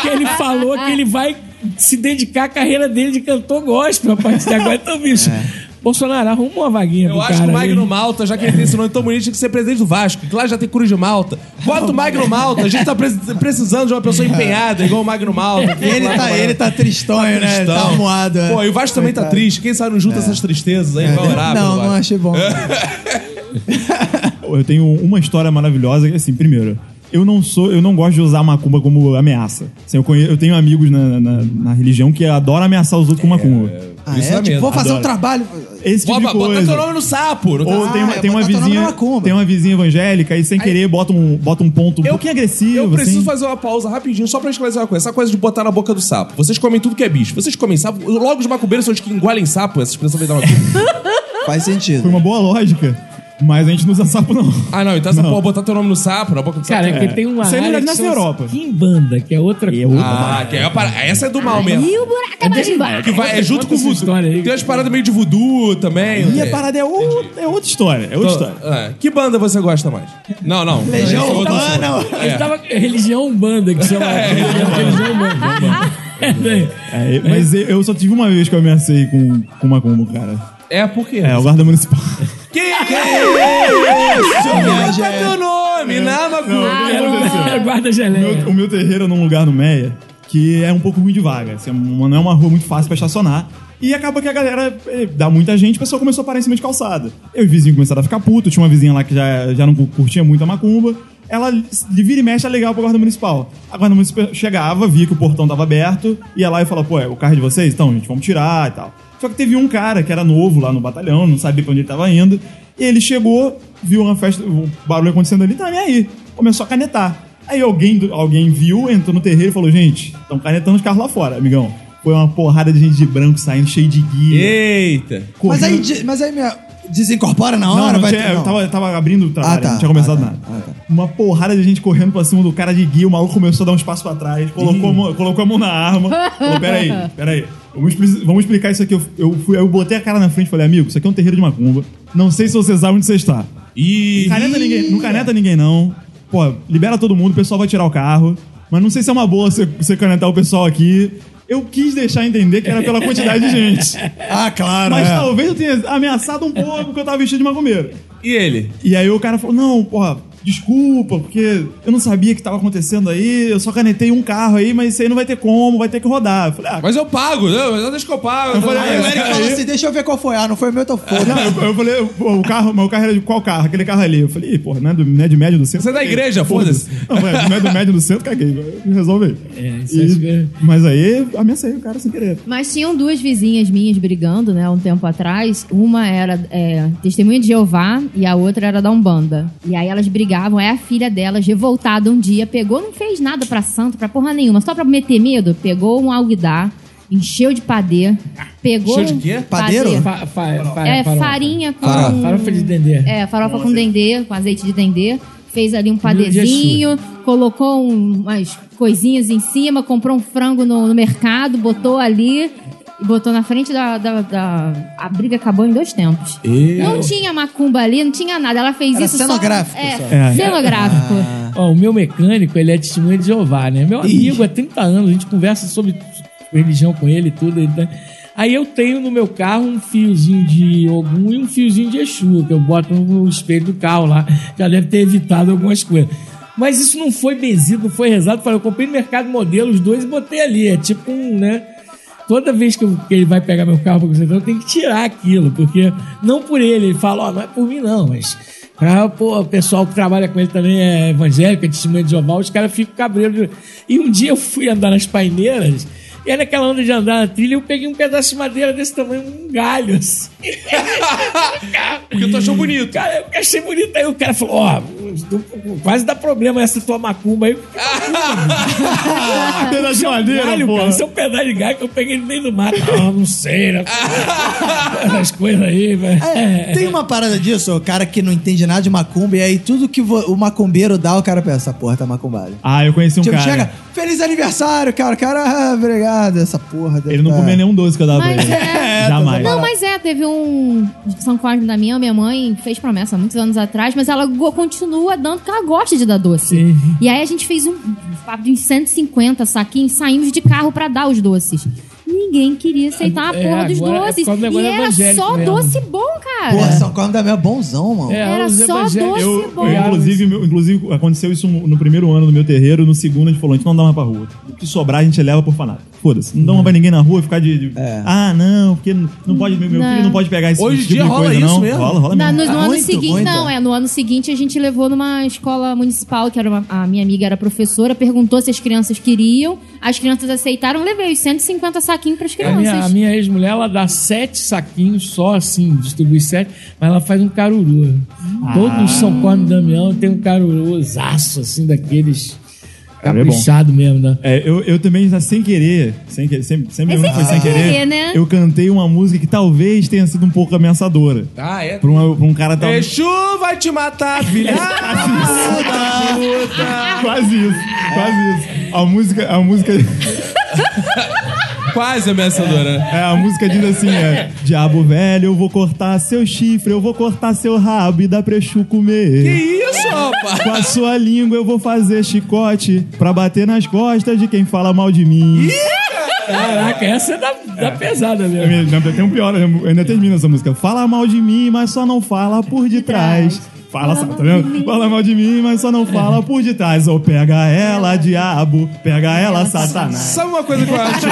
Speaker 5: porque ele falou que ele vai se dedicar à carreira dele de cantor gospel a partir de agora, então, bicho.
Speaker 2: É.
Speaker 5: Bolsonaro, arruma uma vaguinha
Speaker 1: Eu
Speaker 5: pro
Speaker 1: acho que
Speaker 5: cara
Speaker 1: o
Speaker 5: aí.
Speaker 1: Magno Malta, já que ele tem esse nome tão bonito, tinha que ser presidente do Vasco. Que lá já tem Cruz de Malta. Bota o Magno Malta. A gente tá pre- precisando de uma pessoa empenhada, igual o Magno Malta.
Speaker 2: E Ele tá, ele tá tristonho, né? Tá
Speaker 1: Tristão.
Speaker 2: amuado. é.
Speaker 1: Pô, e o Vasco também tá
Speaker 2: Coitado. É.
Speaker 1: triste. Quem sabe não junta essas tristezas aí, vai orar pelo
Speaker 2: Não, não
Speaker 1: Vasco.
Speaker 2: achei bom.
Speaker 4: Eu tenho uma história maravilhosa, que, assim, primeiro. Eu não sou, eu não gosto de usar macumba como ameaça. Assim, eu, conhe- eu tenho amigos na, na- na religião que adoram ameaçar os outros com macumba.
Speaker 2: Ah,
Speaker 1: Isso
Speaker 2: é?
Speaker 1: dá
Speaker 2: Tipo,
Speaker 1: medo.
Speaker 2: vou fazer um
Speaker 4: Adoro.
Speaker 2: trabalho.
Speaker 4: Esse tipo
Speaker 1: Bota,
Speaker 4: de coisa.
Speaker 1: bota teu nome no sapo. não tem-
Speaker 4: Ou tem um
Speaker 2: Ah,
Speaker 4: uma,
Speaker 2: é
Speaker 4: tem uma
Speaker 2: botar teu nome na
Speaker 4: vizinha,
Speaker 2: macumba.
Speaker 4: tem uma vizinha evangélica e sem querer bota um, bota um ponto um pouquinho agressivo.
Speaker 1: Eu preciso
Speaker 4: assim.
Speaker 1: fazer uma pausa rapidinho só pra esclarecer uma coisa. Essa coisa de botar na boca do sapo. Vocês comem tudo que é bicho. Vocês comem sapo. Logo os macumbeiros são os que engolem sapo. Essa expressão vai dar uma
Speaker 2: Faz sentido.
Speaker 4: Foi uma boa lógica, mas a gente não usa sapo não.
Speaker 1: Ah, não. Então essa
Speaker 4: Não.
Speaker 1: porra, botar teu nome no sapo, na boca do sapo.
Speaker 5: Cara, é que tem uma
Speaker 4: Isso aí, na
Speaker 5: área
Speaker 4: verdade,
Speaker 5: que
Speaker 4: nasce na
Speaker 5: chama-se
Speaker 4: Europa.
Speaker 5: Quimbanda, que é outra coisa.
Speaker 1: Ah, que é a parada. Essa é do mal mesmo.
Speaker 3: E o buraco é mais
Speaker 1: Que
Speaker 3: embaixo.
Speaker 1: vai, é junto
Speaker 5: Conta
Speaker 1: com o
Speaker 5: essa
Speaker 1: voodoo.
Speaker 5: história aí.
Speaker 1: Tem umas paradas meio de voodoo também.
Speaker 4: E
Speaker 1: É.
Speaker 4: a parada é, ou- é outra história, é outra
Speaker 1: Então,
Speaker 4: história.
Speaker 1: é. Que banda você gosta mais? Não, não.
Speaker 2: Legião
Speaker 1: Esse outro-
Speaker 2: Urbana, ó.
Speaker 5: Ele tava religião umbanda, que chama religião umbanda.
Speaker 4: É, mas eu- eu só tive uma vez que eu ameacei com, com macumba, cara.
Speaker 1: É, por quê?
Speaker 4: É, o é, guarda municipal.
Speaker 1: Que isso?
Speaker 2: hoje
Speaker 1: Canta
Speaker 2: é-
Speaker 1: teu nome, né, Macu?
Speaker 5: Era uma guarda
Speaker 4: O
Speaker 5: geleia.
Speaker 4: meu- o meu terreiro é num lugar no Meia que é um pouco ruim de vaga. Assim, é uma- não é uma rua muito fácil pra estacionar. E acaba que a galera eh, dá muita gente, o pessoal começou a parar em cima de calçada. Eu e o vizinho começaram a ficar puto, tinha uma vizinha lá que já, já não curtia muito a macumba. Ela li- vira e mexe, ela legal pra guarda municipal. A guarda municipal chegava, via que o portão tava aberto, ia lá e falava, pô, é o carro de vocês? Então, gente, vamos tirar e tal. Só que teve um cara que era novo lá no batalhão, não sabia pra onde ele tava indo. E ele chegou, viu uma festa, um barulho acontecendo ali, tá nem aí. Começou a canetar. Aí alguém, do- alguém viu, entrou no terreiro e falou: Gente, estão canetando os carros lá fora, amigão. Foi uma porrada de gente de branco saindo, cheio de guia.
Speaker 1: Eita!
Speaker 2: Mas
Speaker 4: correndo.
Speaker 2: aí, de- mas aí minha, desincorpora na
Speaker 4: Não,
Speaker 2: hora?
Speaker 4: não
Speaker 2: vai
Speaker 4: tinha,
Speaker 2: ter-
Speaker 4: eu tava, tava abrindo o trabalho,
Speaker 2: Ah, tá.
Speaker 4: não tinha começado
Speaker 2: Ah, tá.
Speaker 4: nada.
Speaker 2: Ah, tá.
Speaker 4: Uma porrada de gente correndo pra cima do cara de guia, o maluco começou a dar uns passos pra trás, colocou, a mão, colocou a mão na arma. Falou, peraí, peraí. Vamos, expli- vamos explicar isso aqui. Eu, eu, fui, eu botei a cara na frente e falei, amigo, isso aqui é um terreiro de macumba. Não sei se você sabe onde você está.
Speaker 1: Ih!
Speaker 4: Não caneta ninguém, não caneta ninguém, não. Pô, libera todo mundo, o pessoal vai tirar o carro. Mas não sei se é uma boa você, você canetar o pessoal aqui. Eu quis deixar entender que era pela quantidade de gente.
Speaker 2: Ah, claro.
Speaker 4: Mas
Speaker 2: é.
Speaker 4: talvez eu tenha ameaçado um pouco porque eu tava vestido de macumbeiro.
Speaker 1: E ele?
Speaker 4: E aí o cara falou: Não, porra, desculpa, porque eu não sabia o que tava acontecendo aí, eu só canetei um carro aí, mas isso aí não vai ter como, vai ter que rodar. Eu falei: Ah,
Speaker 1: Mas eu pago, não, mas deixa que eu pago. Ah, Eu
Speaker 4: falei,
Speaker 2: Aí o Eric falou assim: deixa eu ver qual foi. Ah, não foi o meu, então foda.
Speaker 4: não, eu, eu falei: "Pô, O carro, mas o carro era de qual carro? Aquele carro ali. Eu falei: "Ih, Porra, não é, do, não é de médio do centro?
Speaker 1: Você é da
Speaker 4: caguei."
Speaker 1: igreja, foda-se.
Speaker 4: Não, é, não é do médio do centro, caguei. Resolve aí.
Speaker 5: É, isso
Speaker 4: E-
Speaker 5: é super-
Speaker 4: Mas aí ameacei o cara sem querer.
Speaker 3: Mas tinham duas vizinhas minhas brigando, né, um tempo atrás. Uma era é, testemunha de Jeová e a outra era da Umbanda. E aí elas brigavam, aí a filha delas, revoltada um dia, pegou, não fez nada pra santo, pra porra nenhuma, só pra meter medo, pegou um alguidar, encheu de padê, pegou.
Speaker 1: Encheu de
Speaker 3: um
Speaker 1: quê?
Speaker 2: Padeiro?
Speaker 3: padê.
Speaker 5: Fa- fa- fa-
Speaker 3: É,
Speaker 5: farofa.
Speaker 3: farinha com.
Speaker 5: Ah, farofa de dendê.
Speaker 3: É, farofa com dendê, com azeite de dendê. Fez ali um padezinho, colocou um- umas coisinhas em cima, comprou um frango no, no mercado, botou ali e botou na frente da, da- da- A briga acabou em dois tempos. Não tinha macumba ali, não tinha nada. Ela fez
Speaker 2: Era
Speaker 3: isso só-
Speaker 2: cenográfico,
Speaker 3: É,
Speaker 2: só.
Speaker 4: É.
Speaker 3: cenográfico.
Speaker 5: Ó, o meu mecânico, ele é testemunha de Jeová, né? Meu amigo há 30 anos, a gente conversa sobre religião com ele e tudo. ele tá- Aí eu tenho no meu carro um fiozinho de Ogum e um fiozinho de Exu, que eu boto no espelho do carro lá. Já deve ter evitado algumas coisas. Mas isso não foi benzido, não foi rezado. Eu falei, Eu comprei no mercado modelo os dois e botei ali. É tipo um, né? Toda vez que, eu- que ele vai pegar meu carro para consertar, eu tenho que tirar aquilo, porque não por ele, ele fala, ó, não é por mim não, mas pra, pô, o pessoal que trabalha com ele também é evangélico, é testemunho de Jeová, os caras ficam cabreiros. de- E um dia eu fui andar nas paineiras, e era aquela onda de andar na trilha, eu peguei um pedaço de madeira desse tamanho, um galho, assim.
Speaker 1: Porque tu achou bonito.
Speaker 5: Cara, eu achei bonito. Aí o cara falou, ó, quase dá problema essa tua macumba aí, porque
Speaker 4: Ah, pedaço de madeira,
Speaker 5: é galho,
Speaker 4: porra.
Speaker 5: cara. Isso é um pedaço de galho que eu peguei no meio do mato. Ah, não sei, né? As coisas aí, velho.
Speaker 2: É, tem uma parada disso, o cara que não entende nada de macumba, e aí tudo que vo- o macumbeiro dá, o cara pensa, essa porra tá macumbada.
Speaker 4: Ah, eu conheci um
Speaker 2: tipo,
Speaker 4: cara.
Speaker 2: chega, feliz aniversário, cara. O cara, ah, obrigado, essa porra. deve
Speaker 4: Ele não
Speaker 2: tá-
Speaker 4: comia nenhum doce que eu dava pra
Speaker 3: É. Mas
Speaker 4: ele.
Speaker 3: é.
Speaker 4: Jamais.
Speaker 3: Não, mas é, teve um de São Cosme da minha, minha mãe fez promessa há muitos anos atrás, mas ela go- continua dando, porque ela gosta de dar doce.
Speaker 5: Sim.
Speaker 3: E aí a gente fez um papo de uns 150 saquinhos, saímos de carro pra dar os doces. Ninguém queria aceitar a
Speaker 5: É,
Speaker 3: porra dos
Speaker 5: agora é por
Speaker 3: doces.
Speaker 5: causa do negócio
Speaker 3: e era
Speaker 5: evangélico
Speaker 3: só
Speaker 5: mesmo.
Speaker 3: doce bom, cara.
Speaker 2: Porra, São Cosme da minha é bonzão, mano.
Speaker 5: É,
Speaker 3: Era
Speaker 5: os
Speaker 3: só
Speaker 5: evangélicos-
Speaker 3: doce
Speaker 4: Eu,
Speaker 3: bom.
Speaker 4: eu, inclusive, meu- inclusive, aconteceu isso no primeiro ano do meu terreiro, no segundo a gente falou, a gente não dá mais pra rua. O que sobrar a gente leva pro orfanato. Foda-se. Não dá mais pra ninguém na rua ficar de... de- Ah, não, porque não não pode, meu, meu
Speaker 3: Não.
Speaker 4: filho não pode pegar esse
Speaker 1: Hoje em
Speaker 4: tipo
Speaker 1: dia
Speaker 4: de
Speaker 1: rola
Speaker 4: coisa,
Speaker 1: isso
Speaker 4: não.
Speaker 1: mesmo?
Speaker 4: Rola, rola
Speaker 3: Na-
Speaker 4: mesmo.
Speaker 3: no
Speaker 2: Ah,
Speaker 3: ano
Speaker 2: muito,
Speaker 3: seguinte,
Speaker 2: muito.
Speaker 3: não, é. No ano seguinte a gente levou numa escola municipal, que era uma- a minha amiga era professora, perguntou se as crianças queriam. As crianças aceitaram, levei os 150 saquinhos pras
Speaker 5: É A
Speaker 3: crianças.
Speaker 5: minha, a minha ex-mulher, ela dá sete saquinhos só assim, distribui sete, mas ela faz um caruru. Todo o São Cosme e Damião tem um caruruzaço, assim, daqueles
Speaker 4: Cara, é bom.
Speaker 5: caprichado mesmo, né?
Speaker 4: É, eu, eu também, já sem querer, sem querer, sempre, sempre
Speaker 3: É
Speaker 4: mesmo
Speaker 3: sem
Speaker 4: foi sem
Speaker 3: querer,
Speaker 4: querer,
Speaker 3: né?
Speaker 4: eu cantei uma música que talvez tenha sido um pouco ameaçadora.
Speaker 1: Ah, é?
Speaker 4: Pra, uma- pra um cara... Tal...
Speaker 1: Exu vai te matar, filha.
Speaker 4: Quase isso, quase isso. A música... A música...
Speaker 1: Quase ameaçadora. né?
Speaker 4: É, a música diz assim, é... Diabo velho, eu vou cortar seu chifre, eu vou cortar seu rabo e dar pra Exu
Speaker 1: Que
Speaker 4: comer.
Speaker 1: isso, rapaz?
Speaker 4: Com a sua língua eu vou fazer chicote pra bater nas costas de quem fala mal de mim.
Speaker 5: Caraca, essa é da, da pesada mesmo.
Speaker 4: Ainda tem um pior, eu ainda termina essa música. Fala mal de mim, mas só não fala por detrás. Fala, sabe, tá vendo? Fala mal de mim, mas só não fala por detrás. Ou pega ela, diabo, pega ela, satanás.
Speaker 1: Sabe uma coisa que eu acho?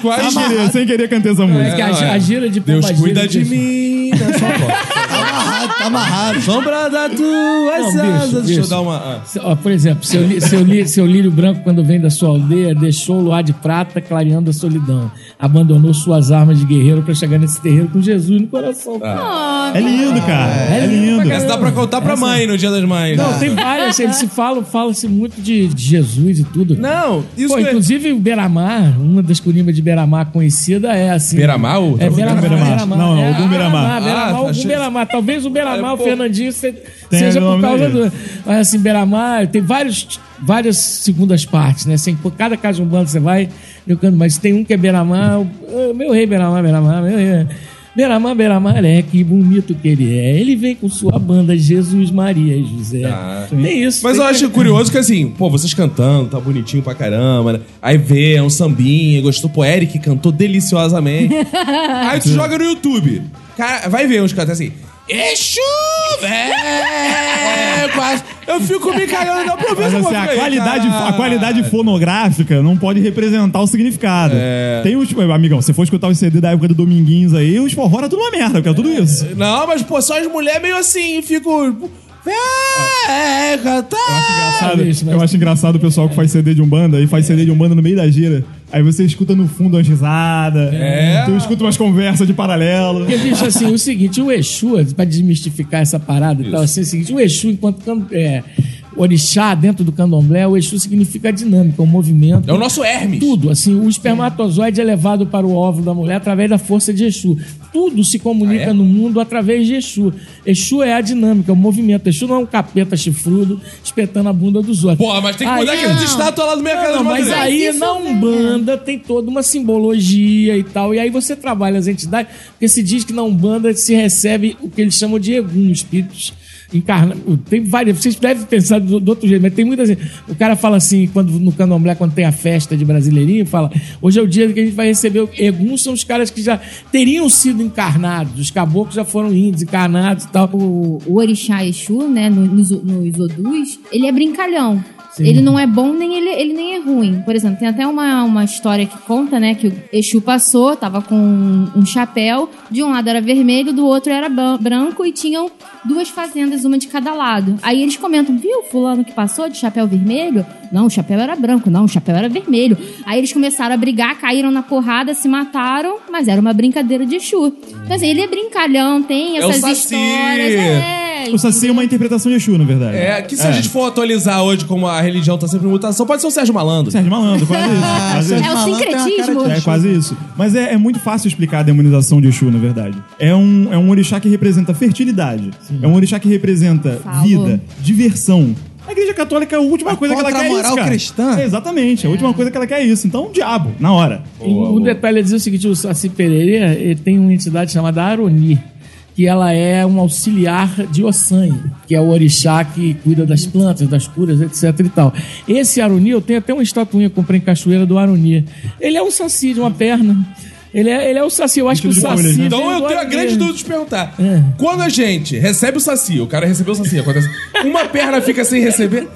Speaker 1: Que eu
Speaker 4: Sem
Speaker 1: acho-
Speaker 4: querer, sem querer cantei essa
Speaker 5: É que
Speaker 4: música.
Speaker 5: a, a gira de
Speaker 1: Deus
Speaker 5: pomba gira
Speaker 1: cuida de
Speaker 5: Jesus.
Speaker 1: mim. né? Só agora.
Speaker 2: Tá amarrado, tá amarrado.
Speaker 1: Sombra da tua
Speaker 5: Não,
Speaker 1: asas.
Speaker 5: bicho,
Speaker 1: Deixa eu
Speaker 5: bicho.
Speaker 1: dar uma. ah.
Speaker 5: Se- ó, por exemplo, seu, li- seu, li- seu lírio branco, quando vem da sua aldeia, deixou o luar de prata clareando a solidão. Abandonou suas armas de guerreiro pra chegar nesse terreiro com Jesus no coração.
Speaker 1: Ah.
Speaker 4: É lindo, cara. É, lindo.
Speaker 5: pra
Speaker 1: Essa dá pra contar pra mãe no dia das mães.
Speaker 5: Não, tem várias. Eles se falam, fala-se muito de, de Jesus e tudo.
Speaker 1: Não, isso é
Speaker 5: Pô,
Speaker 1: que eu-
Speaker 5: inclusive o Beramar, uma das curimbas de Beramar conhecida é assim.
Speaker 1: Beramar, o-
Speaker 5: É Beramar.
Speaker 4: Beramar.
Speaker 5: Beramar.
Speaker 4: Não, não,
Speaker 5: É,
Speaker 4: o do
Speaker 5: ah,
Speaker 4: Beramar.
Speaker 5: Beramar,
Speaker 1: Ah,
Speaker 5: o do
Speaker 1: achei-
Speaker 5: Beramar. Talvez o Beramar,
Speaker 1: É,
Speaker 5: o
Speaker 1: pô,
Speaker 5: Fernandinho se-
Speaker 4: tem
Speaker 5: seja
Speaker 4: o
Speaker 5: por
Speaker 4: nome
Speaker 5: causa
Speaker 4: dele.
Speaker 5: do. Mas assim, Beramar tem vários, várias segundas partes, né? Assim, por cada casa umbanda que você vai, trocando, mas tem um que é Beramar, o- meu rei Beramar, Beramar, meu rei. Beramar, Beramar, é, que bonito que ele é. Ele vem com sua banda Jesus, Maria e José. Tem isso.
Speaker 1: Ah, Mas
Speaker 5: tem
Speaker 1: eu acho curioso que assim, pô, vocês cantando, tá bonitinho pra caramba, né? Aí vê, é um sambinha, gostou, pô, Eric cantou deliciosamente. Aí tu joga no YouTube. Cara, vai ver uns cantos assim. Exu, velho! é quase- Eu fico me cagando na
Speaker 4: Mas
Speaker 1: província.
Speaker 4: assim, a qualidade, a qualidade fonográfica não pode representar o significado.
Speaker 1: É.
Speaker 4: Tem os. Amigão, você for escutar os CD da época do Dominguinhos aí, os forró era tudo uma merda, porque era tudo isso.
Speaker 1: Não, mas pô, só as mulheres meio assim, fico. É, cantar.
Speaker 4: Ah, Engraçado.
Speaker 5: isso, mas-
Speaker 4: Eu acho engraçado o pessoal que faz CD de Umbanda e faz CD de Umbanda no meio da gira. Aí você escuta no fundo umas risadas,
Speaker 1: É.
Speaker 4: tu escuta umas conversas de paralelo.
Speaker 5: Porque, bicho, assim, o seguinte, o Exu, pra desmistificar essa parada e tal, assim, é o seguinte, o Exu, enquanto can- é, orixá dentro do candomblé, o Exu significa dinâmica, o movimento.
Speaker 1: É o nosso Hermes.
Speaker 5: Tudo, assim, o espermatozoide é levado para o óvulo da mulher através da força de Exu. Tudo se comunica
Speaker 1: Ah, é?
Speaker 5: no mundo através de Exu. Exu é a dinâmica, o movimento. Exu não é um capeta chifrudo espetando a bunda dos outros.
Speaker 1: Porra, mas tem que tá mudar
Speaker 5: Aí-
Speaker 1: aquelas estátuas lá do mercado
Speaker 5: não,
Speaker 1: de
Speaker 5: mas
Speaker 1: Madureira.
Speaker 5: aí
Speaker 3: Mas
Speaker 5: na
Speaker 3: isso é-
Speaker 5: Umbanda tem toda uma simbologia e tal. E aí você trabalha as entidades, porque se diz que na Umbanda se recebe o que eles chamam de egum, espíritos encarnados. Tem várias, vocês devem pensar do, do outro jeito, mas tem muitas. O cara fala assim, quando no candomblé, quando tem a festa de brasileirinho, fala: hoje é o dia que a gente vai receber. o Egum são os caras que já teriam sido encarnados, os caboclos já foram índios, encarnados e tal.
Speaker 3: o, o orixá Exu, né, no- nos, nos Odus, ele é brincalhão.
Speaker 5: Sim.
Speaker 3: Ele não é bom nem ele, ele nem é ruim. Por exemplo, tem até uma, uma história que conta, né, que o Exu passou, tava com um chapéu, de um lado era vermelho, do outro era ban- branco e tinham duas fazendas, uma de cada lado. Aí eles comentam, viu, fulano que passou de chapéu vermelho? Não, o chapéu era branco, não, o chapéu era vermelho. Aí eles começaram a brigar, caíram na porrada, se mataram, mas era uma brincadeira de Exu. Então assim, ele é brincalhão, tem
Speaker 1: É o
Speaker 3: essas
Speaker 1: saci.
Speaker 3: histórias. É,
Speaker 4: O Saci é uma interpretação de Exu, na verdade.
Speaker 1: É, que se a
Speaker 4: É.
Speaker 1: gente for atualizar hoje como a religião tá sempre em mutação, pode ser o Sérgio Malandro.
Speaker 4: Sérgio Malandro, quase isso. quase isso.
Speaker 3: É o sincretismo.
Speaker 4: É quase isso. Mas é, é muito fácil explicar a demonização de Exu, na verdade. É um, é um orixá que representa fertilidade. É um orixá que representa
Speaker 3: Falou.
Speaker 4: vida, diversão. A igreja católica, a última coisa que ela quer é
Speaker 2: contra-moral
Speaker 4: isso, cara.
Speaker 2: cristã.
Speaker 4: É, exatamente. A última coisa que ela quer é isso. Então, diabo, na hora.
Speaker 5: E um detalhe é dizer o seguinte: o Saci Pereira ele tem uma entidade chamada Aroni, que ela é um auxiliar de Ossan, que é o orixá que cuida das plantas, das curas, etc e tal. Esse Aroni, eu tenho até uma estatuinha que eu comprei em Cachoeira do Aroni. Ele é um Saci de uma perna. Ele é, ele é o Saci, eu acho que o
Speaker 4: Tipo de
Speaker 5: Saci.
Speaker 4: folha, né?
Speaker 5: vem
Speaker 1: Então
Speaker 5: do
Speaker 1: eu tenho a
Speaker 5: Aroni.
Speaker 1: grande dúvida de perguntar. Quando a gente recebe o Saci, o cara recebeu o Saci, acontece. Uma perna fica sem receber.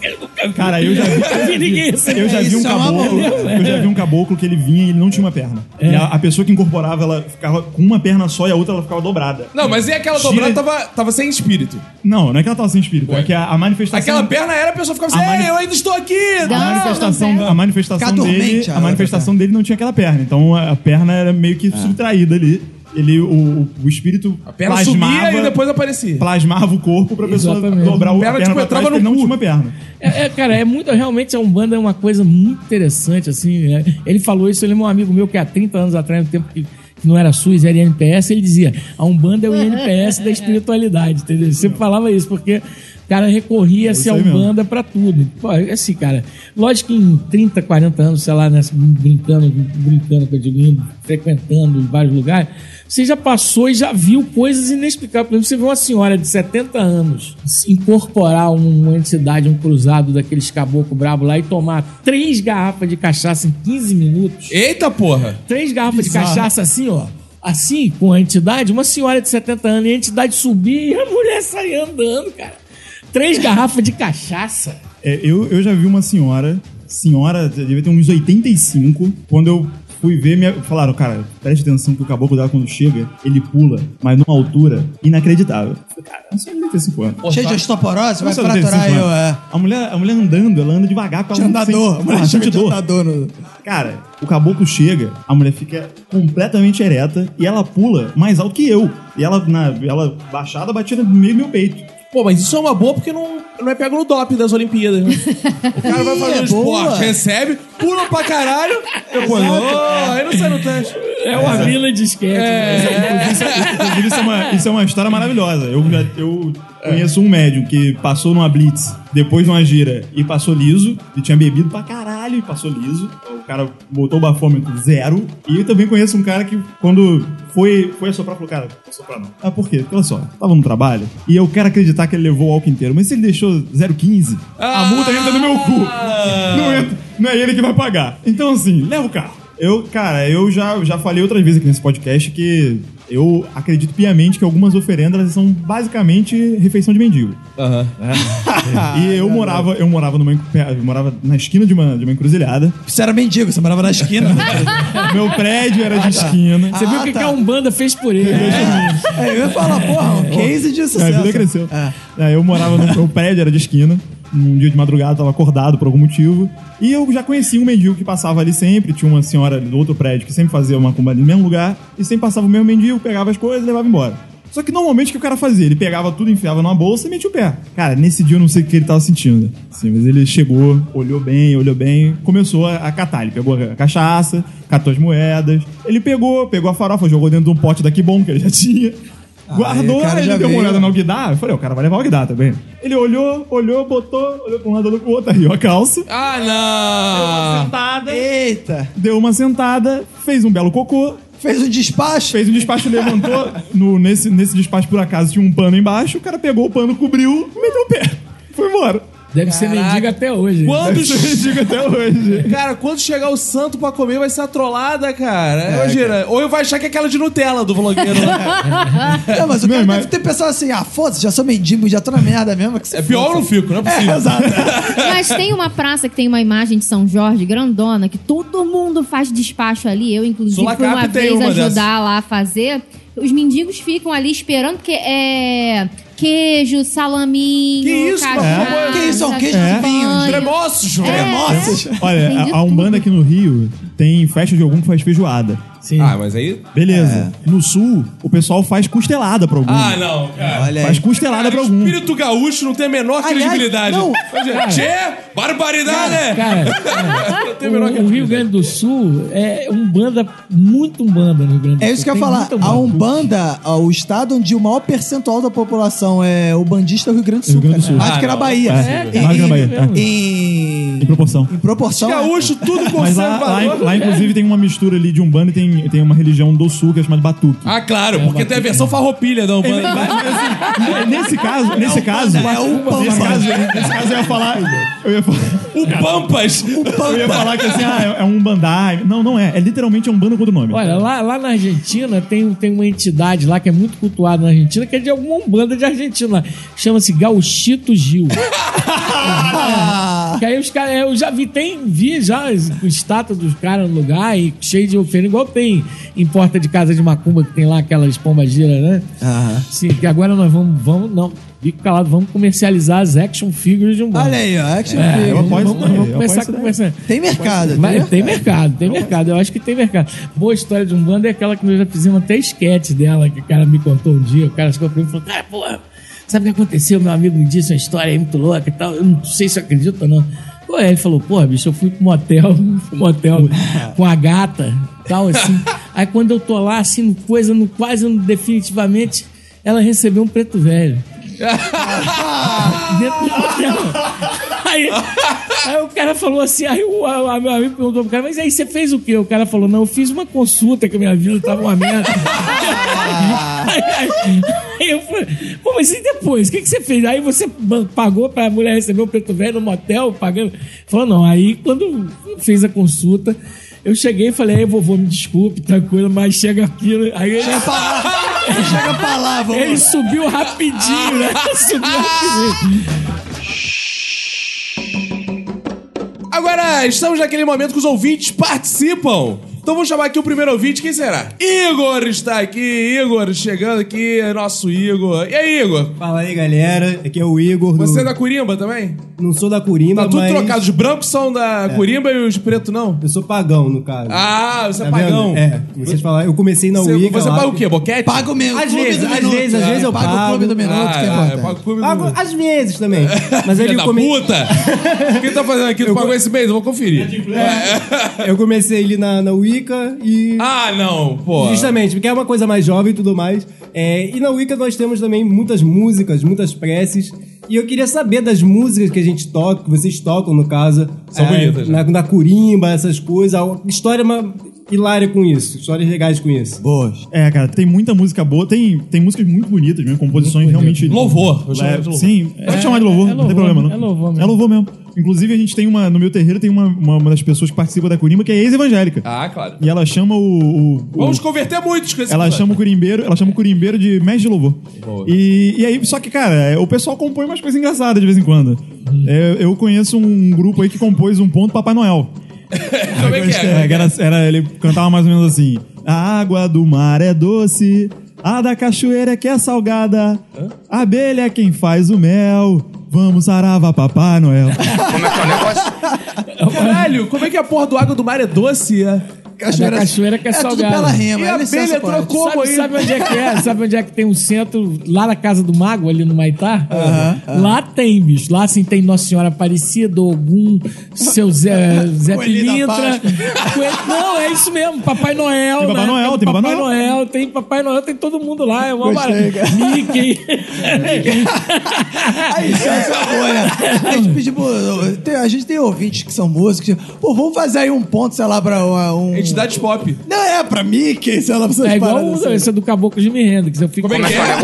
Speaker 4: Cara, eu já vi.
Speaker 5: Ninguém recebe.
Speaker 4: Eu já vi um
Speaker 2: Isso é uma
Speaker 4: caboclo. Eu já vi um caboclo que ele vinha e ele não tinha uma perna. E a, a pessoa que incorporava, ela ficava com uma perna só e a outra ela ficava dobrada.
Speaker 1: Não, mas e aquela
Speaker 4: Gira-
Speaker 1: dobrada tava, tava sem espírito.
Speaker 4: Não, não é que ela tava sem espírito, é que a, a manifestação.
Speaker 1: Aquela perna era, a pessoa ficava assim,
Speaker 4: A mani-
Speaker 1: Ei, eu ainda estou aqui.
Speaker 3: Não,
Speaker 4: A manifestação,
Speaker 3: não pega.
Speaker 4: a manifestação
Speaker 2: Fica dormente
Speaker 4: dele,
Speaker 2: a
Speaker 4: a
Speaker 1: tá.
Speaker 4: manifestação dele não tinha aquela perna. Então a a perna era meio que subtraída ali. Ele, o, o, o espírito
Speaker 1: É. A perna
Speaker 4: plasmava,
Speaker 1: sumia e depois aparecia.
Speaker 4: plasmava o corpo pra pessoa
Speaker 5: Exatamente.
Speaker 4: dobrar o
Speaker 1: Perna,
Speaker 4: perna,
Speaker 1: tipo,
Speaker 4: pra
Speaker 1: entrava
Speaker 4: trás,
Speaker 1: no
Speaker 4: porque ele não
Speaker 1: cu.
Speaker 4: tinha uma perna.
Speaker 5: É, é, cara, é muito. Realmente a Umbanda é uma coisa muito interessante, assim. né? Ele falou isso, ele é um amigo meu que há 30 anos atrás, no tempo que que não era SUS, era INPS, ele dizia: a Umbanda é o INPS da espiritualidade, entendeu? Ele Sempre falava isso, porque o cara recorria-se um à
Speaker 4: É aí mesmo.
Speaker 5: Umbanda pra tudo. Pô, é assim, cara, lógico que em 30, 40 anos, sei lá, né, brincando, brincando, que eu digo, indo, frequentando em vários lugares, você já passou e já viu coisas inexplicáveis. Por exemplo, você vê uma senhora de 70 anos se incorporar uma entidade, um cruzado daqueles caboclo brabo lá e tomar três garrafas de cachaça em 15 minutos
Speaker 1: Eita porra!
Speaker 5: três garrafas de cachaça assim, ó. Assim, com a entidade, uma senhora de 70 anos, e a entidade subia e a mulher saía andando, cara. Três garrafas de cachaça.
Speaker 4: É, eu, eu já vi uma senhora, senhora, devia ter uns 85, quando eu fui ver, me falaram, cara, preste atenção que o caboclo dela quando chega, ele pula, mas numa altura inacreditável. Eu falei, cara, eu sou de 35 anos.
Speaker 2: Cheio de osteoporose,
Speaker 4: Eu
Speaker 2: vai
Speaker 4: sou de 35
Speaker 2: fraturar eu.
Speaker 4: anos.
Speaker 2: É.
Speaker 4: a, mulher, a mulher andando, ela anda devagar com
Speaker 2: De andador. A
Speaker 4: Ah,
Speaker 2: mulher chama de andador. No...
Speaker 4: Cara, o caboclo chega, a mulher fica completamente ereta e ela pula mais alto que eu. E ela, na, ela baixada, batia no meio do meu peito.
Speaker 1: Pô, mas isso é uma boa porque não, não é pego no doping das Olimpíadas, né? O cara vai fazer
Speaker 2: Ih,
Speaker 1: um
Speaker 2: é
Speaker 1: esporte,
Speaker 2: boa.
Speaker 1: recebe, pula pra caralho, depois, oh, aí não sai no teste.
Speaker 5: É uma vila de esquete.
Speaker 2: É.
Speaker 5: né?
Speaker 4: Inclusive, isso é uma, isso é uma história maravilhosa. Eu, já- eu conheço um médium que passou numa blitz, depois numa gira, e passou liso. Ele tinha bebido pra caralho e passou liso. O cara botou o bafômetro zero. E eu também conheço um cara que, quando foi, foi assoprar, falou, cara, assoprar não. Ah, por quê? Porque, olha só, tava no trabalho, e eu quero acreditar que ele levou o álcool inteiro. Mas se ele deixou 0,15, a multa entra no meu cu. Não, entra- não é ele que vai pagar. Então, assim, leva o carro. Eu, cara, eu já, já falei outras vezes aqui nesse podcast que eu acredito piamente que algumas oferendas elas são basicamente refeição de mendigo. e eu morava, eu morava numa encu- eu morava na esquina de uma, de uma encruzilhada.
Speaker 2: Você era mendigo, você morava na esquina.
Speaker 4: Meu prédio era de esquina.
Speaker 5: Você viu o que, que a Umbanda fez por ele. né?
Speaker 2: Ah, tá. É, eu ia falar, porra, um case de
Speaker 4: É,
Speaker 2: sucesso.
Speaker 4: a vida cresceu.
Speaker 2: É.
Speaker 4: É, eu morava num meu prédio, era de esquina. Num dia de madrugada, tava acordado por algum motivo. E eu já conhecia um mendigo que passava ali sempre. Tinha uma senhora do outro prédio que sempre fazia uma cumba ali no mesmo lugar. E sempre passava o mesmo mendigo, pegava as coisas e levava embora. Só que normalmente o que o cara fazia? Ele pegava tudo, enfiava numa bolsa e metia o pé. Cara, nesse dia eu não sei o que ele tava sentindo. Assim, mas ele chegou, olhou bem, olhou bem, começou a, a catar. Ele pegou a cachaça, catou as moedas. Ele pegou, pegou a farofa, jogou dentro de um pote da Kibon que ele já tinha.
Speaker 2: Aí o
Speaker 4: Guardou,
Speaker 2: cara
Speaker 4: aí
Speaker 2: já
Speaker 4: ele deu uma
Speaker 2: veio.
Speaker 4: olhada no Alguidá. Eu falei, o cara vai levar o Alguidá também. Ele olhou, olhou, botou, olhou pra um lado, olhou pro outro, arriou a calça.
Speaker 1: Ah, não!
Speaker 4: Sentada.
Speaker 2: Eita.
Speaker 4: Deu uma sentada, fez um belo cocô.
Speaker 2: Fez um despacho.
Speaker 4: Fez um despacho, levantou. No, nesse, nesse despacho, por acaso, tinha um pano embaixo. O cara pegou o pano, cobriu, meteu o pé. Foi embora.
Speaker 5: Deve ser mendigo até hoje.
Speaker 1: Quando,
Speaker 4: Isso eu digo até hoje.
Speaker 1: cara, quando chegar o santo pra comer, vai ser a trollada, É, cara. Imagina. Ou eu vou achar que é aquela de Nutella do né? blogueiro lá.
Speaker 2: Não, É, mas o
Speaker 4: Não,
Speaker 2: cara
Speaker 4: mas-
Speaker 2: deve ter pensado assim, ah, foda-se, já sou mendigo, já tô na merda mesmo. Que se
Speaker 1: É pior eu
Speaker 2: foda.
Speaker 1: não fico, não é possível.
Speaker 2: É, exato.
Speaker 3: Mas tem uma praça que tem uma imagem de São Jorge grandona que todo mundo faz despacho ali. Eu, inclusive,
Speaker 1: Sulacap
Speaker 3: fui uma
Speaker 1: tem
Speaker 3: vez
Speaker 1: uma
Speaker 3: ajudar
Speaker 1: dessa.
Speaker 3: lá a fazer. Os mendigos ficam ali esperando, porque é queijo, salaminho,
Speaker 1: Que isso,
Speaker 3: cachaça,
Speaker 2: Que isso, é um queijo de vinho,
Speaker 3: champanhe.
Speaker 1: Tremoços, mano.
Speaker 2: É. Tremoços.
Speaker 4: É. Olha,
Speaker 3: Entendi
Speaker 4: a, a Umbanda aqui no Rio tem festa de algum que faz feijoada.
Speaker 5: Sim.
Speaker 1: Ah, mas aí.
Speaker 4: Beleza.
Speaker 2: É.
Speaker 4: No Sul, o pessoal faz costelada pra algum.
Speaker 1: Ah, não, cara.
Speaker 2: Olha aí.
Speaker 4: faz costelada pra algum.
Speaker 1: Espírito gaúcho não tem a menor
Speaker 2: Aliás,
Speaker 1: credibilidade.
Speaker 2: não.
Speaker 1: Tchê, barbaridade, né?
Speaker 5: Cara,
Speaker 1: Não tem a menor
Speaker 5: o, o Rio Grande do Sul é um banda, muito um banda no Rio Grande do Sul.
Speaker 2: É isso que eu ia
Speaker 5: Tem
Speaker 2: falar.
Speaker 5: muita
Speaker 2: A
Speaker 5: Umbanda.
Speaker 2: Umbanda, ó, o estado onde o maior percentual da população é ubandista é o Rio Grande do Sul.
Speaker 4: Rio Grande
Speaker 2: cara.
Speaker 4: do Sul.
Speaker 2: Mais
Speaker 1: Ah,
Speaker 2: que na
Speaker 1: não.
Speaker 2: Bahia.
Speaker 5: É,
Speaker 2: Em-
Speaker 4: mais que na Bahia, é.
Speaker 2: Em,
Speaker 4: Em proporção.
Speaker 2: em proporção.
Speaker 1: Gaúcho, tudo
Speaker 4: Mas
Speaker 1: consegue
Speaker 4: lá, lá,
Speaker 1: valor.
Speaker 4: lá, inclusive, tem uma mistura ali de Umbanda e tem, tem uma religião do sul que é chamada Batuque.
Speaker 1: Ah, claro, porque tem a versão farroupilha da
Speaker 4: Mas,
Speaker 1: Umbanda.
Speaker 4: mas,
Speaker 7: é?
Speaker 4: assim, nesse caso, nesse caso,
Speaker 2: é o Umbanda.
Speaker 4: nesse caso, nesse caso eu ia falar, eu ia falar,
Speaker 1: O Pampas!
Speaker 4: eu ia falar que assim, ah, é- é um bandai. Não, não é, é literalmente um bando com outro nome.
Speaker 5: Olha, lá, lá na Argentina tem, tem uma entidade lá que é muito cultuada na Argentina, que é de alguma Umbanda de Argentina. lá. Chama-se Gauchito Gil.
Speaker 2: Ah,
Speaker 5: Que aí os caras, eu já vi, tem, vi já as- com estátua dos caras no lugar e cheio de oferenda, igual tem em porta de casa de macumba que tem lá aquelas pombas giras, né?
Speaker 2: Aham.
Speaker 5: Sim, que agora nós vamos, vamos, não, bico calado, vamos comercializar as action figures de um
Speaker 2: olha aí, ó. Action
Speaker 5: é,
Speaker 2: figure.
Speaker 5: vamos,
Speaker 4: apoio
Speaker 5: vamos,
Speaker 4: isso daí,
Speaker 5: vamos
Speaker 4: eu
Speaker 5: começar
Speaker 4: apoio isso
Speaker 5: a
Speaker 4: daí.
Speaker 5: conversar.
Speaker 2: Tem mercado.
Speaker 5: Mas
Speaker 2: viu?
Speaker 5: tem mercado, tem mercado. Eu acho que tem mercado. Boa história de um bando é aquela que nós já fizemos até esquete dela, que o cara me contou um dia, o cara chegou pra mim e falou, cara, porra, sabe o que aconteceu? Meu amigo me disse uma história aí muito louca e tal. Eu não sei se eu acredito ou não. Pô, aí ele falou, porra, bicho, eu fui pro motel, pro motel com a gata, tal, assim. Aí quando eu tô lá, assim, no coisa, no, quase no definitivamente, ela recebeu um preto velho. Dentro do motel. Aí, aí o cara falou assim, aí o a, a- meu amigo perguntou pro cara, mas aí você fez o quê? O cara falou, não, eu fiz uma consulta que a minha vida tava uma merda. aí, aí- aí eu falei, pô, mas e depois? O que, que você fez? Aí você ban- pagou pra mulher receber o preto velho no motel, pagando. Falou, não, aí quando fez a consulta, eu cheguei e falei, aí vovô, me desculpe, tranquilo, mas chega aqui. né? Aí ele,
Speaker 2: Chega pra lá, vamos.
Speaker 5: ele subiu rapidinho, né? Subiu rapidinho.
Speaker 1: Agora, estamos naquele momento que os ouvintes participam. Então vamos chamar aqui o primeiro ouvinte, quem será? Igor está aqui, Igor chegando aqui, nosso Igor. E aí, Igor?
Speaker 7: Fala aí, galera. Aqui é o Igor.
Speaker 1: Você é
Speaker 7: do-
Speaker 1: da Curimba também?
Speaker 7: Não sou da Curimba,
Speaker 1: Tá tudo
Speaker 7: mas...
Speaker 1: trocado, os brancos são da Curimba e os pretos não?
Speaker 7: Eu sou pagão, no caso.
Speaker 1: Ah, você é
Speaker 7: Tá vendo?
Speaker 1: pagão.
Speaker 7: É. Vocês falaram... Eu comecei na
Speaker 1: Você,
Speaker 7: Wicca
Speaker 1: você
Speaker 7: lá.
Speaker 1: paga o quê? Boquete?
Speaker 2: Pago mesmo.
Speaker 7: Às
Speaker 2: Clube
Speaker 7: vezes,
Speaker 2: do
Speaker 7: às
Speaker 2: Minuto.
Speaker 7: vezes, às
Speaker 2: Ah,
Speaker 7: vezes eu
Speaker 2: pago o
Speaker 7: pago.
Speaker 2: clube do minuto, que é
Speaker 1: Ah, eu pago
Speaker 2: importante.
Speaker 1: o clube do...
Speaker 7: Pago-
Speaker 1: Filha
Speaker 7: Às vezes também. Mas aí
Speaker 1: da
Speaker 7: eu, come-
Speaker 1: puta! O que tá fazendo aqui? Tu pagou esse mês? Eu vou conferir. É.
Speaker 7: eu comecei ali na, na Wicca e...
Speaker 1: Ah, não, pô.
Speaker 7: Justamente, porque é uma coisa mais jovem e tudo mais. É, e na Wicca nós temos também muitas músicas, muitas preces. E eu queria saber das músicas que a gente toca, que vocês tocam, no caso. É,
Speaker 1: São bonitas, né?
Speaker 7: Na, na curimba, essas coisas. Uma História uma, hilária com isso. Histórias legais com isso.
Speaker 2: Boas.
Speaker 4: É, cara, tem muita música boa, tem, tem músicas muito bonitas mesmo, composições realmente.
Speaker 1: Louvor, eu chamo
Speaker 4: É,
Speaker 1: de louvor.
Speaker 4: Sim, pode
Speaker 5: É,
Speaker 4: chamar de
Speaker 5: é
Speaker 4: louvor, não tem
Speaker 5: louvor,
Speaker 4: problema não.
Speaker 5: é louvor mesmo.
Speaker 4: É louvor mesmo. Inclusive, a gente tem uma. No meu terreiro tem uma, uma, uma das pessoas que participa da Curimba que é ex-evangélica.
Speaker 1: Ah, claro.
Speaker 4: E ela chama o. o-
Speaker 1: Vamos
Speaker 4: o-
Speaker 1: converter muitos com esse
Speaker 4: ela chama o curimbeiro, ela chama o curimbeiro de mestre de louvor. E, e aí, só que, cara, é, o pessoal compõe umas coisas engraçadas de vez em quando. É, eu conheço um grupo aí que compôs um ponto Papai Noel.
Speaker 1: Como é que é?
Speaker 4: É, que era, era- ele cantava mais ou menos assim: A água do mar é doce, a da cachoeira que é salgada, a abelha é quem faz o mel. Vamos arava Papai Noel.
Speaker 1: Caralho, como é que a porra do água do mar é doce? é?
Speaker 5: A da cachoeira que é
Speaker 2: é tudo
Speaker 5: salgada.
Speaker 2: pela rima.
Speaker 1: E a
Speaker 2: é licença,
Speaker 1: abelha
Speaker 2: poeta.
Speaker 1: trocou. Como
Speaker 5: sabe, sabe
Speaker 1: aí?
Speaker 5: onde é que é? Sabe onde é que tem um centro lá na casa do Mago, ali no Maitá? Lá tem, bicho. Lá assim tem Nossa Senhora Aparecida, Ogum, seu Zé, Zé
Speaker 2: Coelhinho da
Speaker 5: Pilintra. Coelho- Não, é isso mesmo. Papai Noel.
Speaker 4: Tem
Speaker 5: né?
Speaker 4: Papai Noel, tem Papai
Speaker 5: Noel. Tem Papai Noel, tem todo mundo lá. É uma
Speaker 2: Gostei,
Speaker 5: maravilha. Mickey.
Speaker 2: Aí, isso é boa, né? A gente pediu, pro- tem- a gente tem ouvintes que são músicos. Pô, vamos fazer aí um ponto, sei lá, pra uma- um...
Speaker 1: Entidades pop.
Speaker 2: Não, é pra Mickey, sei lá, pra essas
Speaker 5: É igual
Speaker 2: paradas
Speaker 5: o-
Speaker 2: assim.
Speaker 5: esse é do Caboclo de Hendrix. Eu fico
Speaker 1: Como é que é?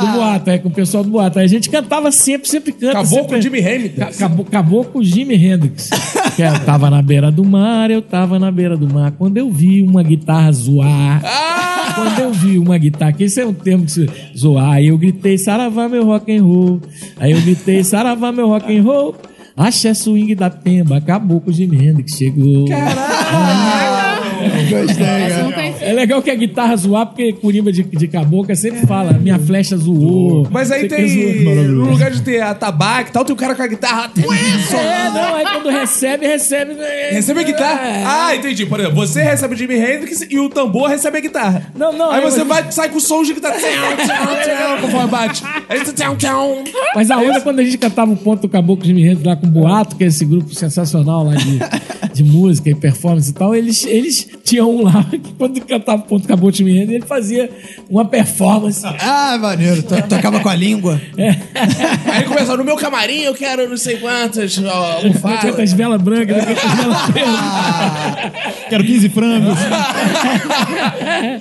Speaker 5: do boato, é, com o pessoal do boato. A gente cantava sempre, sempre canta.
Speaker 1: Caboclo
Speaker 5: sempre...
Speaker 1: Jimi
Speaker 5: Ca-
Speaker 1: Hendrix.
Speaker 5: Acabou, acabou com o Jimi Hendrix. Que era, tava na beira do mar, eu tava na beira do mar. Quando eu vi uma guitarra zoar.
Speaker 2: Ah!
Speaker 5: Quando eu vi uma guitarra, que esse é um termo que se zoar. Aí eu gritei, saravá meu rock and roll. Aí eu gritei, saravá meu rock and roll. Axé swing da Pemba, acabou com o Jimi Hendrix, chegou.
Speaker 2: Gostei,
Speaker 3: Essa eu
Speaker 2: cara.
Speaker 3: não conheci.
Speaker 5: É legal que a guitarra zoar, porque Curimba de, de Cabocla sempre fala, minha flecha zoou.
Speaker 1: Mas aí
Speaker 5: Você que
Speaker 1: tem.
Speaker 5: zoou.
Speaker 1: No lugar de ter a tabaco e tal, tem um o cara com a guitarra.
Speaker 5: É, não, aí quando recebe, recebe.
Speaker 1: Recebe a guitarra.
Speaker 5: É.
Speaker 1: Ah, entendi. Por exemplo, você recebe o Jimi Hendrix e o tambor recebe a guitarra.
Speaker 5: Não, não,
Speaker 1: Aí
Speaker 5: eu-
Speaker 1: você vai, sai com o som de guitarra. Tchau, tchau, tchau, conforme bate. Aí você tchau, tchau.
Speaker 5: Mas a onda, quando a gente cantava o ponto do Caboclo Jimi Hendrix lá com o Boato, que é esse grupo sensacional lá de, de música e performance e tal, eles, eles tinham um lá que quando cantava o ponto do Caboclo Jimi Hendrix, ele fazia uma performance.
Speaker 2: Ah, maneiro. To- Tocava com a língua.
Speaker 1: Aí começa, no meu camarim eu quero não sei quantas ó,
Speaker 5: Quantas
Speaker 1: almofadas.
Speaker 5: velas brancas, quantas
Speaker 1: Ah,
Speaker 5: velas pretas.
Speaker 4: Quero 15 frangos.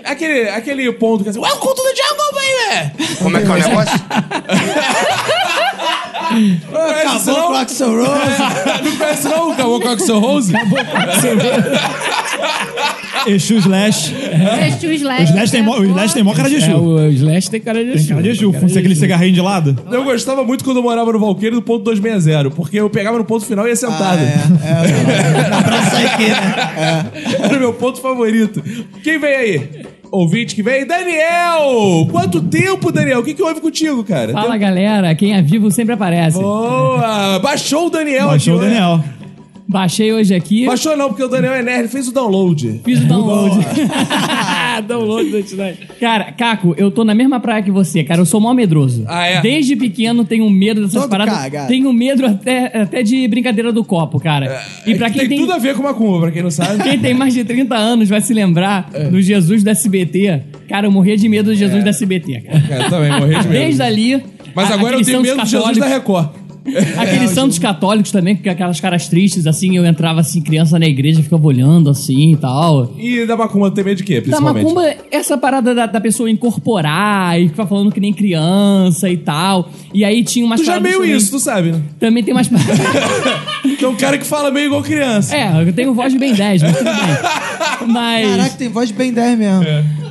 Speaker 1: Aquele, aquele ponto que é assim, Welcome to the jungle, baby!
Speaker 8: Como é que é o negócio?
Speaker 1: Conhece
Speaker 2: Acabou
Speaker 1: não?
Speaker 2: o Clarkson Rose.
Speaker 1: Não conhece não o Cowboy Coxon Rose?
Speaker 4: Exu Slash.
Speaker 2: É.
Speaker 3: Existe o Slash.
Speaker 4: O Slash tem mó, o Slash tem mó cara de Exu.
Speaker 5: É, o Slash tem cara de Exu.
Speaker 4: Tem cara de Exu.
Speaker 5: Tem cara
Speaker 4: Funciona aquele cigarrinho de lado.
Speaker 1: Eu gostava muito quando eu morava no Valqueiro do ponto 260, porque eu pegava no ponto final e ia
Speaker 4: É, tá
Speaker 1: sentado.
Speaker 2: É, Ah, Na praça aqui, né?
Speaker 1: É. Era o meu ponto favorito. Quem vem aí? Ouvinte que vem? Daniel! Quanto tempo, Daniel? O que, que houve contigo, cara?
Speaker 9: Fala galera, quem é vivo sempre aparece.
Speaker 1: Boa! Baixou o Daniel
Speaker 4: Baixou o
Speaker 1: aqui, né?
Speaker 4: Daniel.
Speaker 9: Baixei hoje aqui,
Speaker 1: Baixou não, porque o Daniel é nerd, fez o download.
Speaker 9: fiz o download.
Speaker 5: Ah, download do Slash.
Speaker 9: Cara, Caco, eu tô na mesma praia que você, cara. Eu sou mal medroso.
Speaker 1: Ah, é?
Speaker 9: Desde pequeno tenho medo dessas
Speaker 2: Todo
Speaker 9: paradas.
Speaker 2: cagado.
Speaker 9: Tenho medo até, até de brincadeira do copo, cara. e pra
Speaker 1: É que
Speaker 9: quem
Speaker 1: tem,
Speaker 9: tem,
Speaker 1: tudo a ver né? É. com macumba, pra quem não sabe.
Speaker 9: quem tem mais de 30 anos vai se lembrar do Jesus da SBT. Cara, eu morria de medo do Jesus da SBT, cara.
Speaker 1: Cara, É. também, morri de medo.
Speaker 9: Desde ali.
Speaker 1: Mas
Speaker 9: a-
Speaker 1: agora eu
Speaker 9: aqueles
Speaker 1: tenho
Speaker 9: santos
Speaker 1: medo de Jesus
Speaker 9: católicos-
Speaker 1: da É, Record.
Speaker 9: Aqueles santos católicos também, com aquelas caras tristes, assim, eu entrava assim, criança na igreja, ficava olhando assim e tal.
Speaker 1: E da macumba tem medo de quê,
Speaker 9: Da
Speaker 1: principalmente?
Speaker 9: macumba, essa parada da, da pessoa incorporar e ficar falando que nem criança e tal. E aí tinha umas
Speaker 1: Tu já é
Speaker 9: paradas
Speaker 1: meio
Speaker 9: também-
Speaker 1: isso, tu sabe, né?
Speaker 9: Também tem umas paradas.
Speaker 1: Tu é um cara que fala meio igual criança.
Speaker 9: é, eu tenho voz de bem 10, mas tudo bem. Mas.
Speaker 2: Caraca, tem voz de Ben 10 mesmo.
Speaker 4: É.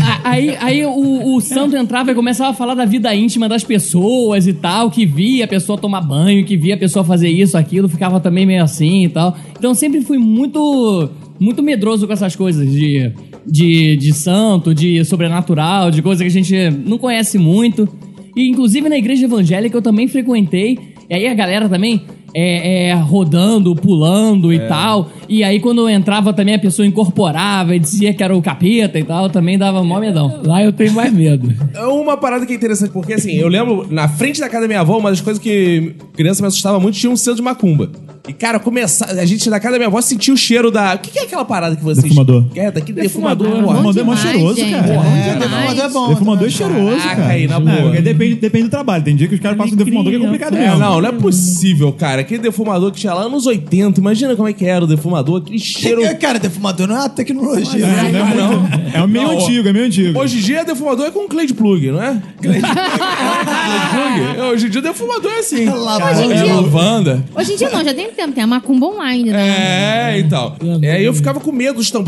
Speaker 9: a- aí aí o, o santo entrava e começava a falar da vida íntima das pessoas e tal, que via a pessoa tomar banho, que via a pessoa fazer isso, aquilo, ficava também meio assim e tal. Então sempre fui muito. muito medroso com essas coisas de, de, de santo, de sobrenatural, de coisa que a gente não conhece muito. E inclusive na igreja evangélica eu também frequentei. E aí a galera também é, é, rodando, pulando e tal. E aí quando eu entrava também a pessoa incorporava e dizia que era o capeta e tal, também dava mó medão.
Speaker 5: Lá eu tenho mais medo.
Speaker 1: É uma parada que é interessante, porque assim, eu lembro, na frente da casa da minha avó, uma das coisas que criança me assustava muito tinha um centro de macumba. E, cara, começar. A gente na casa da minha avó sentia o cheiro da. O que, que é aquela parada que vocês.
Speaker 4: Defumador.
Speaker 1: É, daqui
Speaker 5: Defumador,
Speaker 1: defumador,
Speaker 9: Um
Speaker 5: bom
Speaker 1: porra.
Speaker 4: Defumador é mó
Speaker 3: demais,
Speaker 4: cheiroso,
Speaker 3: gente.
Speaker 4: cara.
Speaker 3: É,
Speaker 2: É, defumador é bom.
Speaker 4: Defumador é cheiroso,
Speaker 1: Caraca,
Speaker 4: cara.
Speaker 1: aí, na
Speaker 4: É,
Speaker 1: boa.
Speaker 4: porque depende, depende do trabalho. Tem dia que os caras passam defumador que é complicado
Speaker 1: É,
Speaker 4: mesmo.
Speaker 1: não, não é possível, cara. Aquele defumador que tinha lá nos 80, imagina como é que era o defumador, aquele cheiro.
Speaker 2: É, Cara, defumador não é uma tecnologia. né?
Speaker 4: É, não é
Speaker 1: não.
Speaker 4: muito- é meio
Speaker 1: Não, ó.
Speaker 4: antigo, é meio antigo.
Speaker 1: Hoje em dia, defumador é com clay de plug, não é? Clay de plug. Hoje em dia, defumador é assim.
Speaker 2: Lavanda.
Speaker 1: É lavanda.
Speaker 3: Hoje em dia não, já tem tempo, tem a macumba online, né?
Speaker 1: É, então. E aí eu ficava com medo, estão.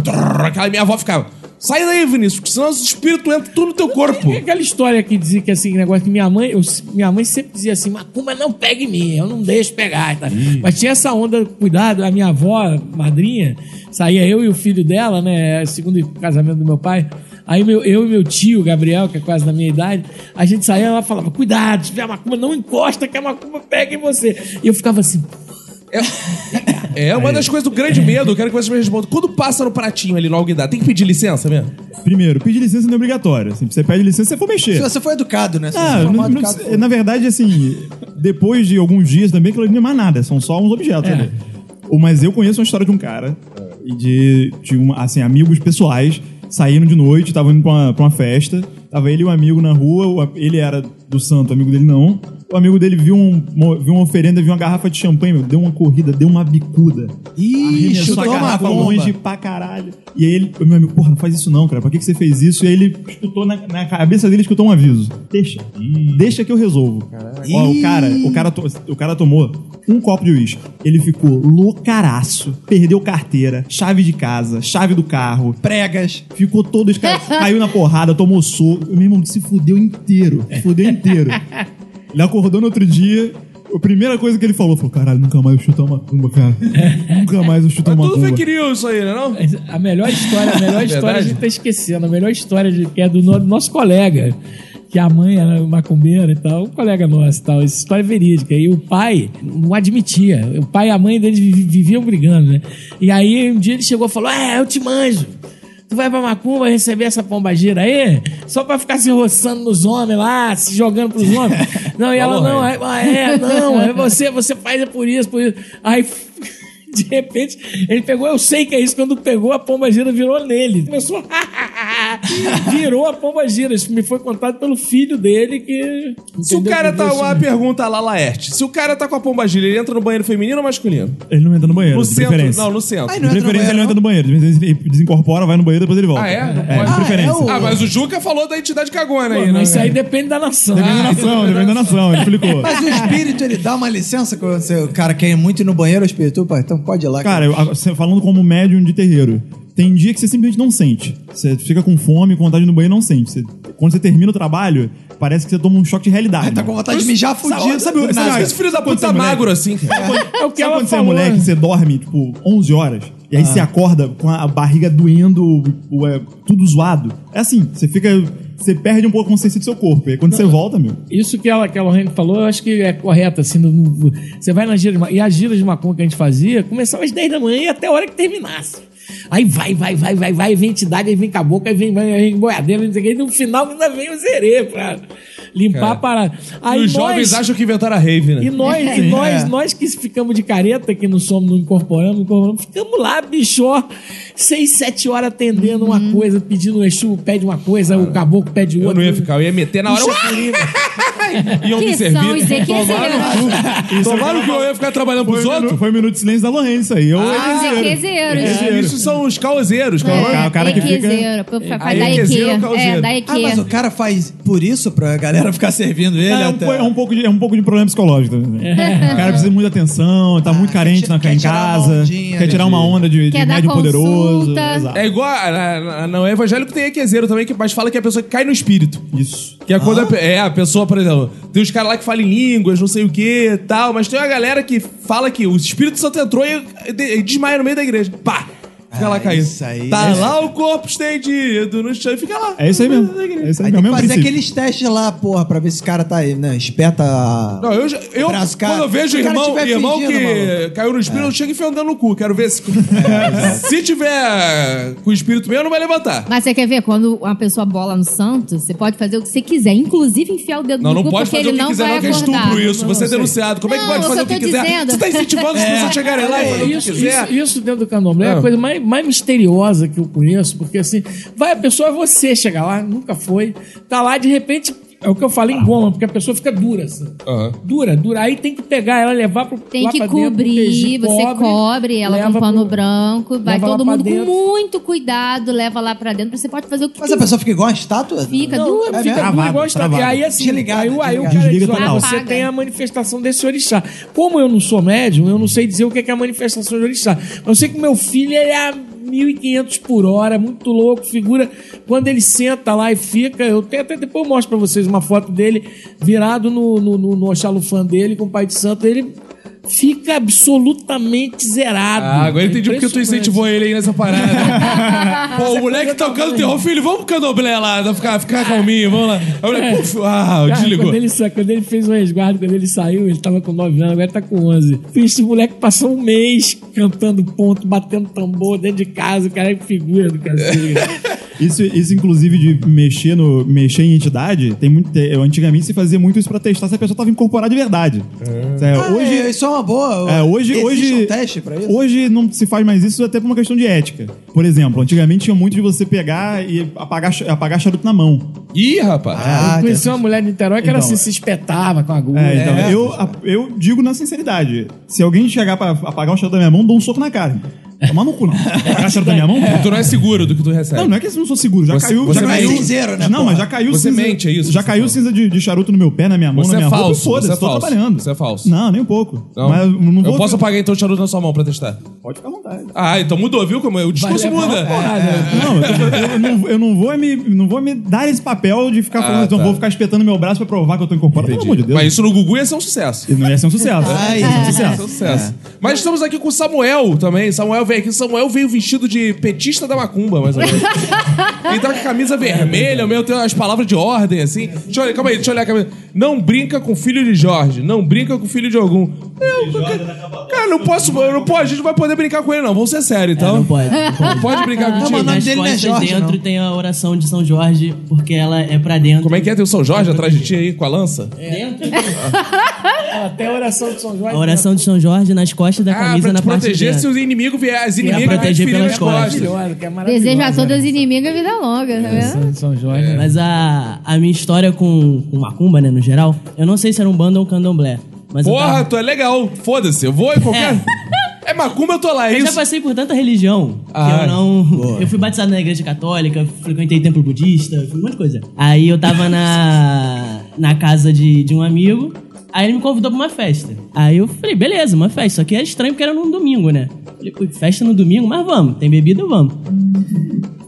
Speaker 1: Aquela minha avó ficava. Sai daí, Vinícius, porque senão esse espírito entra tudo no teu corpo.
Speaker 5: É aquela história que dizia que assim, negócio que minha mãe, eu- minha mãe sempre dizia assim, macumba não pega em mim, eu não deixo pegar. e tal. Mas tinha essa onda, cuidado, a minha avó, madrinha, saía eu e o filho dela, né? Segundo casamento do meu pai. Aí meu, eu e meu tio, Gabriel, que é quase da minha idade, a gente saía e ela falava, cuidado, se tiver macumba, não encosta que a macumba pega em você. E eu ficava assim,
Speaker 1: É uma das coisas do grande medo, eu quero que vocês me respondam. Quando passa no pratinho ali no alguidar, tem que pedir licença mesmo?
Speaker 4: Primeiro, pedir licença não é obrigatório. Assim, você pede licença, você for mexer.
Speaker 2: Se você foi educado, né? Se você
Speaker 4: Ah,
Speaker 2: for mal
Speaker 4: não- não-
Speaker 2: educado, pô.
Speaker 4: na verdade, assim, depois de alguns dias também, aquilo ali não é mais nada, são só uns objetos ali. O- Mas eu conheço uma história de um cara e de, de um, assim, amigos pessoais saíram de noite, estavam indo pra uma, pra uma festa. Tava ele e um amigo na rua, o a- ele era do santo, o amigo dele não. O amigo dele viu, um, uma- viu uma oferenda, viu uma garrafa de champanhe, meu, deu uma corrida, deu uma bicuda.
Speaker 2: Ih,
Speaker 4: Arremessou
Speaker 2: chutou
Speaker 4: a
Speaker 2: uma
Speaker 4: garrafa
Speaker 2: bomba.
Speaker 4: longe pra caralho. E aí ele, meu amigo, porra, não faz isso não, cara. Pra que, que você fez isso? E aí ele escutou na, na cabeça dele, escutou um aviso. Deixa. Deixa que eu resolvo. Ó, o cara, o cara, to- o cara tomou um copo de uísque. Ele ficou loucaraço, perdeu carteira, chave de casa, chave do carro,
Speaker 2: Pregas.
Speaker 4: Ficou todo esca... Caiu na porrada, tomou soco. Meu irmão se fudeu inteiro. Se fudeu inteiro. Ele acordou no outro dia. A primeira coisa que ele falou, falou: caralho, nunca mais eu chutar uma cumba, cara. nunca mais eu chutar
Speaker 1: Mas
Speaker 4: uma
Speaker 1: tudo
Speaker 4: cumba.
Speaker 1: fake news isso aí, né? Não?
Speaker 5: A melhor história, a melhor história a gente tá esquecendo. A melhor história de- que é do no- nosso colega, que a mãe era macumbeira e tal, um colega nosso e tal. Essa história é verídica. E o pai não admitia. O pai e a mãe deles vi- viviam brigando, né? E aí um dia ele chegou e falou: É, eu te manjo. Tu vai pra Macumba receber essa pombagira aí? Só pra ficar se roçando nos homens lá, se jogando pros homens. Não, e ela,
Speaker 1: Falou,
Speaker 5: não,
Speaker 1: é.
Speaker 5: é, ah, é, não, é você, você faz é por isso, por isso. Aí, de repente, ele pegou, eu sei que é isso, quando pegou, a pomba gira virou nele. Começou. virou a pomba gira. Isso me foi contado pelo filho dele que.
Speaker 1: Se
Speaker 5: entendeu? Então,
Speaker 1: o
Speaker 5: assim, né?
Speaker 1: cara
Speaker 5: Que
Speaker 1: tá.
Speaker 5: deu
Speaker 1: Uma pergunta lá, Laerte. Se o cara tá com a pombagilha, ele entra no banheiro feminino ou masculino?
Speaker 4: Ele não entra no banheiro.
Speaker 1: No
Speaker 4: de
Speaker 1: centro.
Speaker 4: preferência.
Speaker 1: Não, no centro.
Speaker 2: Ai,
Speaker 4: De
Speaker 2: não é entra no
Speaker 4: preferência, ele não
Speaker 2: banheiro,
Speaker 4: entra no banheiro. De vez em quando Ele desincorpora, vai no banheiro depois ele volta.
Speaker 1: Ah, é?
Speaker 4: de
Speaker 1: Ah, é
Speaker 4: preferência.
Speaker 2: o-
Speaker 1: Ah, mas o Juca falou da entidade cagona aí,
Speaker 5: Pô,
Speaker 1: né?
Speaker 5: mas isso aí depende da
Speaker 1: é?
Speaker 5: nação.
Speaker 4: Depende da nação, depende da nação, ele explicou.
Speaker 2: Mas o espírito, ele dá uma licença quando você, o cara quer ir muito ir no banheiro, o espírito, pô, então pode ir lá.
Speaker 4: Cara, eu- a- cê- falando como médium de terreiro, tem dia que você simplesmente não sente. Você fica com fome, com vontade de ir no banheiro e não sente. Cê- quando você termina o trabalho, parece que você toma um choque de realidade.
Speaker 2: Tá com vontade de mijar fudido.
Speaker 4: sabe o-
Speaker 2: do
Speaker 4: sabe
Speaker 2: nada.
Speaker 4: o
Speaker 1: Esse filho da
Speaker 4: Quando
Speaker 1: puta
Speaker 4: você é
Speaker 1: tá
Speaker 4: moleque.
Speaker 1: magro assim, cara.
Speaker 5: É o que
Speaker 4: Sabe
Speaker 5: ela
Speaker 4: quando você é
Speaker 5: falou.
Speaker 4: moleque, você dorme, tipo, 11 horas, e aí você
Speaker 2: Ah.
Speaker 4: acorda com a barriga doendo, o- é, tudo zoado. É assim, você fica... Você perde um pouco a consciência do seu corpo. E aí quando você volta, meu...
Speaker 5: Isso que, ela, que a Lorraine falou, eu acho que é correto. Assim, no- no- você vai na gira de macumba. E as giras de macumba que a gente fazia começava às 10 da manhã e até a hora que terminasse. Aí vai, vai, vai, vai, vai, vem entidade, aí vem caboclo, aí vem, vai, aí vem boiadeiro, não sei o quê. E no final ainda vem o zerê pra limpar a parada. Aí
Speaker 1: É. E os
Speaker 5: nós-
Speaker 1: jovens acham que inventaram a rave,
Speaker 5: e
Speaker 1: né?
Speaker 5: nós, e nós, nós que ficamos de careta, que não somos, não incorporamos, não incorporamos, ficamos lá, bicho, ó, seis, sete horas atendendo uma coisa, pedindo um Exu, pede uma coisa, o caboclo pede outra.
Speaker 1: Uhum. Eu não ia ficar, eu ia meter na hora. Iam me
Speaker 3: Que são os
Speaker 1: servir.
Speaker 3: equezeiros.
Speaker 1: Tomaram que eu ia ficar trabalhando
Speaker 4: Foi
Speaker 1: pros
Speaker 4: o minuto,
Speaker 1: outros?
Speaker 4: foi o minuto de silêncio da Lorraine, isso aí. Eu,
Speaker 3: Os
Speaker 2: Ah.
Speaker 3: equezeiros.
Speaker 1: Isso são os
Speaker 3: É.
Speaker 1: caoseiros, Então, cara.
Speaker 4: o cara que fica-
Speaker 3: Equezeiro, pô,
Speaker 1: Aí
Speaker 3: Faz da
Speaker 1: equezeiro é o
Speaker 3: Ikea.
Speaker 1: causeiro.
Speaker 3: É, da
Speaker 2: Ah,
Speaker 3: Ikea.
Speaker 2: mas o cara faz por isso pra galera ficar servindo ele
Speaker 4: É um,
Speaker 2: até.
Speaker 4: po- é um pouco de, é um pouco de problema psicológico. né? também. O cara precisa de muita atenção, tá muito
Speaker 2: Ah, quer
Speaker 4: carente
Speaker 2: ti-
Speaker 4: na,
Speaker 2: quer
Speaker 4: em
Speaker 2: tirar uma
Speaker 4: casa,
Speaker 2: ondinha,
Speaker 4: quer tirar uma onda de, de
Speaker 3: Quer dar
Speaker 4: médium poderoso.
Speaker 3: consulta.
Speaker 4: Exato.
Speaker 1: É igual. a- a- a- Não, é evangélico tem equezeiro também, que mas fala que é a pessoa que cai no espírito.
Speaker 4: Isso.
Speaker 1: Que é quando
Speaker 2: Ah.
Speaker 1: a, pe- é, a pessoa, por exemplo, tem os caras lá que falam em línguas, não sei o que tal, mas tem uma galera que fala que o Espírito Santo entrou e, e de- e desmaia no meio da igreja. Pá! Fica lá
Speaker 2: Ah,
Speaker 1: caído.
Speaker 2: isso aí.
Speaker 1: Tá
Speaker 2: Isso.
Speaker 1: lá o corpo estendido no chão e fica lá.
Speaker 4: É isso aí mesmo. É isso aí
Speaker 2: Aí tem
Speaker 4: mesmo. É o
Speaker 2: que
Speaker 4: mesmo
Speaker 2: fazer
Speaker 4: princípio.
Speaker 2: aqueles testes lá, porra, pra ver se o cara tá aí, né? Espeta. a-
Speaker 1: Não, eu, já- eu
Speaker 2: Braço, cara.
Speaker 1: quando eu vejo
Speaker 2: Se o cara
Speaker 1: irmão,
Speaker 2: tiver
Speaker 1: irmão
Speaker 2: fingindo, É.
Speaker 1: que
Speaker 2: maluco.
Speaker 1: caiu no espírito, eu chego enfiando no cu. Quero ver se. se tiver com o espírito mesmo, não vai levantar.
Speaker 3: Mas você quer ver? Quando uma pessoa bola no santo, você pode fazer o que você quiser, inclusive enfiar o dedo
Speaker 1: Não,
Speaker 3: no
Speaker 1: não
Speaker 3: cu,
Speaker 1: pode
Speaker 3: porque
Speaker 1: fazer o
Speaker 3: ele
Speaker 1: que
Speaker 3: não
Speaker 1: quiser,
Speaker 3: vai
Speaker 1: não, que é
Speaker 3: acordar.
Speaker 1: estupro isso. Você é
Speaker 4: sei.
Speaker 1: denunciado. Como é que
Speaker 3: Não,
Speaker 1: pode
Speaker 3: eu
Speaker 1: fazer
Speaker 3: só
Speaker 1: o que
Speaker 3: tô
Speaker 1: quiser?
Speaker 3: dizendo. É.
Speaker 1: Você tá incentivando as pessoas a chegarem lá e fazer o que
Speaker 5: É Isso,
Speaker 1: É, quiser. Ah.
Speaker 5: isso, isso dentro do candomblé é a coisa mais, mais misteriosa que eu conheço, porque assim, vai a pessoa, é você chegar lá, nunca foi, tá lá, de repente, é o que eu falei em goma, porque a pessoa fica dura, assim.
Speaker 1: Aham.
Speaker 5: Dura, dura. Aí tem que pegar ela, levar pro
Speaker 3: Tem
Speaker 5: lá
Speaker 3: que
Speaker 5: pra dentro,
Speaker 3: cobrir,
Speaker 5: proteger,
Speaker 3: você cobre, ela com
Speaker 5: leva
Speaker 3: um pano
Speaker 5: pro-
Speaker 3: branco, vai
Speaker 5: leva lá
Speaker 3: todo
Speaker 5: pra
Speaker 3: mundo com
Speaker 5: dentro.
Speaker 3: muito cuidado, leva lá pra dentro, você pode fazer o que
Speaker 2: Mas a
Speaker 3: quiser.
Speaker 2: pessoa fica igual uma estátua?
Speaker 3: Fica
Speaker 2: Não,
Speaker 3: dura,
Speaker 5: Fica
Speaker 2: é mesmo?
Speaker 5: travado,
Speaker 4: Travado,
Speaker 5: igual
Speaker 4: travado.
Speaker 5: E aí assim,
Speaker 2: Desligado,
Speaker 5: aí, o- aí o
Speaker 2: desligado.
Speaker 5: cara diz,
Speaker 4: Desliga
Speaker 5: olha,
Speaker 3: total.
Speaker 5: você
Speaker 3: Apaga.
Speaker 5: tem a manifestação desse orixá. Como eu não sou médium, eu não sei dizer o que é que é a manifestação de orixá. Mas Eu sei que meu filho, ele é a 1500 por hora, muito louco, figura. Quando ele senta lá e fica, eu tenho até depois eu mostro pra vocês uma foto dele virado no, no, no, no Oxalufã dele com o pai de santo, ele fica absolutamente zerado. É
Speaker 1: Ah, agora eu entendi porque tu
Speaker 5: Impressionante.
Speaker 1: incentivou ele aí nessa parada. Pô, o moleque tocando terror, filho, vamos pro candomblé lá, ficar, ficar calminho, vamos lá. Aí o moleque, puf, ah,
Speaker 5: Cara,
Speaker 1: desligou.
Speaker 5: Quando ele, sa- quando ele fez o resguardo, quando ele saiu, ele tava com 9 anos, agora tá com 11. Fiz o moleque passou um mês cantando ponto, batendo tambor dentro de casa, o cara é figura do cacete.
Speaker 4: Isso, isso, inclusive, de mexer, no, mexer em entidade, tem muito. te- Antigamente se fazia muito isso pra testar se a pessoa tava incorporada de verdade. É,
Speaker 2: Ah,
Speaker 4: hoje,
Speaker 2: é, isso é uma boa.
Speaker 4: É, hoje,
Speaker 2: Existe
Speaker 4: hoje,
Speaker 2: um teste pra isso?
Speaker 4: hoje não se faz mais isso até por uma questão de ética. Por exemplo, antigamente tinha muito de você pegar e apagar, cha- apagar charuto na mão.
Speaker 1: Ih, rapaz.
Speaker 2: Ah,
Speaker 5: Eu conheci uma mulher de Niterói que era
Speaker 4: Então,
Speaker 5: assim,
Speaker 4: é.
Speaker 5: se espetava com a agulha.
Speaker 4: É, então, eu, a- eu digo na sinceridade: se alguém chegar pra apagar o charuto da minha mão, dou um soco na cara. Tomar no cu, não. Apagar o charuto da minha mão?
Speaker 1: Tu não é seguro do que tu recebe.
Speaker 4: Não, não é que eu não sou seguro, já
Speaker 1: Você-
Speaker 4: caiu.
Speaker 1: você
Speaker 4: já
Speaker 1: não é
Speaker 4: caiu
Speaker 2: cinzeiro, né,
Speaker 4: Não,
Speaker 2: porra?
Speaker 4: mas já caiu
Speaker 1: Você mente, é isso que
Speaker 4: Já
Speaker 1: você
Speaker 4: caiu
Speaker 1: fala.
Speaker 4: cinza de, de charuto no meu pé, na minha mão,
Speaker 1: Você
Speaker 4: na
Speaker 1: é
Speaker 4: minha roupa.
Speaker 1: falso,
Speaker 4: Foda-se,
Speaker 1: você é
Speaker 4: tô
Speaker 1: falso.
Speaker 4: trabalhando.
Speaker 1: Você é falso.
Speaker 4: Não, nem um pouco.
Speaker 1: Não.
Speaker 4: Mas eu não vou.
Speaker 1: eu posso apagar então o charuto na sua mão pra testar.
Speaker 4: Pode ficar à vontade.
Speaker 1: Ah, então mudou, viu? Como é? o
Speaker 5: Vai
Speaker 1: discurso
Speaker 5: levar uma
Speaker 1: muda.
Speaker 5: porrada.
Speaker 4: É, Não, eu, tô- eu não, eu não vou me, não vou me dar esse papel de ficar falando, então
Speaker 1: tá.
Speaker 4: vou ficar espetando meu braço pra provar que eu tô incorporado. Pelo amor de Deus.
Speaker 1: Mas isso no Gugu ia ser um sucesso.
Speaker 4: Não ia ser um sucesso.
Speaker 2: Ai.
Speaker 4: Ia ser um
Speaker 8: É.
Speaker 1: Ia ser
Speaker 4: sucesso.
Speaker 1: um sucesso. Mas estamos aqui com o Samuel também. Samuel veio aqui. Samuel veio vestido de petista da macumba, mais ou menos. Ele tá com a camisa vermelha, meio tem umas palavras de ordem, assim. Deixa eu olhar, calma aí, deixa eu olhar a camisa. Não brinca com o filho de Jorge. Não brinca com o filho de é algum. Eu, cara, cara, não posso. eu não posso, a gente não vai poder brincar com ele, não. Vamos ser sérios, então.
Speaker 8: É, não pode, Tá não
Speaker 1: Não pode brincar
Speaker 2: Não,
Speaker 1: contigo.
Speaker 2: mas o nome
Speaker 8: Nas
Speaker 2: dele não é
Speaker 8: costas
Speaker 2: Jorge,
Speaker 8: dentro
Speaker 2: não.
Speaker 8: tem a oração de São Jorge, porque ela é pra dentro.
Speaker 1: Como é que é? Tem o São Jorge atrás de ti aí com a lança?
Speaker 8: Dentro?
Speaker 5: Até a oração de São é Jorge.
Speaker 8: A oração de São Jorge nas costas da
Speaker 1: Ah,
Speaker 8: camisa
Speaker 1: pra
Speaker 8: na
Speaker 1: te
Speaker 8: parte de
Speaker 1: proteger se
Speaker 8: dentro.
Speaker 1: os inimigos vier, as
Speaker 8: Pra
Speaker 1: inimigas vierem
Speaker 8: proteger
Speaker 1: ferir nas
Speaker 8: pelas
Speaker 1: costas.
Speaker 5: maravilhosa, que é maravilhosa.
Speaker 3: Deseja a todas as inimigas vida longa, tá vendo?
Speaker 5: Oração de São Jorge. né?
Speaker 8: Mas a, a minha história com, com macumba, né, no geral, eu não sei se era um bando ou um candomblé. Mas eu
Speaker 1: Porra,
Speaker 8: tava-
Speaker 1: tu é legal. Foda-se, eu vou em qualquer. É, macumba, eu tô lá, é
Speaker 8: Eu já
Speaker 1: isso.
Speaker 8: passei por tanta religião
Speaker 1: Ah,
Speaker 8: que eu não. Eu fui batizado na igreja católica, eu frequentei templo budista, fui um monte de coisa. Aí eu tava na, na casa de, de um amigo, aí ele me convidou pra uma festa. Aí eu falei, beleza, uma festa. Só que é estranho porque era num domingo, né? Falei, pô, festa no domingo, mas vamos, tem bebida, vamos.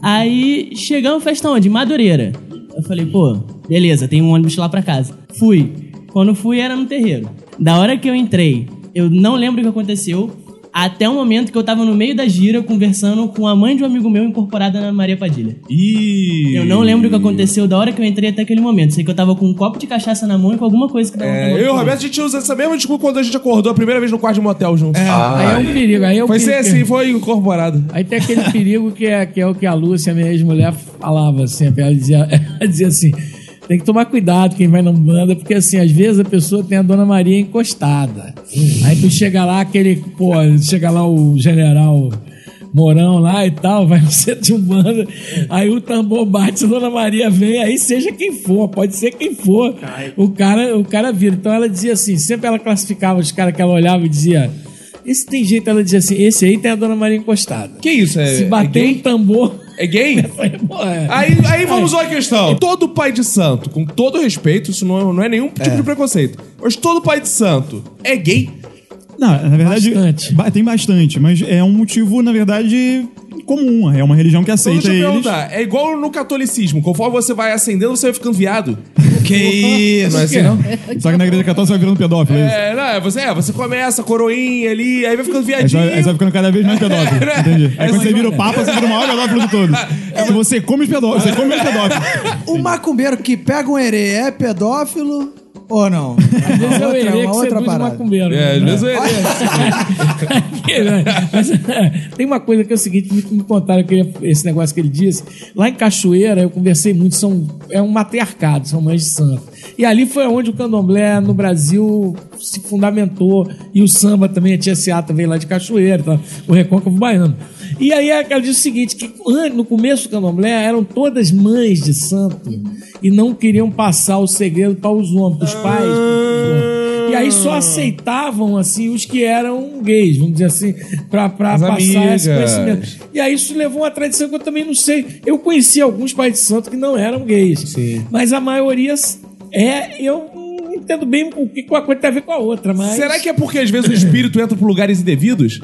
Speaker 8: Aí chegamos festa onde? Em Madureira. Eu falei, pô, beleza, tem um ônibus lá pra casa. Fui. Quando fui, era no terreiro. Da hora que eu entrei, eu não lembro o que aconteceu. Até o momento que eu tava no meio da gira conversando com a mãe de um amigo meu incorporada na Maria Padilha.
Speaker 1: Ih.
Speaker 8: Eu não lembro o que aconteceu da hora que eu entrei até aquele momento. Sei que eu tava com um copo de cachaça na mão e com alguma coisa que tava
Speaker 1: É,
Speaker 8: tomando
Speaker 1: eu e o
Speaker 8: com-
Speaker 1: Roberto, a gente usa essa mesma desculpa quando a gente acordou a primeira vez no quarto de motel junto.
Speaker 5: Aí é um perigo. Aí é um
Speaker 1: Ah, Foi
Speaker 5: perigo.
Speaker 1: ser assim, foi incorporado.
Speaker 5: Aí tem aquele perigo que é, que é o que a Lúcia, minha ex-mulher, falava sempre. Ela dizia, ela dizia assim: tem que tomar cuidado quem vai na banda, porque assim, às vezes a pessoa tem a Dona Maria encostada. Aí tu chega lá, aquele, pô, chega lá o general. Morão lá e tal, vai no centro de umbanda, aí o tambor bate, a Dona Maria vem, aí seja quem for, pode ser quem for, o cara, o cara vira. Então ela dizia assim, sempre ela classificava os caras que ela olhava e dizia, esse tem jeito, ela dizia assim, esse aí tem a Dona Maria encostada.
Speaker 1: Que isso? É,
Speaker 5: Se
Speaker 1: é
Speaker 5: bater um
Speaker 1: gay?
Speaker 5: tambor.
Speaker 1: É gay?
Speaker 5: Pô, é.
Speaker 1: Aí, aí vamos à questão. Todo pai de santo, com todo respeito, isso não é, não é nenhum tipo de preconceito, mas todo pai de santo é gay?
Speaker 4: Não, na verdade.
Speaker 5: Bastante.
Speaker 4: ba- tem bastante, mas é um motivo, na verdade, comum, é uma religião que
Speaker 1: Então,
Speaker 4: aceita
Speaker 1: deixa eu
Speaker 4: eles.
Speaker 1: perguntar. É igual no catolicismo. Conforme você vai acendendo, você vai ficando viado.
Speaker 2: Que isso?
Speaker 1: Não é assim, não?
Speaker 4: Só que na igreja católica você vai virando pedófilo, é isso?
Speaker 1: É, não, é você, é, você começa a coroinha ali, aí vai ficando
Speaker 4: Aí você,
Speaker 1: viadinho.
Speaker 4: vai, aí você vai é ficando cada vez mais pedófilo.
Speaker 1: É, né?
Speaker 4: Entendi.
Speaker 1: É
Speaker 4: Aí quando
Speaker 1: isso aí,
Speaker 4: você vira o
Speaker 1: né?
Speaker 4: Papa, você vira o maior pedófilo de todos. Você come os pedófilos, você come os pedófilos.
Speaker 2: O macumbeiro que pega um herê é pedófilo ou não?
Speaker 5: Às vezes é o
Speaker 2: Outra-
Speaker 5: herê
Speaker 2: uma
Speaker 5: que
Speaker 2: outra
Speaker 5: seduz o
Speaker 2: parada.
Speaker 5: macumbeiro.
Speaker 1: É, às
Speaker 5: né?
Speaker 1: vezes eu
Speaker 5: Mas, é, tem uma coisa que é o seguinte, me, me contaram que ele- esse negócio que ele disse. Lá em Cachoeira, eu conversei muito, são, é um matriarcado, são mães de santo. E ali foi onde o candomblé no Brasil se fundamentou. E o samba também, a Tia Seata veio lá de Cachoeira, tá? o Recôncavo Baiano. E aí é, ela disse o seguinte, que an- no começo do candomblé eram todas mães de santo e não queriam passar o segredo para os homens, para os pais. pros homens. E aí
Speaker 1: Hum.
Speaker 5: só aceitavam, assim, os que eram gays, vamos dizer assim, pra, pra
Speaker 1: As
Speaker 5: passar esse
Speaker 1: amigas.
Speaker 5: conhecimento. E aí isso levou a uma tradição que eu também não sei. Eu conheci alguns pais de santo que não eram gays. Mas a maioria s- é, eu não entendo bem o que uma coisa tem a ver com a outra, mas...
Speaker 1: Será que é porque às vezes o espírito entra por lugares indevidos?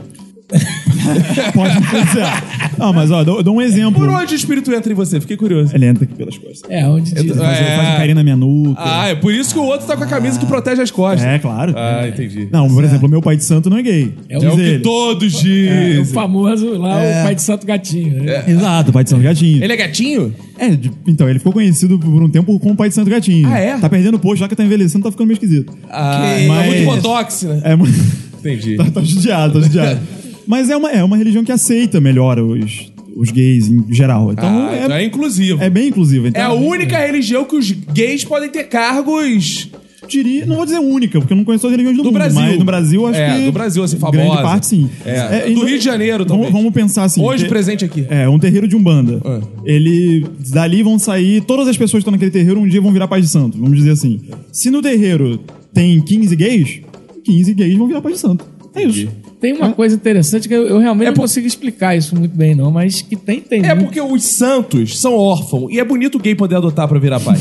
Speaker 4: Pode ser. Não, mas ó, eu dou, eu dou um exemplo.
Speaker 1: Por onde o espírito entra em você? Fiquei curioso.
Speaker 4: Ele entra aqui pelas costas.
Speaker 5: É, onde diz.
Speaker 1: tô-
Speaker 4: Faz,
Speaker 1: É.
Speaker 4: faz um carinho na minha nuca.
Speaker 1: Ah, é por isso que o outro tá com a camisa que protege as costas.
Speaker 4: é, claro.
Speaker 1: Ah, entendi.
Speaker 4: Não, por exemplo, meu pai de santo não é gay.
Speaker 5: É o
Speaker 1: É
Speaker 4: Diz
Speaker 1: o que
Speaker 4: ele.
Speaker 1: todos
Speaker 5: É O
Speaker 1: dizem.
Speaker 5: famoso lá,
Speaker 1: É.
Speaker 5: o pai de santo gatinho. né?
Speaker 4: Exato, pai de santo gatinho.
Speaker 1: Ele é gatinho?
Speaker 4: É, de- então, ele ficou conhecido por um tempo como pai de santo gatinho.
Speaker 1: Ah, é?
Speaker 4: Tá perdendo o posto, já que tá envelhecendo, tá ficando meio esquisito.
Speaker 1: Ah,
Speaker 2: Que
Speaker 1: é muito
Speaker 4: isso.
Speaker 1: botox, né?
Speaker 4: É muito...
Speaker 1: Entendi.
Speaker 4: tá, tá judiado, tá judiado. Mas é uma, é uma religião que aceita melhor os, os gays em geral. Então,
Speaker 1: Ah,
Speaker 4: é,
Speaker 1: então é inclusivo.
Speaker 4: é bem inclusivo. Então,
Speaker 1: É a única religião que os gays podem ter cargos.
Speaker 4: Eu diria, não vou dizer única, porque eu não conheço as religiões do,
Speaker 1: Do
Speaker 4: mundo,
Speaker 1: Brasil.
Speaker 4: mas no Brasil acho
Speaker 1: É,
Speaker 4: que...
Speaker 1: do Brasil, assim, famosa.
Speaker 4: Grande parte, sim.
Speaker 1: É, do
Speaker 4: então,
Speaker 1: Rio de Janeiro
Speaker 4: vamos-
Speaker 1: também.
Speaker 4: Vamos pensar assim.
Speaker 1: Hoje
Speaker 4: ter-
Speaker 1: presente aqui.
Speaker 4: É, um terreiro de Umbanda.
Speaker 1: Ah.
Speaker 4: Ele. Dali vão sair. Todas as pessoas que estão naquele terreiro um dia vão virar pais de santo. Vamos dizer assim. Se no terreiro tem 15 gays, 15 gays vão virar pais de santo. É isso.
Speaker 5: Tem uma coisa interessante que eu, eu realmente
Speaker 1: É
Speaker 5: não
Speaker 1: por-
Speaker 5: consigo explicar isso muito bem, não, mas que tem, tem.
Speaker 1: É
Speaker 4: Uhum.
Speaker 5: muito.
Speaker 1: porque os santos são órfãos e é bonito o gay poder adotar pra virar pai.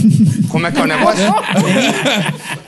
Speaker 8: Como é que é o negócio?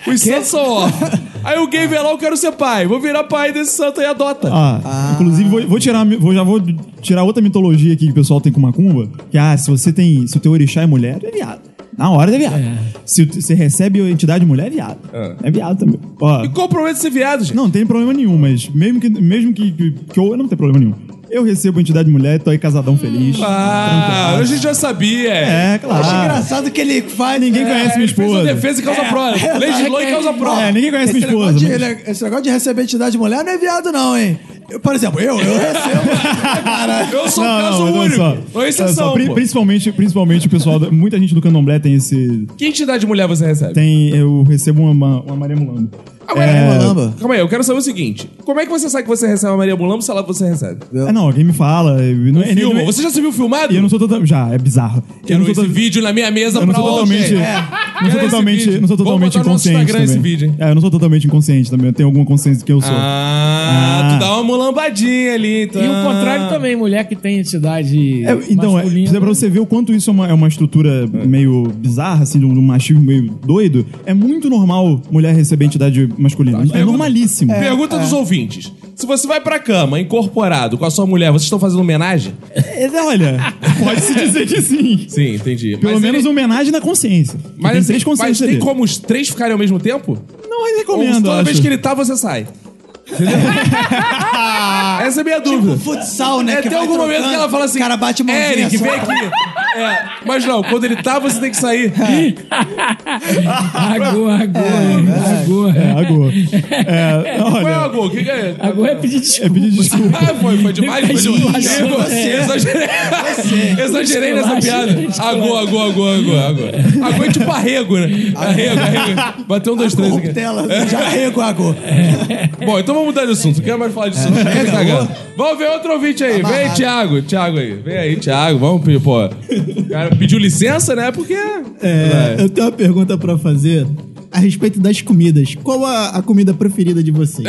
Speaker 1: Os santos são órfãos. Aí o gay vê lá, eu quero ser pai. Vou virar pai desse santo e adota.
Speaker 4: Ah, inclusive vou, vou tirar, vou, já vou tirar outra mitologia aqui que o pessoal tem com macumba, que ah, se você tem, se o teu orixá é mulher, é viado. Na hora é viado. Se o te- você recebe a entidade mulher, é viado.
Speaker 1: É.
Speaker 4: É, viado também. Ó,
Speaker 1: E é qual o problema de ser viado, gente?
Speaker 4: Não, não tem problema nenhum, mas mesmo que, mesmo que, que, que eu não tem problema nenhum. Eu recebo a entidade mulher, tô aí casadão feliz.
Speaker 1: Ah, a gente já sabia.
Speaker 4: É, claro.
Speaker 2: Acho engraçado que ele faz. é,
Speaker 4: Ninguém conhece minha
Speaker 1: Ele É, fez um uma defesa
Speaker 4: esposa.
Speaker 1: e causa prova. Legislou e causa prova.
Speaker 4: É, ninguém conhece
Speaker 2: Esse
Speaker 4: minha
Speaker 2: negócio,
Speaker 4: esposa.
Speaker 2: de, ele- esse negócio de receber entidade mulher não é viado, não, hein? Eu, por exemplo, eu, eu recebo. Cara,
Speaker 1: Eu sou um
Speaker 4: Não,
Speaker 1: caso
Speaker 4: mas olha
Speaker 1: único.
Speaker 4: só.
Speaker 1: Ou
Speaker 4: Olha só,
Speaker 1: exceção,
Speaker 4: pri-
Speaker 1: pô.
Speaker 4: principalmente, principalmente o pessoal, da- muita gente do candomblé tem esse,
Speaker 1: Que entidade de mulher você recebe?
Speaker 4: tem, eu recebo uma, uma, uma Maria Mulamba.
Speaker 1: Agora,
Speaker 2: Mulamba.
Speaker 1: Calma aí, eu quero saber o seguinte. Como é que você sabe que você recebe a Maria Mulambo se ela você recebe?
Speaker 4: É, não, alguém me fala. eu- Não, é-
Speaker 1: Filma.
Speaker 4: não é-
Speaker 1: Um Você já se viu filmado?
Speaker 4: E eu não sou totalmente. Já, é bizarro. eu
Speaker 1: Quero
Speaker 4: não sou
Speaker 1: esse
Speaker 4: tota-
Speaker 1: vídeo na minha mesa
Speaker 4: Eu não
Speaker 1: pra É.
Speaker 4: sou
Speaker 1: ontem.
Speaker 4: totalmente. Não
Speaker 1: Quero
Speaker 4: sou
Speaker 1: esse
Speaker 4: totalmente,
Speaker 1: vídeo.
Speaker 4: não sou totalmente
Speaker 1: Vamos botar no nosso
Speaker 4: inconsciente.
Speaker 1: Instagram
Speaker 4: também.
Speaker 1: esse vídeo, hein?
Speaker 4: É, eu não sou totalmente inconsciente também. Eu tenho alguma consciência do que eu sou.
Speaker 1: Ah,
Speaker 4: Ah.
Speaker 1: tu dá uma mulambadinha ali, então.
Speaker 5: E o contrário também, mulher que tem entidade.
Speaker 4: É, então, é,
Speaker 5: masculina.
Speaker 4: pra você ver o quanto isso é uma, é uma estrutura meio bizarra, assim, de um de um machismo meio doido, é muito normal mulher receber entidade
Speaker 1: Tá,
Speaker 4: masculina. É normalíssimo.
Speaker 1: Pergunta dos ouvintes. Se você vai pra cama incorporado com a sua mulher, vocês estão fazendo homenagem?
Speaker 4: É, olha, pode-se dizer que sim.
Speaker 1: Sim, entendi.
Speaker 4: Pelo menos homenagem na consciência.
Speaker 1: Mas,
Speaker 4: tem
Speaker 1: assim, mas
Speaker 4: três consciências
Speaker 1: tem
Speaker 4: ali.
Speaker 1: como os três ficarem ao mesmo tempo?
Speaker 4: Não
Speaker 1: Ou
Speaker 4: recomendo,
Speaker 1: toda
Speaker 4: acho.
Speaker 1: vez que ele tá, você sai? Entendeu? Essa é a minha dúvida.
Speaker 2: futsal, né?
Speaker 1: É,
Speaker 2: que
Speaker 1: tem
Speaker 2: vai
Speaker 1: algum momento
Speaker 2: trocando,
Speaker 1: que ela fala assim:
Speaker 2: O cara bate mãozinha
Speaker 1: Eric,
Speaker 2: só.
Speaker 1: vem aqui. É, mas não, quando ele tá, você tem que sair.
Speaker 2: É.
Speaker 5: Agora, agora,
Speaker 4: É,
Speaker 5: agora.
Speaker 4: agora. É,
Speaker 1: Qual é
Speaker 4: olha,
Speaker 1: o gol? Que que é?
Speaker 5: Agora é pedir desculpa.
Speaker 4: é pedir desculpa.
Speaker 1: Ah, foi, foi demais. Foi demais.
Speaker 5: Isso,
Speaker 1: Eu
Speaker 5: você.
Speaker 1: Exagerei, exagerei nessa piada. Agora, agora, agora, agora. Agora Agora é tipo arrego, né? Arrego, arrego. Bateu um, dois, três aqui.
Speaker 2: Corruptela, já reguagou.
Speaker 1: Bom, então vamos mudar de assunto. Não quero mais falar disso. Chega de cagada. Vamos ver outro ouvinte aí. Vem,
Speaker 2: Amarrado.
Speaker 1: Thiago. Thiago aí. Vem aí, Thiago. Vamos pedir, pô. O cara pediu licença, né? Porque.
Speaker 10: É, eu tenho uma pergunta pra fazer a respeito das comidas. Qual a, a comida preferida de vocês?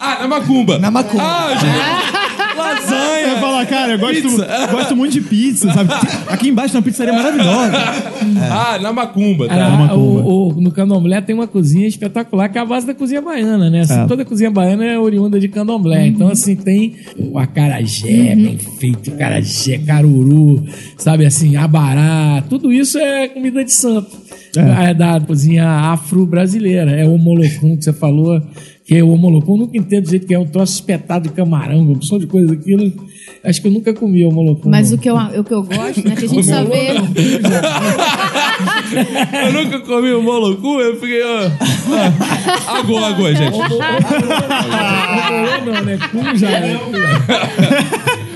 Speaker 1: Ah, na macumba.
Speaker 2: Na macumba.
Speaker 1: Ah, gente. Lasanha.
Speaker 4: falar, cara, eu gosto,
Speaker 1: Pizza.
Speaker 4: gosto muito de pizza, sabe? Aqui embaixo tem uma pizzaria maravilhosa.
Speaker 1: Ah, na macumba, tá?
Speaker 5: Ah, o- o- no candomblé tem uma cozinha espetacular, que é a base da cozinha baiana, né? Assim,
Speaker 1: É.
Speaker 5: Toda cozinha baiana é oriunda de candomblé.
Speaker 3: Uhum.
Speaker 5: Então, assim, tem o acarajé, bem feito, acarajé, caruru, sabe assim, abará. Tudo isso é comida de santo. É. da cozinha afro-brasileira. É o homolocum que você falou, que é o homolocum. Eu nunca entendo do jeito que é um troço espetado de camarão, uma opção de coisa daquilo. Acho que eu nunca comi homolocum.
Speaker 3: Mas
Speaker 5: não.
Speaker 3: o que, eu, o que eu gosto, né? Que a gente só vê.
Speaker 1: Eu nunca comi um molocu, eu fiquei. ó, ó, Agora, agora, gente.
Speaker 5: Não, né? Cum já é.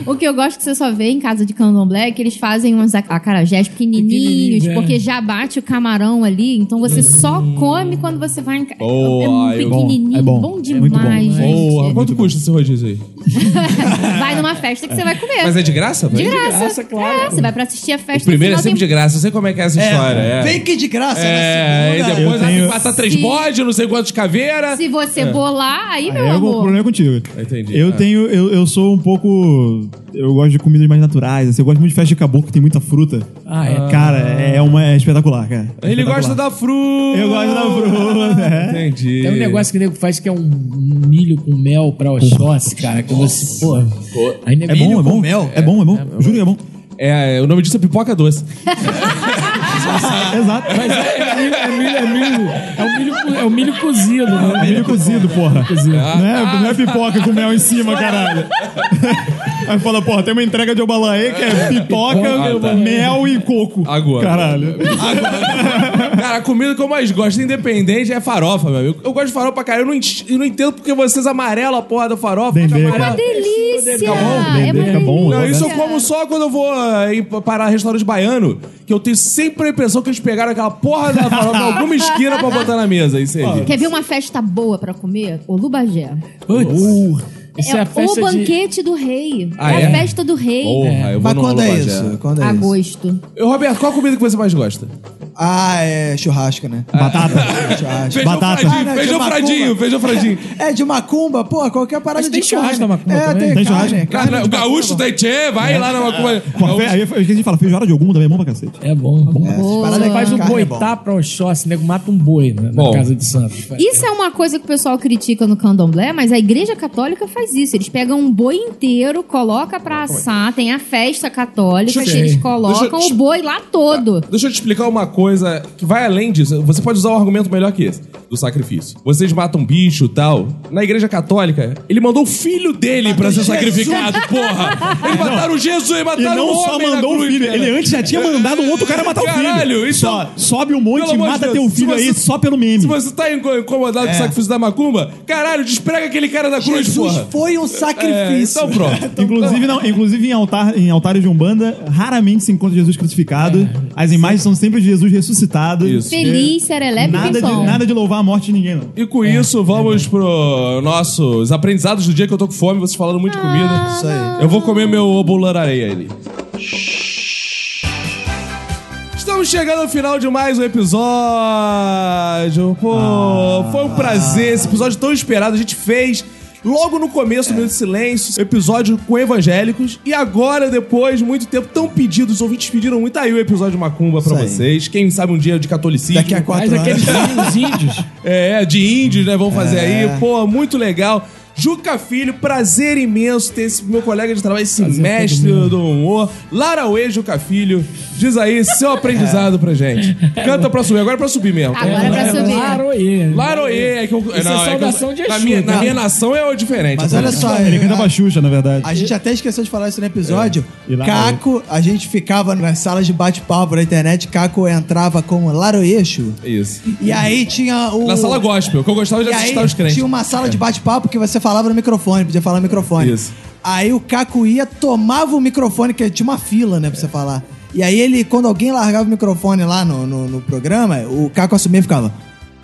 Speaker 3: O que eu gosto é que você só vê em casa de candomblé é que eles fazem uns ac- acarajés pequenininhos,
Speaker 5: Pequenininhos, é.
Speaker 3: porque já bate o camarão ali, então você só come quando você vai em casa.
Speaker 1: Boa,
Speaker 3: é um
Speaker 1: aí,
Speaker 3: pequenininho,
Speaker 1: bom, é bom, né?
Speaker 3: demais, gente.
Speaker 1: Boa, quanto custa esse rodízio aí?
Speaker 3: Vai numa festa que você vai comer.
Speaker 1: Mas é de graça,
Speaker 3: De
Speaker 1: vai?
Speaker 3: graça.
Speaker 1: De graça,
Speaker 3: claro. É, você vai pra assistir a festa.
Speaker 1: O primeiro é
Speaker 3: no final
Speaker 1: sempre de graça, eu sei como é que é essa
Speaker 3: É,
Speaker 1: história. É.
Speaker 2: vem que de graça,
Speaker 1: É,
Speaker 2: na
Speaker 1: e
Speaker 2: segunda.
Speaker 1: depois
Speaker 2: Eu
Speaker 1: vai
Speaker 2: tenho-
Speaker 1: matar três
Speaker 3: Sim.
Speaker 1: bodes, não sei quantos caveiras.
Speaker 3: Se você
Speaker 1: É.
Speaker 3: bolar, aí, meu
Speaker 4: Aí eu, o
Speaker 3: amor.
Speaker 4: problema é contigo.
Speaker 1: Entendi.
Speaker 4: Eu
Speaker 1: Ah.
Speaker 4: tenho, eu, eu sou um pouco. Eu gosto de comidas mais naturais. assim, eu gosto muito de festa de caboclo, que tem muita fruta.
Speaker 5: Ah, é?
Speaker 4: Cara, é, uma, é espetacular, cara. É
Speaker 1: Ele
Speaker 4: espetacular.
Speaker 1: gosta da fruta.
Speaker 4: Eu gosto da fruta. é.
Speaker 1: Entendi.
Speaker 5: Tem um negócio que o nego faz que é um milho com mel pra Oxóssi, cara. Que você, pô. Ainda
Speaker 4: É bom, é bom. É bom, é bom. Juro que é bom.
Speaker 1: É, o nome disso é pipoca doce.
Speaker 4: Exato.
Speaker 5: Mas é, é milho, é milho, é milho. É o milho, co- é o milho cozido. Né?
Speaker 4: É milho cozido, porra.
Speaker 5: cozido.
Speaker 4: Não, é, não é pipoca com mel em cima, caralho. Aí fala, porra, tem uma entrega de Obalaê que é pipoca,
Speaker 1: Ah, tá.
Speaker 4: mel e coco.
Speaker 1: Agora. É.
Speaker 4: Caralho.
Speaker 1: Ah, Cara, a comida que eu mais gosto, independente, é farofa, meu amigo. Eu gosto de farofa pra caralho. Eu não, ent- eu não entendo porque vocês amarelam a porra da farofa.
Speaker 4: Dendê,
Speaker 1: fica
Speaker 4: cara.
Speaker 3: Uma
Speaker 1: amarela.
Speaker 3: delícia!
Speaker 1: Tá bom,
Speaker 3: é uma
Speaker 4: Dendê, tá bom,
Speaker 1: Não,
Speaker 4: né?
Speaker 1: isso eu como só quando eu vou eh, em- para restaurante baiano, que eu tenho sempre a impressão que eles pegaram aquela porra da farofa em alguma esquina pra botar na mesa. Isso aí.
Speaker 3: Quer ver uma festa boa pra comer? O Lubagé.
Speaker 5: Putz. Isso é,
Speaker 3: É
Speaker 5: a festa
Speaker 3: o
Speaker 5: de-
Speaker 3: banquete do rei.
Speaker 1: Ah,
Speaker 3: é
Speaker 1: é?
Speaker 3: a festa do rei.
Speaker 1: Porra, eu vou
Speaker 2: Mas
Speaker 1: no
Speaker 2: quando é
Speaker 1: Alubajé.
Speaker 2: isso? Quando é isso?
Speaker 3: Agosto.
Speaker 1: Ô, Roberto, qual a comida que você mais gosta?
Speaker 2: Ah, é churrasco, né?
Speaker 4: Batata.
Speaker 2: Churrasco.
Speaker 1: Feijão
Speaker 4: Batata.
Speaker 2: Ah,
Speaker 1: fradinho,
Speaker 2: não,
Speaker 1: feijão
Speaker 2: de
Speaker 1: fradinho,
Speaker 2: macumba.
Speaker 1: feijão fradinho.
Speaker 2: É, de macumba, pô, qualquer parada
Speaker 5: Mas tem
Speaker 2: de
Speaker 5: churrasco
Speaker 2: carne.
Speaker 5: na macumba
Speaker 2: é,
Speaker 5: também?
Speaker 2: Tem,
Speaker 4: Tem
Speaker 2: carne,
Speaker 4: churrasco?
Speaker 2: carne
Speaker 1: Cara,
Speaker 2: de
Speaker 1: o gaúcho
Speaker 2: macumba.
Speaker 1: tem tchê, vai lá na macumba.
Speaker 4: Porra, fe- aí eu esqueci de falar, feijoada de algum também é bom pra cacete.
Speaker 1: Tá
Speaker 5: É bom. bom.
Speaker 3: Boa.
Speaker 2: parada é
Speaker 5: Faz um
Speaker 2: Carne é
Speaker 5: boitá pra Oxóssi, nego mata um boi né, na
Speaker 1: Bom.
Speaker 5: casa de santo.
Speaker 3: Isso é uma coisa que o pessoal critica no candomblé, mas a igreja católica faz isso. Eles pegam um boi inteiro, coloca pra assar, tem a festa católica
Speaker 1: Deixa
Speaker 3: que
Speaker 1: eu-
Speaker 3: eles
Speaker 1: Sim.
Speaker 3: colocam
Speaker 1: Deixa eu- Tá.
Speaker 3: o boi lá todo.
Speaker 1: Deixa eu te explicar uma coisa que vai além disso. Você pode usar um argumento melhor que esse, do sacrifício. Vocês matam um bicho e tal. Na igreja católica, ele mandou o filho dele pra ser sacrificado, porra! Eles mataram Jesus,
Speaker 4: E
Speaker 1: mataram
Speaker 4: não
Speaker 1: o
Speaker 4: só
Speaker 1: homem na
Speaker 4: mandou o
Speaker 1: cruz, É.
Speaker 4: filho,
Speaker 1: cara.
Speaker 4: ele antes já tinha mandado um outro cara matar o filho.
Speaker 1: Caralho, isso- é
Speaker 4: Só sobe um monte
Speaker 1: Pelo
Speaker 4: e
Speaker 1: amor de
Speaker 4: mata
Speaker 1: Deus,
Speaker 4: teu
Speaker 1: se
Speaker 4: filho aí
Speaker 1: você-
Speaker 4: só pelo meme.
Speaker 1: Se você tá inco- incomodado
Speaker 4: É.
Speaker 1: com o sacrifício da macumba, caralho, desprega aquele cara da cruz,
Speaker 2: Jesus
Speaker 1: porra!
Speaker 2: foi um
Speaker 1: É,
Speaker 2: sacrifício.
Speaker 1: então pronto.
Speaker 4: Inclusive, não, inclusive em, altar, em altares de Umbanda, raramente se encontra Jesus crucificado. As imagens são sempre de Jesus ressuscitado.
Speaker 1: É. Isso.
Speaker 3: Feliz, serelepe e
Speaker 4: Nada de,
Speaker 3: pimpão.
Speaker 4: nada de louvar a morte de ninguém, não.
Speaker 1: E com isso, vamos pro nossos aprendizados do dia que eu tô com fome, vocês falando muito de comida.
Speaker 2: Isso aí.
Speaker 1: Eu vou comer meu obulararei ali. Estamos chegando ao final de mais um episódio. Pô,
Speaker 2: Ah.
Speaker 1: foi um prazer. Esse episódio tão esperado a gente fez. Logo no começo, do Minuto de Silêncio, episódio com evangélicos. E agora, depois, de muito tempo, tão pedido, os ouvintes pediram muito aí o episódio de Macumba pra
Speaker 2: Isso aí.
Speaker 1: vocês. Quem sabe um dia de catolicismo.
Speaker 2: Daqui a
Speaker 5: Faz
Speaker 2: quatro
Speaker 5: aqueles
Speaker 2: anos.
Speaker 5: os índios.
Speaker 1: É, de índios, né? Vamos
Speaker 5: É.
Speaker 1: fazer aí. Pô, muito legal. Juca Filho, prazer imenso ter esse meu colega de trabalho, esse
Speaker 5: é
Speaker 1: mestre do humor. Lara Uê, Juca Filho. Diz aí seu aprendizado pra gente. Canta pra subir, agora é pra subir mesmo.
Speaker 3: Agora é pra subir.
Speaker 5: Laroê.
Speaker 1: Laroê, é que eu.
Speaker 5: Isso é
Speaker 1: que eu-
Speaker 5: saudação de
Speaker 1: na,
Speaker 5: Exu,
Speaker 1: minha, na
Speaker 5: cara.
Speaker 1: minha nação é diferente.
Speaker 2: Mas olha só, é.
Speaker 4: Ele canta pra Xuxa, na verdade.
Speaker 2: A gente até esqueceu de falar isso no episódio.
Speaker 4: É, E lá-
Speaker 2: Caco, a gente ficava nas salas de bate-papo na internet, Caco entrava como Laroeixo.
Speaker 1: Isso.
Speaker 2: E aí tinha o.
Speaker 1: Na sala gospel, que eu gostava de
Speaker 2: e aí
Speaker 1: assustar os crentes.
Speaker 2: tinha um- uma sala de bate-papo que você falava no microfone, podia falar no microfone.
Speaker 1: Isso.
Speaker 2: Aí o Caco ia, tomava o microfone, que tinha uma fila, né, pra você falar. E aí ele, quando alguém largava o microfone lá no, no, no programa, o Caco assumia e ficava.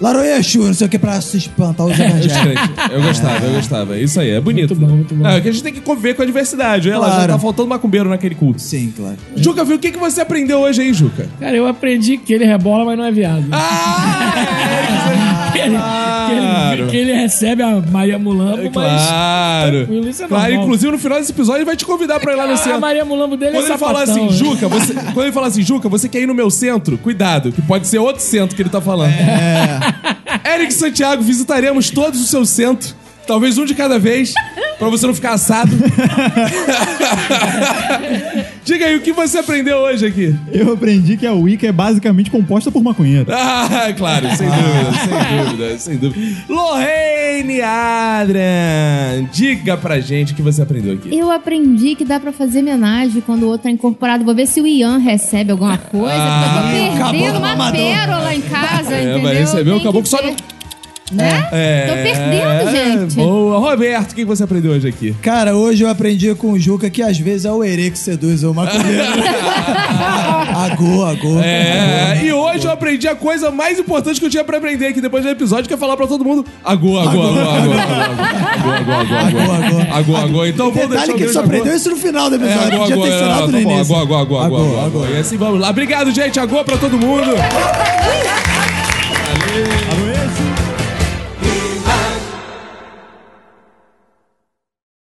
Speaker 2: Laroeixo, não sei o que, pra se espantar os
Speaker 1: Os
Speaker 2: evangélicos.
Speaker 1: crentes. Eu gostava, eu gostava. Isso aí, é bonito.
Speaker 5: Muito bom, muito bom.
Speaker 1: Não, é que a gente tem que conviver com a diversidade. Olha lá, já
Speaker 2: Claro.
Speaker 1: tá faltando macumbeiro naquele culto.
Speaker 2: Sim, claro.
Speaker 1: Juca, viu o que, que você aprendeu hoje aí, Juca?
Speaker 5: Cara, eu aprendi que ele rebola, mas não é viado.
Speaker 1: Ah!
Speaker 5: Que ele- que ele
Speaker 1: claro. É
Speaker 5: Que ele recebe a Maria Mulambo,
Speaker 1: Claro.
Speaker 5: Tranquilo, isso é
Speaker 1: claro,
Speaker 5: normal. Ah,
Speaker 1: inclusive no final desse episódio ele vai te convidar pra ir lá no
Speaker 5: mas
Speaker 1: centro.
Speaker 5: a Maria Mulambo dele
Speaker 1: Quando
Speaker 5: é
Speaker 1: ele falar
Speaker 5: sapatão,
Speaker 1: assim,
Speaker 5: né?
Speaker 1: Juca, você, quando ele falar assim, Juca, você quer ir no meu centro? Cuidado, que pode ser outro centro que ele tá falando. Eric Santiago, visitaremos todos os seus centros, talvez um de cada vez, pra você não ficar assado. Diga aí, o que você aprendeu hoje aqui?
Speaker 4: Eu aprendi que a Wicca é basicamente composta por maconheiro.
Speaker 1: Ah, claro, sem dúvida, sem dúvida, sem dúvida. Lorraine Adrian, diga pra gente o que você aprendeu aqui.
Speaker 3: Eu aprendi que dá pra fazer homenagem quando o outro é incorporado. Vou ver se o Ian recebe alguma coisa.
Speaker 1: Ah,
Speaker 3: porque eu tô
Speaker 1: acabou
Speaker 3: perdendo
Speaker 1: no
Speaker 3: uma
Speaker 1: mamador.
Speaker 3: pérola em casa,
Speaker 1: É,
Speaker 3: entendeu?
Speaker 1: vai receber o caboclo só É. no-
Speaker 3: Né? Tô perdendo, gente.
Speaker 1: Boa. Roberto, o que você aprendeu hoje aqui?
Speaker 2: Cara, hoje eu aprendi com o Juca que às vezes é o erê que seduz o maconheiro. agô, agô.
Speaker 1: É, e hoje eu aprendi a coisa mais importante que eu tinha pra aprender aqui depois do episódio, que é falar pra todo mundo agora, agora, agora, agora, agora, agora, agora. Então vamos
Speaker 2: Detalhe
Speaker 1: deixar
Speaker 2: que ele só aprendeu isso no final do
Speaker 1: É,
Speaker 2: episódio.
Speaker 1: agora,
Speaker 2: Podia ter ensinado no
Speaker 1: agora,
Speaker 2: início.
Speaker 1: agora, agora, agora, agora. E assim vamos lá. Obrigado, gente. Agora pra todo mundo.